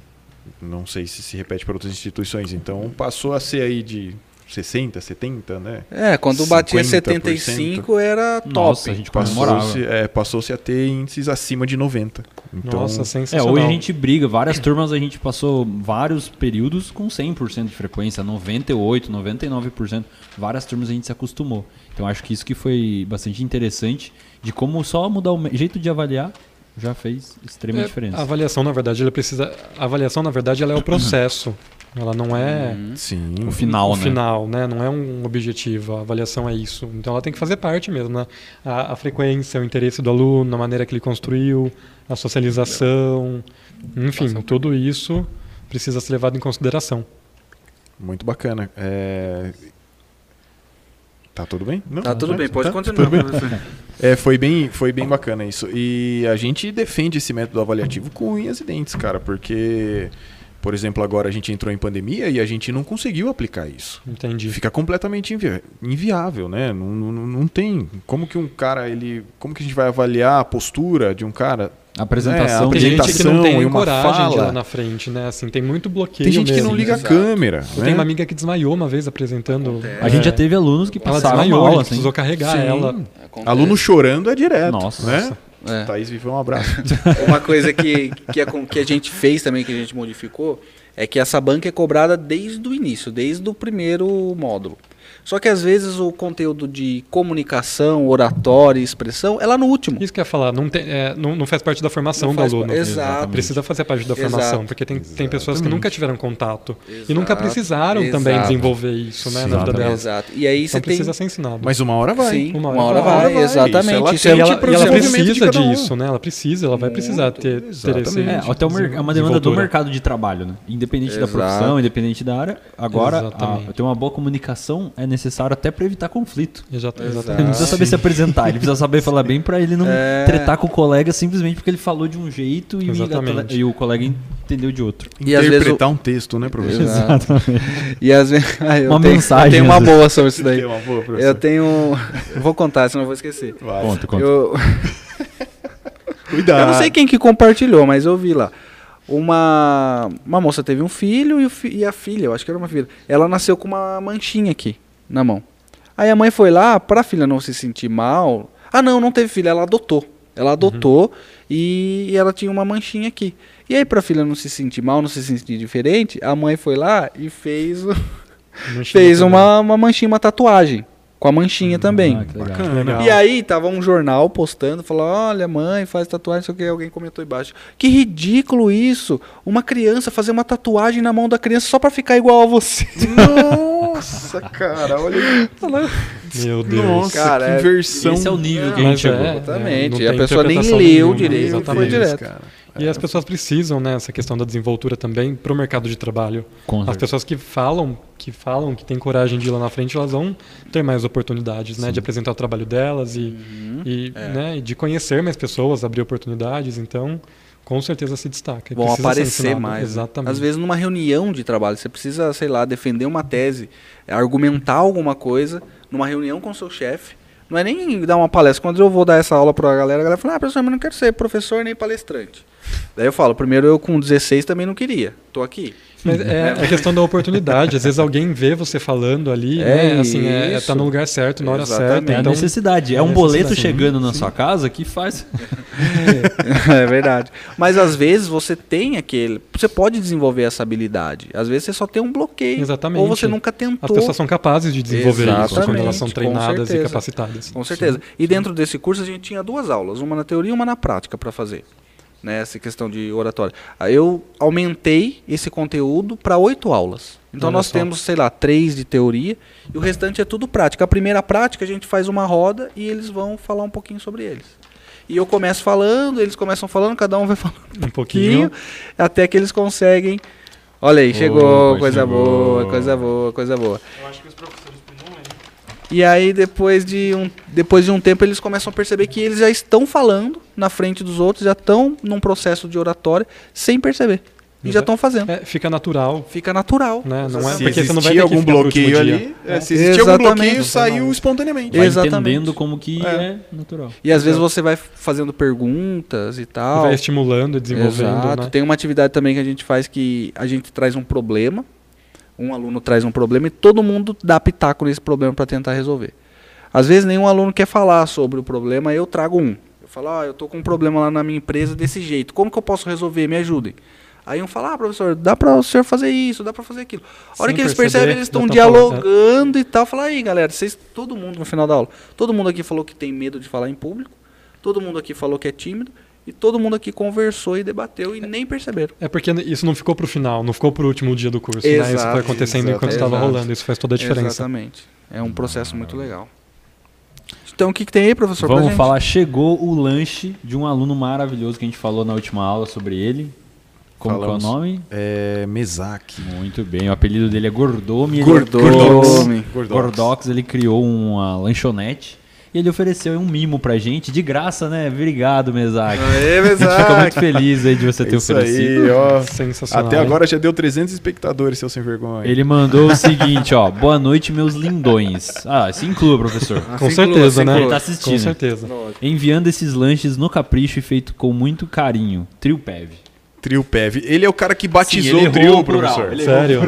S8: Não sei se se repete para outras instituições. Então passou a ser aí de 60, 70, né?
S1: É, quando batia
S8: 50%.
S1: 75 era top.
S7: Nossa, a gente comemorava.
S8: Passou-se é, passou-se a ter índices acima de 90. Então,
S2: Nossa,
S7: É,
S2: sensacional.
S7: hoje a gente briga, várias turmas a gente passou vários períodos com 100% de frequência, 98, 99%, várias turmas a gente se acostumou. Então acho que isso que foi bastante interessante de como só mudar o me- jeito de avaliar já fez extrema
S2: É,
S7: diferença.
S2: A avaliação, na verdade, ela precisa. A avaliação, na verdade, ela é o processo. Ela não é
S1: Hum,
S8: sim.
S7: O final,
S2: o
S7: né?
S2: final, né? Não é um objetivo. A avaliação é isso. Então ela tem que fazer parte mesmo, né? A, a frequência, o interesse do aluno, a maneira que ele construiu, a socialização, né? enfim, tudo isso precisa ser levado em consideração.
S8: Muito bacana. É, Tá tudo bem? Não,
S1: Tá tudo
S8: né?
S1: bem, pode
S8: Tá?
S1: continuar. professor.
S8: É, foi bem, foi bem bacana isso. E a gente defende esse método avaliativo com unhas e dentes, cara, porque, por exemplo, agora a gente entrou em pandemia e a gente não conseguiu aplicar isso.
S2: Entendi.
S8: Fica completamente invi- inviável, né? Não, não, não- não tem. Como que um cara, ele. Como que a gente vai avaliar a postura de um cara?
S7: A apresentação
S8: É,
S2: Tem
S8: a
S7: de
S2: gente que
S8: orientação
S2: não tem
S8: e
S2: nem
S8: uma
S2: coragem de ir
S8: fala.
S2: lá na frente, né? Assim, tem muito bloqueio.
S8: Tem gente que
S2: mesmo.
S8: não liga
S2: Exato.
S8: a câmera.
S2: Eu
S8: né?
S2: tenho uma amiga que desmaiou uma vez apresentando. É.
S7: A gente já teve alunos que
S2: Ela
S7: passaram
S2: desmaiou,
S7: mal,
S2: a gente
S7: assim.
S2: precisou carregar
S8: Sim.
S2: ela.
S1: Acontece.
S8: Aluno chorando é direto.
S7: Nossa.
S8: Né?
S1: É.
S8: Thaís Vivão, um abraço.
S1: Uma coisa que, que, a, que a gente fez também, que a gente modificou, é que essa banca é cobrada desde o início, desde o primeiro módulo. Só que às vezes o conteúdo de comunicação, oratória e expressão é lá no último.
S2: Isso que eu ia falar, não, tem- é, não, não faz parte da formação
S1: Não
S2: do
S1: faz
S2: aluno.
S1: parte- Exato.
S2: Precisa fazer parte da
S1: Exato.
S2: formação, porque tem, tem pessoas que nunca tiveram contato. E nunca
S1: Exato.
S2: precisaram também
S1: Exato.
S2: desenvolver isso né, na vida
S8: Exatamente.
S2: delas.
S1: Exato. E aí
S2: Então
S1: você tem.
S2: precisa ser ensinado.
S8: Mas uma hora vai.
S1: Sim,
S2: Uma
S1: uma,
S2: hora
S1: hora
S8: vai.
S1: vai,
S8: Isso é
S1: exatamente. Isso
S2: e
S1: é,
S8: latente
S2: ela,
S1: muito
S8: pro
S2: e ela
S1: importante.
S8: desenvolvimento de
S2: precisa
S8: cada um.
S2: disso, né? Ela precisa, ela vai precisar ter, ter esse.
S8: exatamente.
S7: É, até o mer- é uma demanda do
S2: desenvoltura.
S7: mercado de trabalho, né? Independente da
S1: Exato.
S7: profissão, independente da área. Agora,
S2: Exatamente.
S7: a- ter uma boa comunicação é necessário até para
S2: tá
S7: evitar conflito.
S2: Exa-
S7: Ele não
S2: Exatamente.
S7: precisa saber se apresentar, ele precisa saber falar bem pra ele não
S1: É.
S7: tretar com o colega simplesmente porque ele falou de um jeito e,
S2: Exatamente.
S7: o, e o colega entendeu de outro.
S1: E às vezes o-
S8: Interpretar um texto, né, professor?
S1: Exato. E às vezes. Ah, eu
S7: Uma
S1: tenho,
S7: mensagem,
S1: Eu tenho uma
S7: às vezes.
S1: boa sobre isso
S8: Tem
S1: daí.
S8: uma boa, professor.
S1: Eu tenho. um- Vou contar, senão eu vou esquecer.
S8: Vai. Tá.
S7: Conta, conta.
S1: Eu,
S8: Cuidado.
S1: Eu não sei quem que compartilhou, mas eu vi lá. Uma, uma moça teve um filho e, o fi- e a filha, eu acho que era uma filha, ela nasceu com uma manchinha aqui na mão. Aí a mãe foi lá, pra filha não se sentir mal. Ah, não, não teve filha, ela adotou. Ela adotou
S8: Uhum.
S1: e, e ela tinha uma manchinha aqui. E aí, pra filha não se sentir mal, não se sentir diferente, a mãe foi lá e fez, o-
S2: Não chega
S1: fez
S2: também.
S1: uma, uma manchinha, uma tatuagem. Com a manchinha também.
S7: Ah, que
S2: né?
S7: legal.
S8: Bacana.
S1: E aí tava um jornal postando, falou: olha, mãe, faz tatuagem, não sei o que, alguém comentou embaixo. Que ridículo isso! Uma criança fazer uma tatuagem na mão da criança só pra ficar igual a você.
S8: Nossa, cara, olha
S2: Meu Deus.
S8: Nossa,
S1: Cara,
S8: que
S1: é-
S8: inversão.
S7: Esse é o nível que a gente
S2: Mas
S7: chegou.
S2: é,
S1: Exatamente.
S2: não
S1: E a
S2: tem
S1: pessoa nem
S2: interpretação
S1: leu
S2: nenhuma,
S1: direito,
S8: Meu
S1: foi
S8: Deus,
S1: direto.
S2: exatamente.
S8: cara.
S2: E as pessoas precisam, né, essa questão da desenvoltura também para o mercado de trabalho.
S7: Com
S2: As
S7: certeza.
S2: pessoas que falam, que falam, que têm coragem de ir lá na frente, elas vão ter mais oportunidades, né, de apresentar o trabalho delas e, e, né, e de conhecer mais pessoas, abrir oportunidades. Então, com certeza se destaca. e
S1: Vão
S2: precisa ser
S1: aparecer
S2: ensinado.
S1: mais. né?
S2: Exatamente.
S1: Às vezes numa reunião de trabalho, você precisa, sei lá, defender uma tese, argumentar alguma coisa numa reunião com seu chefe. Não é nem dar uma palestra. Quando eu vou dar essa aula pra galera, a galera fala, ah, professor, mas eu não quero ser professor nem palestrante. Daí eu falo, primeiro eu com 16 também não queria. Tô aqui.
S2: Mas é a questão da oportunidade. Às vezes alguém vê você falando ali,
S1: É
S2: né, assim, é,
S1: isso.
S2: tá no lugar certo, na hora
S1: Exatamente.
S7: É
S2: certa.
S7: a
S2: Então,
S7: necessidade. É,
S2: é
S7: um boleto
S2: necessidade.
S7: chegando na sua casa que faz.
S1: é verdade. Mas às vezes você tem aquele. Você pode desenvolver essa habilidade. Às vezes você só tem um bloqueio.
S2: Exatamente.
S1: Ou você nunca
S2: as
S1: tentou.
S2: pessoas são capazes de desenvolver isso quando elas são
S1: Exatamente, com
S2: treinadas e
S1: certeza.
S2: capacitadas.
S1: Com certeza. E dentro desse curso a gente tinha duas aulas, uma na teoria e uma na prática para fazer. Né, essa questão de oratória. Aí Eu aumentei esse conteúdo para oito aulas. Então
S2: Olha
S1: nós
S2: só.
S1: temos, sei lá, três de teoria e o restante é tudo prática. A primeira prática a gente faz uma roda e eles vão falar um pouquinho sobre eles. E eu começo falando, eles começam falando, cada um vai falando
S2: Um pouquinho.
S1: pouquinho, até que eles conseguem. Olha aí, chegou,
S7: Opa,
S1: coisa
S7: chegou.
S1: boa, coisa boa, coisa boa.
S11: Eu acho que os professores um podiam ler.
S1: E aí depois de um depois de um tempo eles começam a perceber que eles já estão falando na frente dos outros, já estão num processo de oratória sem perceber. E já estão fazendo.
S12: É, fica natural,
S1: Fica natural.
S12: né? Não é
S8: Se
S12: porque
S8: existir
S12: você não vai ter que
S8: algum
S12: ficar pro último
S8: bloqueio
S12: dia.
S8: ali, é, se existir algum
S1: Exatamente.
S8: bloqueio, saiu espontaneamente.
S2: Vai
S1: Exatamente.
S2: entendendo como que é, natural.
S1: E às vezes você vai fazendo perguntas e
S12: E
S1: tal.
S12: Vai estimulando, desenvolvendo,
S1: Exato.
S12: né?
S1: Tem uma atividade também que a gente faz que a gente traz um problema, um aluno traz um problema e todo mundo dá pitaco nesse problema para tentar resolver. Às vezes nenhum aluno quer falar sobre o problema, eu trago um. Eu falo, ó, eu tô com um problema lá na minha empresa desse jeito, como que eu posso resolver? Me ajudem. Aí um fala, ah, professor, dá para o senhor fazer isso, dá para fazer aquilo. A hora
S12: Sem
S1: que eles
S12: perceber,
S1: percebem, eles
S12: já
S1: estão
S12: tão falando, né?
S1: dialogando e tal. Fala aí, galera, vocês, todo mundo no final da aula, todo mundo aqui falou que tem medo de falar em público, todo mundo aqui falou que é tímido, e todo mundo aqui conversou e debateu e nem perceberam.
S12: É porque isso não ficou pro final, não ficou pro último dia do curso, né? Isso
S1: Exato,
S12: foi acontecendo
S8: exato,
S12: enquanto estava
S1: exato.
S12: rolando, isso faz toda a diferença.
S1: Exatamente. É um processo muito legal. Então, o que, que tem aí, professor? pra
S2: Vamos
S1: gente?
S2: falar, chegou o lanche de um aluno maravilhoso que a gente falou na última aula sobre ele. Como que é o
S8: Falamos.
S2: nome?
S8: É, Mesaque.
S2: Muito bem, o apelido dele é Gordomi. ele-
S1: Gordome.
S2: Gordox, ele criou uma lanchonete e ele ofereceu um mimo pra gente, de graça, né? Obrigado, É, Mesac.
S1: Aê,
S2: A gente ficou muito
S1: Mesaque.
S2: feliz aí de você ter
S8: É Isso
S2: oferecido.
S8: aí, ó.
S12: Sensacional.
S8: Até
S12: hein?
S8: agora já deu 300 espectadores, seu sem vergonha.
S2: Ele mandou o seguinte, ó. Boa noite, meus lindões. Ah, se inclua, professor.
S12: Com
S1: Assim,
S12: certeza,
S1: assim,
S12: né?
S2: Ele tá
S12: Com
S2: assistindo.
S12: certeza.
S2: Enviando esses lanches no capricho e feito com muito carinho. Trio Pev.
S8: Trio Pev. Ele é o cara que
S2: ele
S8: batizou o
S2: errou
S8: trio,
S2: o plural.
S8: professor.
S2: Ele-
S12: Sério?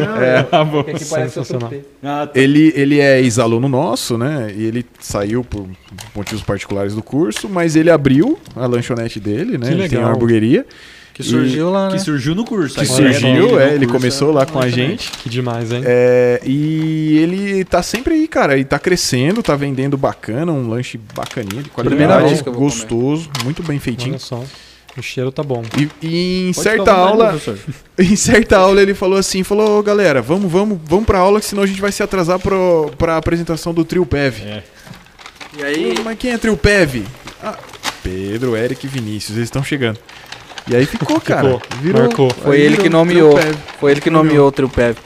S2: Tá bom.
S13: Que aqui parece outro
S12: Sensacional.
S13: P.
S8: Ele, ele é ex-aluno nosso, né? E ele saiu por motivos particulares do curso, mas ele abriu a lanchonete dele, né?
S12: Que
S8: Ele tem uma
S12: legal.
S8: hamburgueria.
S1: Que surgiu lá, né?
S2: Que surgiu no curso.
S8: Que
S2: Tá a ideia
S8: surgiu,
S2: dele
S8: é,
S2: no
S8: ele
S2: curso né?
S8: começou lá com a
S2: lanchonete.
S8: gente.
S12: Que demais, hein?
S8: É, e ele tá sempre aí, cara. E tá crescendo, tá vendendo bacana, um lanche bacaninha, de
S1: Primeira
S8: qualidade,
S1: vez que eu vou
S8: gostoso, muito bem feitinho.
S12: Olha só. O cheiro tá bom.
S8: E, e em
S2: Pode
S8: certa
S2: ficar à vontade,
S8: aula,
S2: professor.
S8: em certa aula ele falou assim, falou, "Ô, galera, vamos, vamos, vamos pra aula, que senão a gente vai se atrasar pro, pra apresentação do Trio Pev.
S1: E aí,
S8: Ô, Mas quem é Trio Pev? Ah, Pedro, Eric e Vinícius, eles estão chegando. E aí ficou, cara. Virou,
S12: marcou.
S1: Foi
S8: aí
S1: ele
S8: virou
S1: que
S8: Trio
S1: nomeou.
S8: Pev.
S1: foi ele que nomeou o Trio Pev.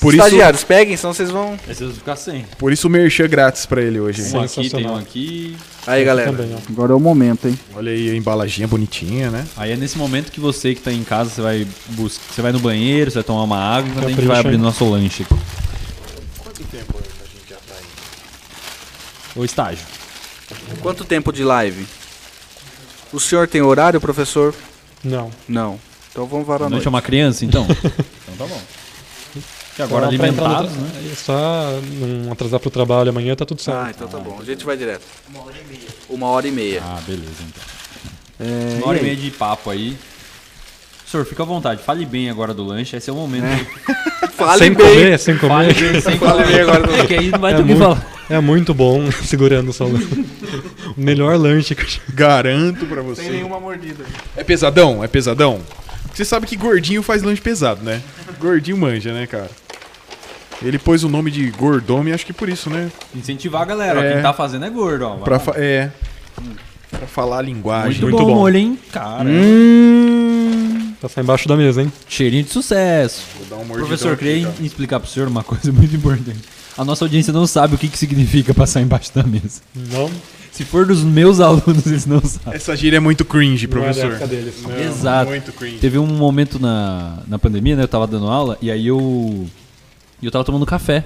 S8: Por isso,
S1: Estagiários, peguem, senão vocês vão.
S2: Aí vocês vão ficar sem.
S8: por isso o merchan grátis pra ele hoje. hein?
S2: Um aqui, tem
S12: Sensacional.
S2: um aqui.
S1: Aí, galera.
S12: Também, ó.
S1: Agora é o momento, hein?
S8: Olha aí a embalaginha bonitinha, né?
S2: Aí é nesse momento que você que tá em casa, você vai buscar, você vai no banheiro, você vai tomar uma água, enquanto a gente vai
S12: Capricha,
S2: abrir
S12: hein?
S2: nosso lanche aqui. O estágio.
S1: Quanto tempo de live? O senhor tem horário, professor?
S12: Não.
S1: Não. Então vamos varar a
S2: A noite
S1: noite.
S2: é uma criança, então? então tá bom. E agora
S12: Só pra entrar no-
S2: alimentados, né?
S12: É Só não atrasar pro trabalho amanhã, tá tudo certo.
S1: Ah, então tá bom. A gente vai direto. Uma hora e meia.
S2: Ah, beleza então. Uma hora É, e meia de papo aí. Senhor, fica à vontade, fale bem agora do lanche, esse é o momento.
S1: Fale
S12: sem
S1: bem.
S12: comer, sem comer.
S2: Fale bem, sem falar. É que aí não vai
S12: É
S2: ter o que
S12: muito-
S2: falar.
S12: É muito bom segurando o salão. o melhor lanche que eu já
S8: Garanto pra você.
S7: Sem nenhuma mordida.
S8: É pesadão? É pesadão? Você sabe que gordinho faz lanche pesado, né? Gordinho manja, né, cara? Ele pôs o nome de gordome, acho que por isso, né?
S2: Incentivar a galera, ó,
S8: É.
S2: quem tá fazendo é gordo, ó.
S8: Pra fa- é. Pra falar a
S2: Muito,
S8: linguagem.
S2: bom, o molho, hein? Cara,
S12: Tá só embaixo da mesa, hein?
S2: cheirinho de sucesso.
S8: Vou dar um mordidão
S2: Professor,
S8: aqui,
S2: queria
S8: tá?
S2: explicar pro senhor uma coisa muito importante. A nossa audiência não sabe o que, que significa passar embaixo da mesa.
S12: Não,
S2: Se for dos meus alunos, eles não sabem.
S8: Essa gíria é muito cringe,
S12: não é da
S8: professor.
S12: época deles.
S8: Não,
S2: Exato.
S8: Muito cringe.
S2: Teve um momento na, na pandemia, né? Eu tava dando aula e aí eu. E eu tava tomando café.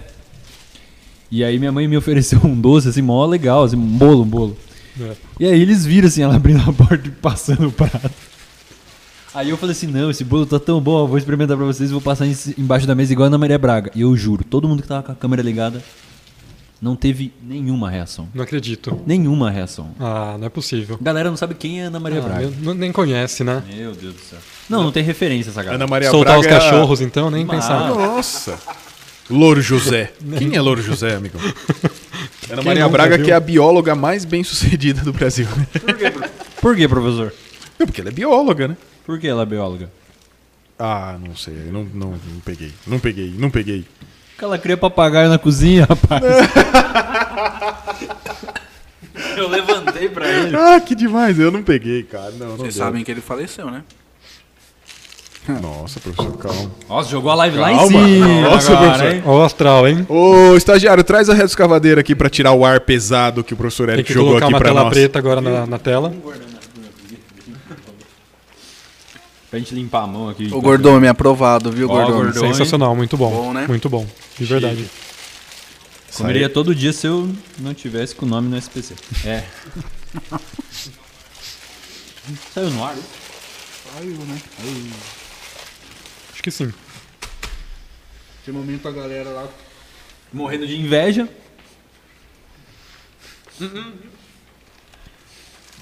S2: E aí minha mãe me ofereceu um doce, assim, mó legal, assim, um bolo, um bolo.
S12: É.
S2: E aí eles viram, assim, ela abrindo a porta e passando o prato. Aí eu falei assim, não, esse bolo tá tão bom, eu vou experimentar pra vocês e vou passar em- embaixo da mesa igual a Ana Maria Braga. E eu juro, todo mundo que tava com a câmera ligada não teve nenhuma reação.
S12: Não acredito.
S2: Nenhuma reação.
S12: Ah, não é possível.
S2: A galera não sabe quem é Ana Maria
S12: Ah,
S2: Braga.
S12: meu- não- nem conhece, né?
S2: Meu Deus do céu. Não, não tem referência essa galera.
S8: Ana Maria Braga
S12: Soltar os
S8: é a-
S12: cachorros, então, nem
S2: Mas-
S12: pensar.
S8: Nossa. Louro José. Quem é Louro José, amigo? Ana Maria
S12: nunca
S8: Braga,
S12: viu?
S8: que é a bióloga mais bem sucedida do Brasil.
S2: Por que, professor?
S8: É porque ela é bióloga, né?
S2: Por que ela é bióloga?
S8: Ah, não sei. eu Não, não, não peguei. Não peguei, não peguei.
S2: Porque ela cria papagaio na cozinha, rapaz. Eu levantei pra ele.
S8: Ah, que demais. Eu não peguei, cara. Não, não
S1: Vocês
S8: deu. Ah.
S1: sabem que ele faleceu, né?
S8: Nossa, professor, calma.
S2: Nossa, jogou a live lá em
S8: Calma.
S2: cima.
S8: Nossa,
S2: agora,
S8: professor.
S2: hein?
S12: Ó o astral, hein?
S8: Ô, estagiário, traz a reta escavadeira aqui pra tirar o ar pesado que o professor
S12: Tem
S8: Eric
S12: que
S8: jogou
S12: colocar
S8: aqui
S12: uma
S8: pra
S12: tela
S8: nós.
S12: preta agora na, na tela.
S4: Pra gente limpar a mão aqui.
S2: então.
S3: O Gordome, é aprovado, viu,
S4: Ó,
S3: Gordome?
S4: Gordome.
S12: Sensacional, muito bom.
S3: Bom, né?
S12: Muito bom, de verdade.
S4: Comeria todo dia se eu não tivesse com o nome no SPC. É. Saiu no ar? né? isso?
S3: Saiu, né?
S12: Acho que sim.
S14: Tem momento a galera lá.
S4: Morrendo de inveja.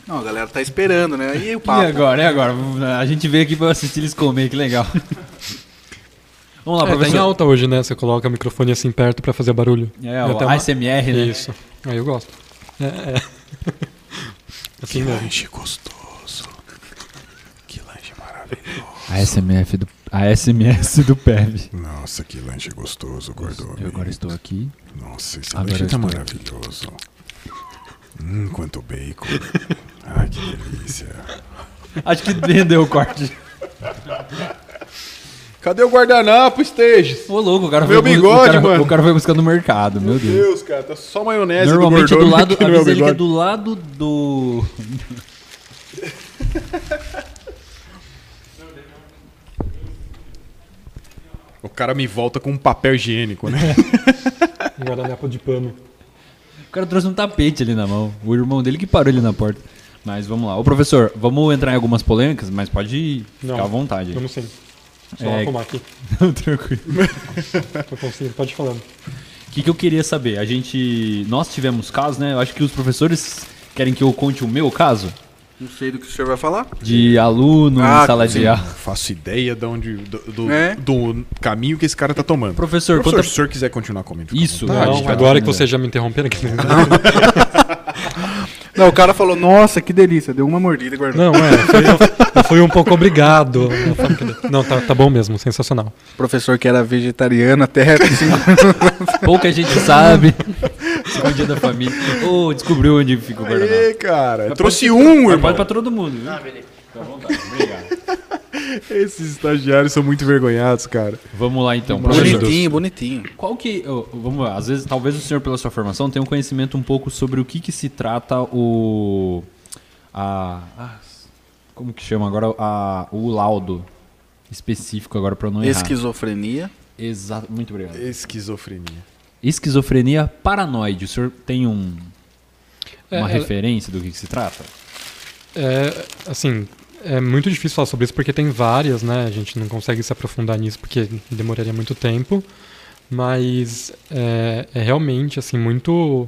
S3: Não, a galera tá esperando, né? E o papo?
S4: E agora, é agora. A gente veio aqui pra assistir eles comer, que legal. Vamos lá,
S12: É, tá em
S4: professor.
S12: alta hoje, né? Você coloca o microfone assim perto pra fazer barulho.
S4: É,
S12: Dá
S4: o
S12: até uma-
S4: ASMR, né?
S12: Isso. Aí eu gosto. É, é. Assim mesmo.
S7: lanche gostoso. Que lanche maravilhoso.
S4: ASMF do, ASMS do PEV.
S7: Nossa, que lanche gostoso, Gordone.
S4: Eu agora estou aqui.
S7: Nossa, esse
S4: Agora
S7: lanche tá
S4: estou.
S7: maravilhoso. Hum, quanto bacon. Ai, que delícia.
S4: Acho que rendeu o corte.
S7: Cadê o
S8: Ah,
S7: guardanapo, Esteges?
S4: Ô, louco, o cara
S7: Meu
S4: foi bus-
S7: bigode,
S4: o cara,
S7: mano.
S4: O cara foi buscando no mercado, meu Deus.
S7: Deus, cara, tá só maionese
S4: Normalmente é
S7: do
S4: do
S7: Gordone
S4: lado.
S7: aqui no meu
S4: Avisa ele que é
S7: bigode.
S4: do lado do.
S7: O cara me volta com um papel higiênico, né?
S12: Guardanapo de pano.
S4: O cara trouxe um tapete ali na mão. O irmão dele que parou ele na porta. Mas vamos lá. Ô, professor, vamos entrar em algumas polêmicas, mas pode ficar
S12: Não.
S4: à vontade.
S12: Vamos sim. Só
S4: É.
S12: arrumar aqui.
S4: Tranquilo.
S12: Eu consigo. Pode ir falando.
S4: O que, que eu queria saber? A gente. Nós tivemos casos, né? Eu acho que os professores querem que eu conte o meu caso
S3: Não sei do que o senhor vai falar.
S4: de aluno
S3: Ah,
S4: em sala de
S3: sim.
S4: aula.
S7: Faço ideia de onde, do, do-
S3: É.
S7: do caminho que esse cara tá tomando.
S4: Professor,
S7: Professor,
S4: conta.
S7: se o senhor quiser continuar comendo. fica à
S4: Isso,
S3: Tá,
S7: vontade,
S4: a
S12: Não,
S4: gente vai
S12: agora
S4: lá,
S12: que
S4: né?
S12: vocês já me interromperam. que-
S3: Não, o cara falou, nossa, que delícia. Deu uma mordida e guardou.
S12: Não, é. Foi, eu fui um pouco obrigado. Não, tá, tá bom mesmo. Sensacional.
S3: Professor que era vegetariano até assim,
S4: Pouca gente sabe. Segundo dia da família. Ô, descobriu onde fica o guardanapo.
S7: Aê, cara. Trouxe um,
S4: Mas Pode
S7: irmão.
S4: pra todo mundo, viu? Ah, beleza. Fica à vontade, obrigado.
S7: Esses estagiários são muito envergonhados, cara.
S4: Vamos lá então, professor.
S3: bonitinho, bonitinho.
S4: Qual que. ô, vamos lá, às vezes, talvez o senhor, pela sua formação, tenha um conhecimento um pouco sobre o que, que se trata o. A. a- como que chama agora? A, o laudo específico agora para não
S7: É.
S4: errar.
S3: Esquizofrenia.
S4: Exato, muito obrigado.
S7: Esquizofrenia.
S4: Esquizofrenia paranoide. O senhor tem um,
S12: É,
S4: uma
S12: é-
S4: referência do que, que se trata?
S12: É, assim, é muito difícil falar sobre isso porque tem várias, né? A gente não consegue se aprofundar nisso porque demoraria muito tempo. Mas é, é realmente, assim, muito,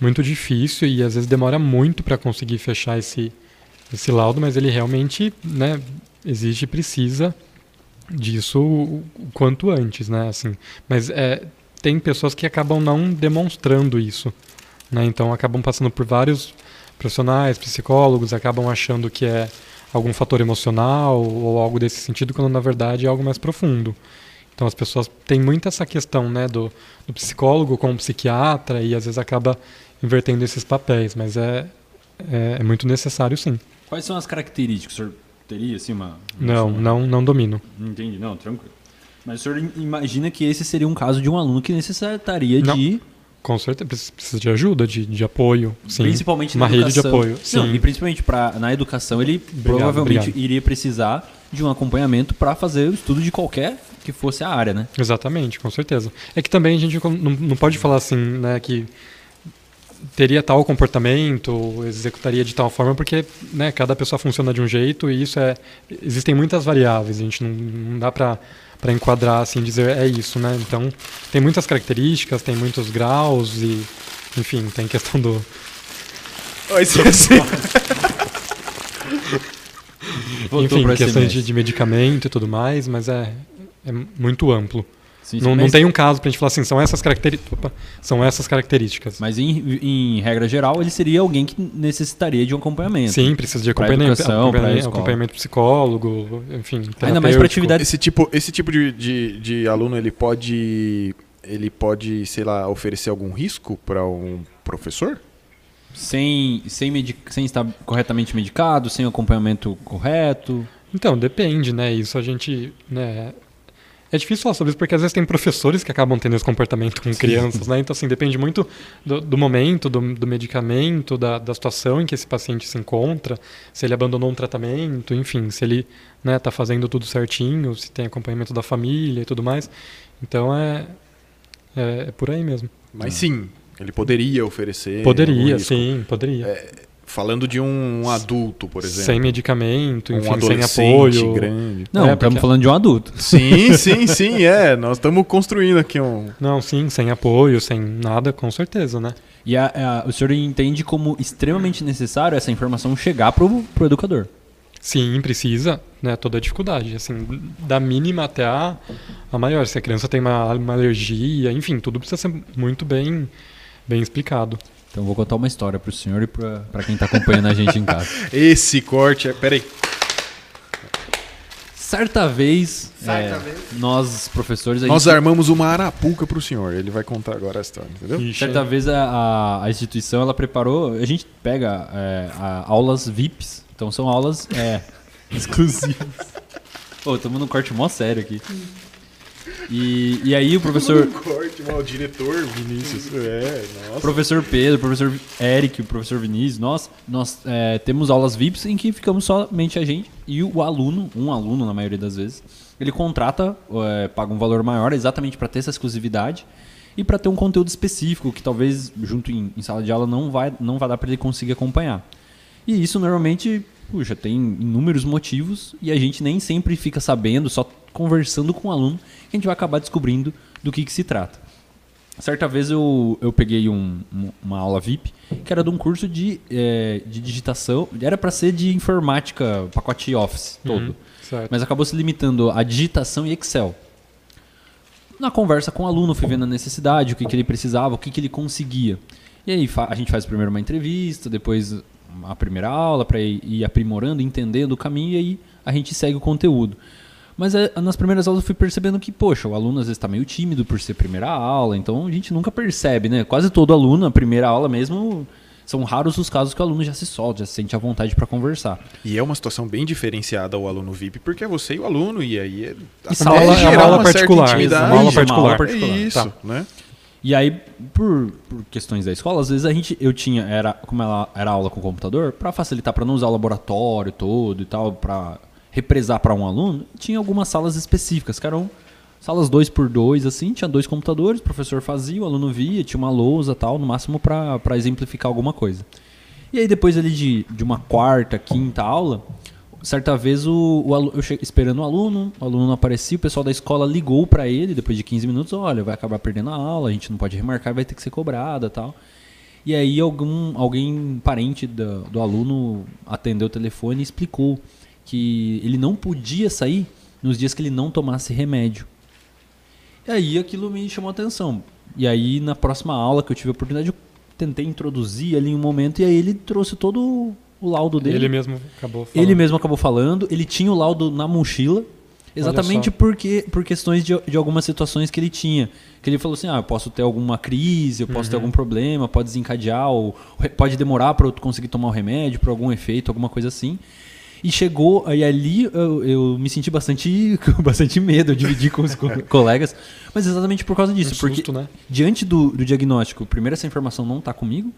S12: muito difícil e às vezes demora muito para conseguir fechar esse, esse laudo, mas ele realmente, né, exige e precisa disso o o quanto antes, né? Assim, mas é, tem pessoas que acabam não demonstrando isso, né? Então acabam passando por vários profissionais, psicólogos, acabam achando que é algum fator emocional ou algo desse sentido, quando na verdade é algo mais profundo. Então as pessoas têm muito essa questão, né, do, do psicólogo com o psiquiatra e às vezes acaba invertendo esses papéis, mas é é, é muito necessário, sim.
S4: Quais são as características? O senhor teria, assim, uma.
S12: Não,
S4: uma-
S12: não, não domino.
S4: Entendi, não, tranquilo. Mas o senhor im- imagina que esse seria um caso de um aluno que necessitaria
S12: Não.
S4: de.
S12: Com certeza precisa- precisa de ajuda, de, de apoio, sim.
S4: Principalmente na
S12: uma rede de
S4: educação.
S12: apoio,
S4: Não,
S12: sim.
S4: e principalmente pra, na educação, ele provavelmente
S12: obrigado.
S4: iria precisar de um acompanhamento para fazer o estudo de qualquer que fosse a área, né?
S12: Exatamente, com certeza. É que também a gente com- não, não pode falar assim, né, que teria tal comportamento, ou executaria de tal forma, porque né, cada pessoa funciona de um jeito e isso é. Existem muitas variáveis, a gente não, não dá para para enquadrar assim dizer é isso né então tem muitas características tem muitos graus e enfim tem questão do
S7: Oi, Ceci.
S12: enfim
S4: pro
S12: questão
S4: SMS.
S12: de, de medicamento e tudo mais mas é é muito amplo
S4: Sim, sim,
S12: não, não
S4: mas,
S12: tem um caso pra gente falar assim são essas características são essas características
S4: mas em, em regra geral, ele seria alguém que necessitaria de um acompanhamento.
S12: Sim, precisa de
S4: Pra
S12: acompanhamento,
S4: educação, pra
S12: acompanhamento,
S4: escola.
S12: acompanhamento psicólogo, enfim. então,
S4: Ainda mais
S12: terapêutico.
S4: para atividade.
S7: Esse tipo, esse tipo de, de, de aluno, ele pode, ele pode, sei lá, oferecer algum risco para um professor?
S4: Sem, sem, medi- sem estar corretamente medicado, sem o acompanhamento correto.
S12: Então, depende, né? Isso a gente, né, É difícil falar sobre isso, porque às vezes tem professores que acabam tendo esse comportamento com crianças, né? Então, assim, depende muito do, do momento, do, do medicamento, da, da situação em que esse paciente se encontra, se ele abandonou um tratamento, enfim, se ele né, tá fazendo tudo certinho, se tem acompanhamento da família e tudo mais. Então, é, é, é por aí mesmo.
S8: Mas sim, Hum. ele poderia oferecer. algum
S7: é
S12: Poderia,
S8: risco.
S12: sim, poderia.
S8: Falando de um adulto, por exemplo.
S12: sem medicamento,
S8: um
S12: enfim, sem
S8: adolescente
S12: apoio.
S8: grande.
S4: Não,
S12: É,
S4: estamos
S12: porque-
S4: falando de um adulto.
S8: Sim, sim, sim, é. Nós estamos construindo aqui um.
S12: Não, sim, sem apoio, sem nada, com certeza, né?
S4: E a- a- o senhor entende como extremamente necessário essa informação chegar pro, pro educador.
S12: Sim, precisa, né? Toda a dificuldade, assim, da mínima até a, a maior. Se a criança tem uma, uma alergia, enfim, tudo precisa ser muito bem, bem explicado.
S4: Então eu vou contar uma história pro senhor e pra, pra quem tá acompanhando a gente em casa.
S8: Esse corte. É... Peraí.
S4: Certa vez, é, nós, professores, a
S8: Nós
S4: gente-
S8: armamos uma arapuca pro senhor. Ele vai contar agora a história, entendeu?
S12: Ixi,
S4: certa vez a- a, a instituição ela preparou. A gente pega é, a- aulas VIPs, então são aulas é, exclusivas. Pô, estamos num corte mó sério aqui. E, e aí o professor.
S8: corte, ó, o diretor Vinícius. É, nossa.
S4: Professor Pedro, professor Eric, professor Vinícius, nós, nós é, temos aulas VIPs em que ficamos somente a gente e o aluno, um aluno na maioria das vezes, ele contrata, é, paga um valor maior exatamente para ter essa exclusividade e para ter um conteúdo específico que talvez junto em, em sala de aula não vai, não vai dar para ele conseguir acompanhar. E isso normalmente, puxa, tem inúmeros motivos e a gente nem sempre fica sabendo, só conversando com o aluno, que a gente vai acabar descobrindo do que, que se trata. Certa vez eu, eu peguei um- um- uma aula VIP, que era de um curso de, eh, de digitação. Era para ser de informática, pacote Office todo.
S12: certo.
S4: Mas acabou se limitando a digitação e Excel. Na conversa com o aluno, fui vendo a necessidade, o que, que ele precisava, o que, que ele conseguia. E aí fa- a gente faz primeiro uma entrevista, depois a primeira aula, para ir ir aprimorando, entendendo o caminho, e aí a gente segue o conteúdo. Mas eh, nas primeiras aulas eu fui percebendo que, poxa, o aluno às vezes está meio tímido por ser primeira aula, então a gente nunca percebe, né? Quase todo aluno, a primeira aula mesmo, são raros os casos que o aluno já se solta, já se sente à vontade para conversar.
S8: E é uma situação bem diferenciada ao aluno VIP, porque é você e o aluno, e aí é.
S4: Essa aula é
S8: gerar
S4: uma aula
S8: certa
S12: particular,
S8: intimidade.
S12: uma aula
S4: particular.
S8: É isso,
S12: Tá.
S8: né?
S4: E aí, por, por questões da escola, às vezes a gente, eu tinha, era como ela era aula com computador, para facilitar, para não usar o laboratório todo e tal, para represar para um aluno, tinha algumas salas específicas, que eram salas dois por dois, assim, tinha dois computadores, o professor fazia, o aluno via, tinha uma lousa tal, no máximo para exemplificar alguma coisa. E aí depois ali de, de uma quarta, quinta aula, certa vez o, o alu- eu che- esperando o aluno, o aluno não aparecia, o pessoal da escola ligou para ele depois de 15 minutos, olha, vai acabar perdendo a aula, a gente não pode remarcar, vai ter que ser cobrada tal. E aí algum, alguém parente do, do aluno atendeu o telefone e explicou que ele não podia sair nos dias que ele não tomasse remédio. E aí aquilo me chamou a atenção. E aí na próxima aula que eu tive a oportunidade, eu tentei introduzir ali um momento e aí ele trouxe todo o laudo dele.
S12: Ele mesmo acabou falando.
S4: Ele mesmo acabou falando, ele tinha o laudo na mochila, exatamente
S12: só.
S4: porque por questões de, de algumas situações que ele tinha. Que ele falou assim: ah, eu posso ter alguma crise, eu posso
S12: Uhum.
S4: ter algum problema, pode desencadear, ou re- pode demorar para eu conseguir tomar o remédio, por algum efeito, alguma coisa assim. E chegou, e ali eu, eu me senti bastante, com bastante medo, eu dividi com os co- colegas, mas exatamente por causa disso.
S12: Um
S4: porque
S12: susto, né?
S4: diante do, do diagnóstico, primeiro, essa informação não está comigo,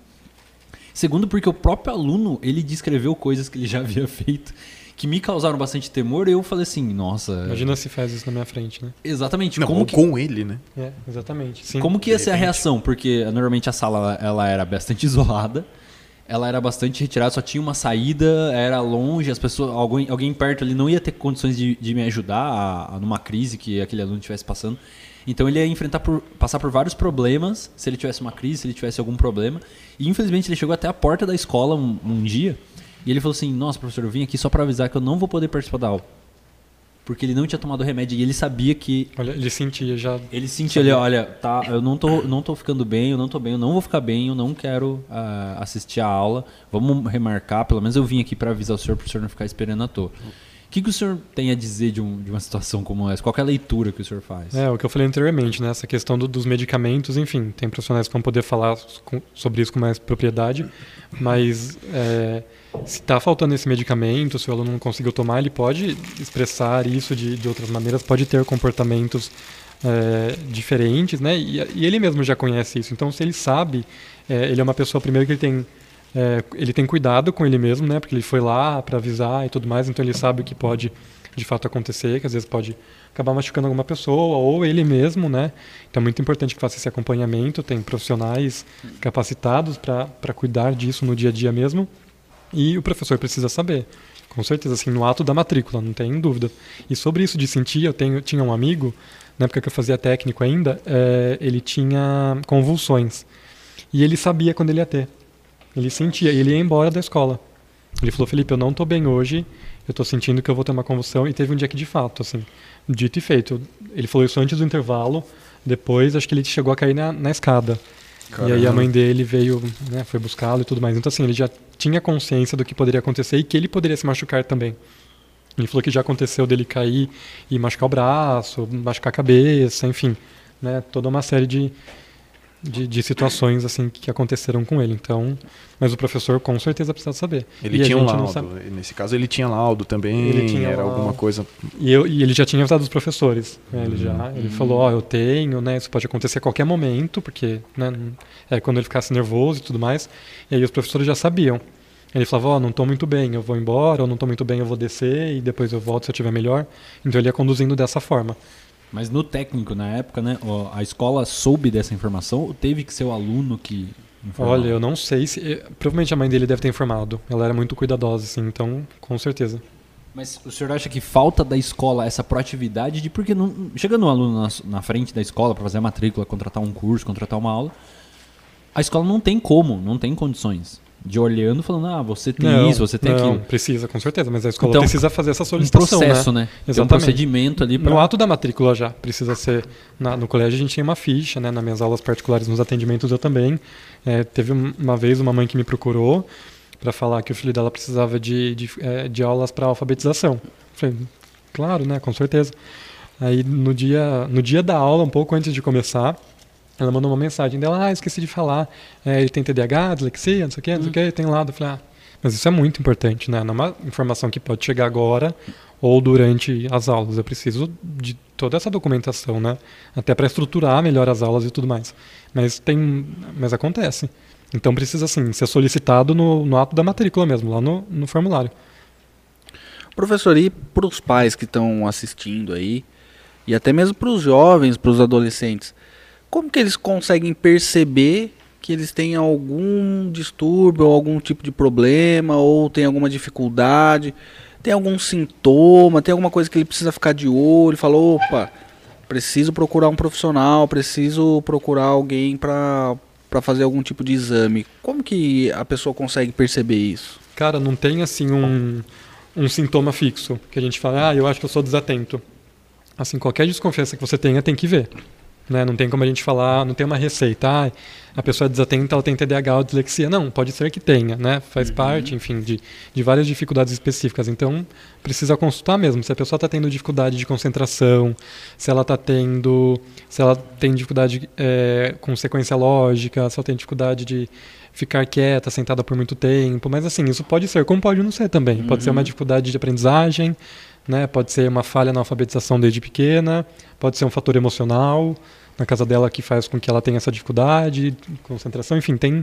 S4: Segundo, porque o próprio aluno, ele descreveu coisas que ele já havia feito que me causaram bastante temor e eu falei assim, nossa,
S12: Imagina se faz isso na minha frente, né?
S4: exatamente,
S8: Não,
S4: como
S8: ou
S4: que,
S8: com ele, né?
S12: É, exatamente. Sim.
S4: como que ia ser a reação? Porque normalmente a sala, ela era bastante isolada, ela era bastante retirada, só tinha uma saída, era longe, as pessoas, alguém, alguém perto ali não ia ter condições de, de me ajudar a- a- numa crise que aquele aluno estivesse passando. Então ele ia enfrentar por, passar por vários problemas, se ele tivesse uma crise, se ele tivesse algum problema. E infelizmente ele chegou até a porta da escola um, um dia e ele falou assim: "Nossa, professor, eu vim aqui só para avisar que eu não vou poder participar da aula". Porque ele não tinha tomado remédio e ele sabia que
S12: Olha, ele sentia já.
S4: ele sentiu ali, olha, tá, eu não tô, não tô ficando bem, eu não tô bem, eu não vou ficar bem, eu não quero ah, assistir a aula. Vamos remarcar, pelo menos eu vim aqui para avisar o senhor, pro senhor não ficar esperando à toa. que, que o senhor tem a dizer de, um- de uma situação como essa? Qual que é a leitura que o senhor faz?
S12: É, o que eu falei anteriormente, né? Essa questão do- dos medicamentos, enfim, tem profissionais que vão poder falar s- com- sobre isso com mais propriedade, mas é, se está faltando esse medicamento, se o aluno não conseguiu tomar, ele pode expressar isso de, de outras maneiras, pode ter comportamentos é, diferentes, né? E, e ele mesmo já conhece isso, então se ele sabe, é, ele é uma pessoa, primeiro, que ele tem. é, ele tem cuidado com ele mesmo, né? Porque ele foi lá para avisar e tudo mais, então ele sabe o que pode de fato acontecer, que às vezes pode acabar machucando alguma pessoa ou ele mesmo, né? Então é muito importante que faça esse acompanhamento, tem profissionais capacitados para cuidar disso no dia a dia mesmo. E o professor precisa saber, com certeza, assim, no ato da matrícula, não tem dúvida. E sobre isso de sentir, eu tenho, tinha um amigo, na época que eu fazia técnico ainda, eh, ele tinha convulsões. E ele sabia quando ele ia ter. Ele sentia, e ele ia embora da escola. Ele falou, Felipe, eu não tô bem hoje, eu tô sentindo que eu vou ter uma convulsão. E teve um dia que, de fato, assim, dito e feito. Ele falou isso antes do intervalo, depois acho que ele chegou a cair na, na escada. E aí a
S8: Caramba.
S12: mãe dele veio, né, foi buscá-lo e tudo mais. Então, assim, ele já tinha consciência do que poderia acontecer e que ele poderia se machucar também. Ele falou que já aconteceu dele cair e machucar o braço, machucar a cabeça, enfim, né, toda uma série de, de, de situações assim que aconteceram com ele. Então, mas o professor com certeza precisa saber.
S8: Ele
S12: E a
S8: tinha um
S12: gente não sabe-
S8: laudo. Nesse caso, ele tinha laudo também.
S12: Tá. Ele tinha
S8: era
S12: laudo.
S8: alguma coisa.
S12: E, eu, e ele já tinha avisado os professores. né? Ele já ele
S4: Hum.
S12: falou, ó, eu tenho, né? Isso pode acontecer a qualquer momento, porque né, não- é quando ele ficasse nervoso e tudo mais. E aí os professores já sabiam. Ele falava, ó, não tô muito bem, eu vou embora, ou não tô muito bem, eu vou descer e depois eu volto se eu tiver melhor. Então ele ia conduzindo dessa forma.
S4: Mas no técnico, na época, né, ó, a escola soube dessa informação ou teve que ser o aluno que informou?
S12: Olha, eu não sei se. eh, Provavelmente a mãe dele deve ter informado. Ela era muito cuidadosa, assim, então, com certeza.
S4: Mas o senhor acha que falta da escola essa proatividade de porque não chegando um aluno na, na frente da escola para fazer a matrícula, contratar um curso, contratar uma aula, a escola não tem como, não tem condições de olhando falando ah você tem
S12: Não,
S4: isso, você tem
S12: não,
S4: aquilo.
S12: Precisa, com certeza, mas a escola
S4: Então,
S12: precisa fazer essa
S4: Um
S12: solicitação.
S4: processo, né?
S12: né?
S4: Tem um procedimento ali
S12: No
S4: para
S12: ato da matrícula já precisa ser. na- no colégio a gente tinha uma ficha, né? Nas minhas aulas particulares, nos atendimentos eu também. É, teve um- uma vez uma mãe que me procurou para falar que o filho dela precisava de, de, é, de aulas para alfabetização. Falei, claro, né? Com certeza. Aí no dia, no dia da aula, um pouco antes de começar, ela mandou uma mensagem dela, ah, esqueci de falar, é, ele tem TDAH, dislexia, não sei o quê, não sei o quê, tem lado. Eu falei, ah, mas isso é muito importante, né? Não é uma informação que pode chegar agora ou durante as aulas. Eu preciso de toda essa documentação, né? Até para estruturar melhor as aulas e tudo mais. Mas tem, mas acontece. Então precisa assim ser solicitado no, no ato da matrícula mesmo, lá no, no formulário.
S1: Professor, e para os pais que estão assistindo aí, e até mesmo para os jovens, para os adolescentes, como que eles conseguem perceber que eles têm algum distúrbio, ou algum tipo de problema, ou tem alguma dificuldade, tem algum sintoma, tem alguma coisa que ele precisa ficar de olho, fala, opa, preciso procurar um profissional, preciso procurar alguém para fazer algum tipo de exame. Como que a pessoa consegue perceber isso?
S12: Cara, não tem assim um, um sintoma fixo que a gente fala, ah, eu acho que eu sou desatento. Assim, qualquer desconfiança que você tenha tem que ver. Né? Não tem como a gente falar, não tem uma receita. Ah, a pessoa é desatenta, ela tem TDAH ou dislexia. Não, pode ser que tenha, né? Faz parte, enfim, de, de várias dificuldades específicas. Então, precisa consultar mesmo. Se a pessoa está tendo dificuldade de concentração, se ela está tendo. Se ela tem dificuldade eh, com sequência lógica, se ela tem dificuldade de ficar quieta, sentada por muito tempo. Mas assim, isso pode ser, como pode não ser também. Pode ser uma dificuldade de aprendizagem, né? Pode ser uma falha na alfabetização desde pequena, pode ser um fator emocional na casa dela que faz com que ela tenha essa dificuldade, concentração, enfim, tem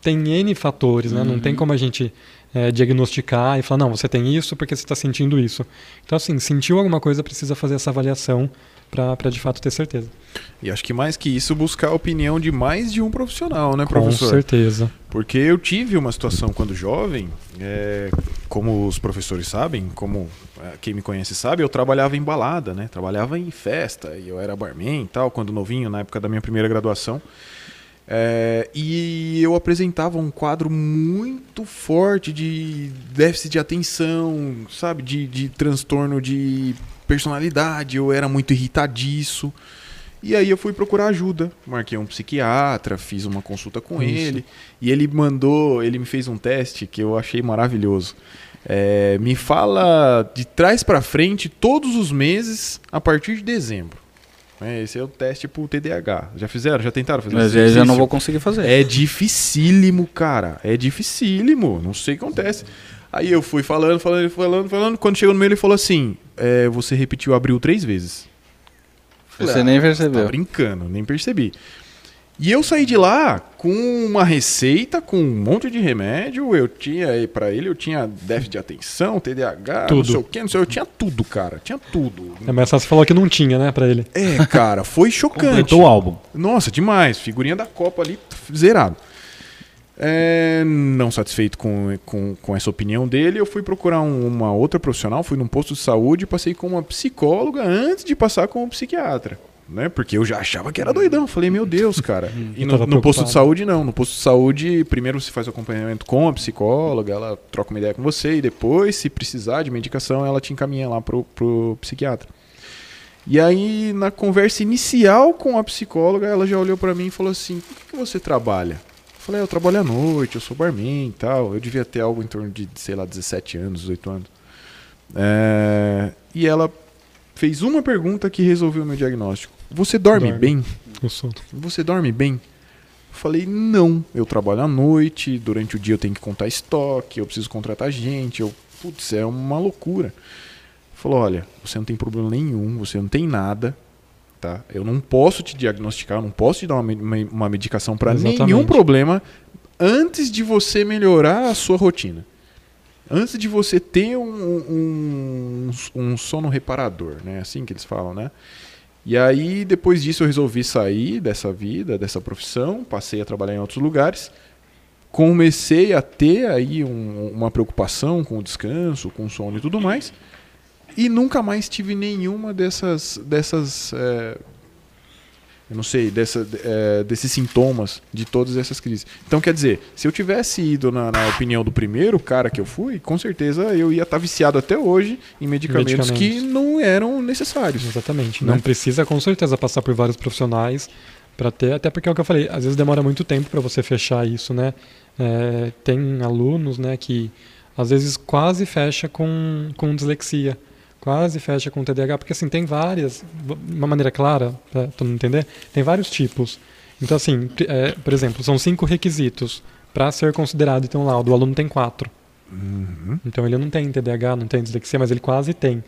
S12: tem N fatores, né? Não tem como a gente eh, diagnosticar e falar, não, você tem isso porque você está sentindo isso. Então, assim, sentiu alguma coisa, precisa fazer essa avaliação para de fato ter certeza.
S8: E acho que mais que isso, buscar a opinião de mais de um profissional, né,
S12: Com
S8: professor?
S12: certeza.
S8: Porque eu tive uma situação quando jovem, é, como os professores sabem, como é, quem me conhece sabe, eu trabalhava em balada, né? Trabalhava em festa e eu era barman e tal, quando novinho, na época da minha primeira graduação. É, e eu apresentava um quadro muito forte de déficit de atenção, sabe? De, de transtorno de personalidade, eu era muito irritadiço. E aí eu fui procurar ajuda. Marquei um psiquiatra, fiz uma consulta com ele. E ele mandou, ele me fez um teste que eu achei maravilhoso. É, me fala de trás para frente todos os meses a partir de dezembro. É, esse é o teste pro TDAH. Já fizeram? Já tentaram fazer
S7: Mas
S8: esse
S7: eu já não
S8: exercício?
S7: vou conseguir fazer.
S8: É dificílimo, cara. É dificílimo. Não sei o que acontece. Aí eu fui falando, falando, falando, falando. Quando chegou no meio, ele falou assim: é, Você repetiu abril três vezes.
S7: Você nem
S8: Tá
S7: percebeu.
S8: brincando, nem percebi. E eu saí de lá com uma receita, com um monte de remédio. Eu tinha, e pra ele, eu tinha déficit de atenção, TDAH, não
S12: Tudo.
S8: sei o que, não sei. Eu tinha tudo, cara. Tinha tudo.
S12: É, mas você falou que não tinha, né, pra ele.
S8: É, cara, foi chocante.
S15: Completou o álbum.
S8: Nossa, demais. Figurinha da Copa ali, pf, zerado. É, não satisfeito com, com, com essa opinião dele, eu fui procurar um- uma outra profissional, fui num posto de saúde e passei com uma psicóloga antes de passar com um psiquiatra. Né? Porque eu já achava que era doidão. Falei, meu Deus, cara. E
S12: eu
S8: no,
S12: tava
S8: no posto
S12: preocupado.
S8: de saúde, não. No posto de saúde, primeiro você faz o acompanhamento com a psicóloga, ela troca uma ideia com você, e depois, se precisar de medicação, ela te encaminha lá pro, pro psiquiatra. E aí, na conversa inicial com a psicóloga, ela já olhou pra mim e falou assim: "Com o que, que você trabalha? Eu falei: "Ah, Eu trabalho à noite, eu sou barman e tal. Eu devia ter algo em torno de, sei lá, 17 anos, 18 anos. É, E ela fez uma pergunta que resolveu o meu diagnóstico: Você dorme,
S12: Dorme.
S8: bem?
S12: O sono.
S8: Você dorme bem? Eu falei: Não, eu trabalho à noite, durante o dia eu tenho que contar estoque, eu preciso contratar gente, eu. Putz, é uma loucura falou: olha, você não tem problema nenhum, você não tem nada, tá? Eu não posso te diagnosticar, eu não posso te dar uma, me- uma, uma medicação para
S12: Exatamente.
S8: nenhum problema antes de você melhorar a sua rotina. Antes de você ter um, um, um sono reparador, né? Assim que eles falam, né? E aí, depois disso, eu resolvi sair dessa vida, dessa profissão, passei a trabalhar em outros lugares comecei a ter aí um- uma preocupação com o descanso, com o sono e tudo mais, e nunca mais tive nenhuma dessas, dessas é, eu não sei, dessa, é, desses sintomas de todas essas crises. Então, quer dizer, se eu tivesse ido na, na opinião do primeiro cara que eu fui, com certeza eu ia estar viciado até hoje em medicamentos, que
S12: Medicamentos.
S8: não eram necessários.
S12: Exatamente.
S8: Não.
S12: Não precisa, com certeza, passar por vários profissionais para ter, até porque é o que eu falei, às vezes demora muito tempo para você fechar isso, né? É, tem alunos, né, que às vezes quase fecha com, com dislexia, quase fecha com TDAH, porque assim, tem várias, v- de uma maneira clara, para todo mundo entender, tem vários tipos. Então, assim, pri- é, por exemplo, são cinco requisitos para ser considerado Então, e ter um laudo, o aluno tem quatro. Então ele não tem TDAH, não tem dislexia, mas ele quase tem.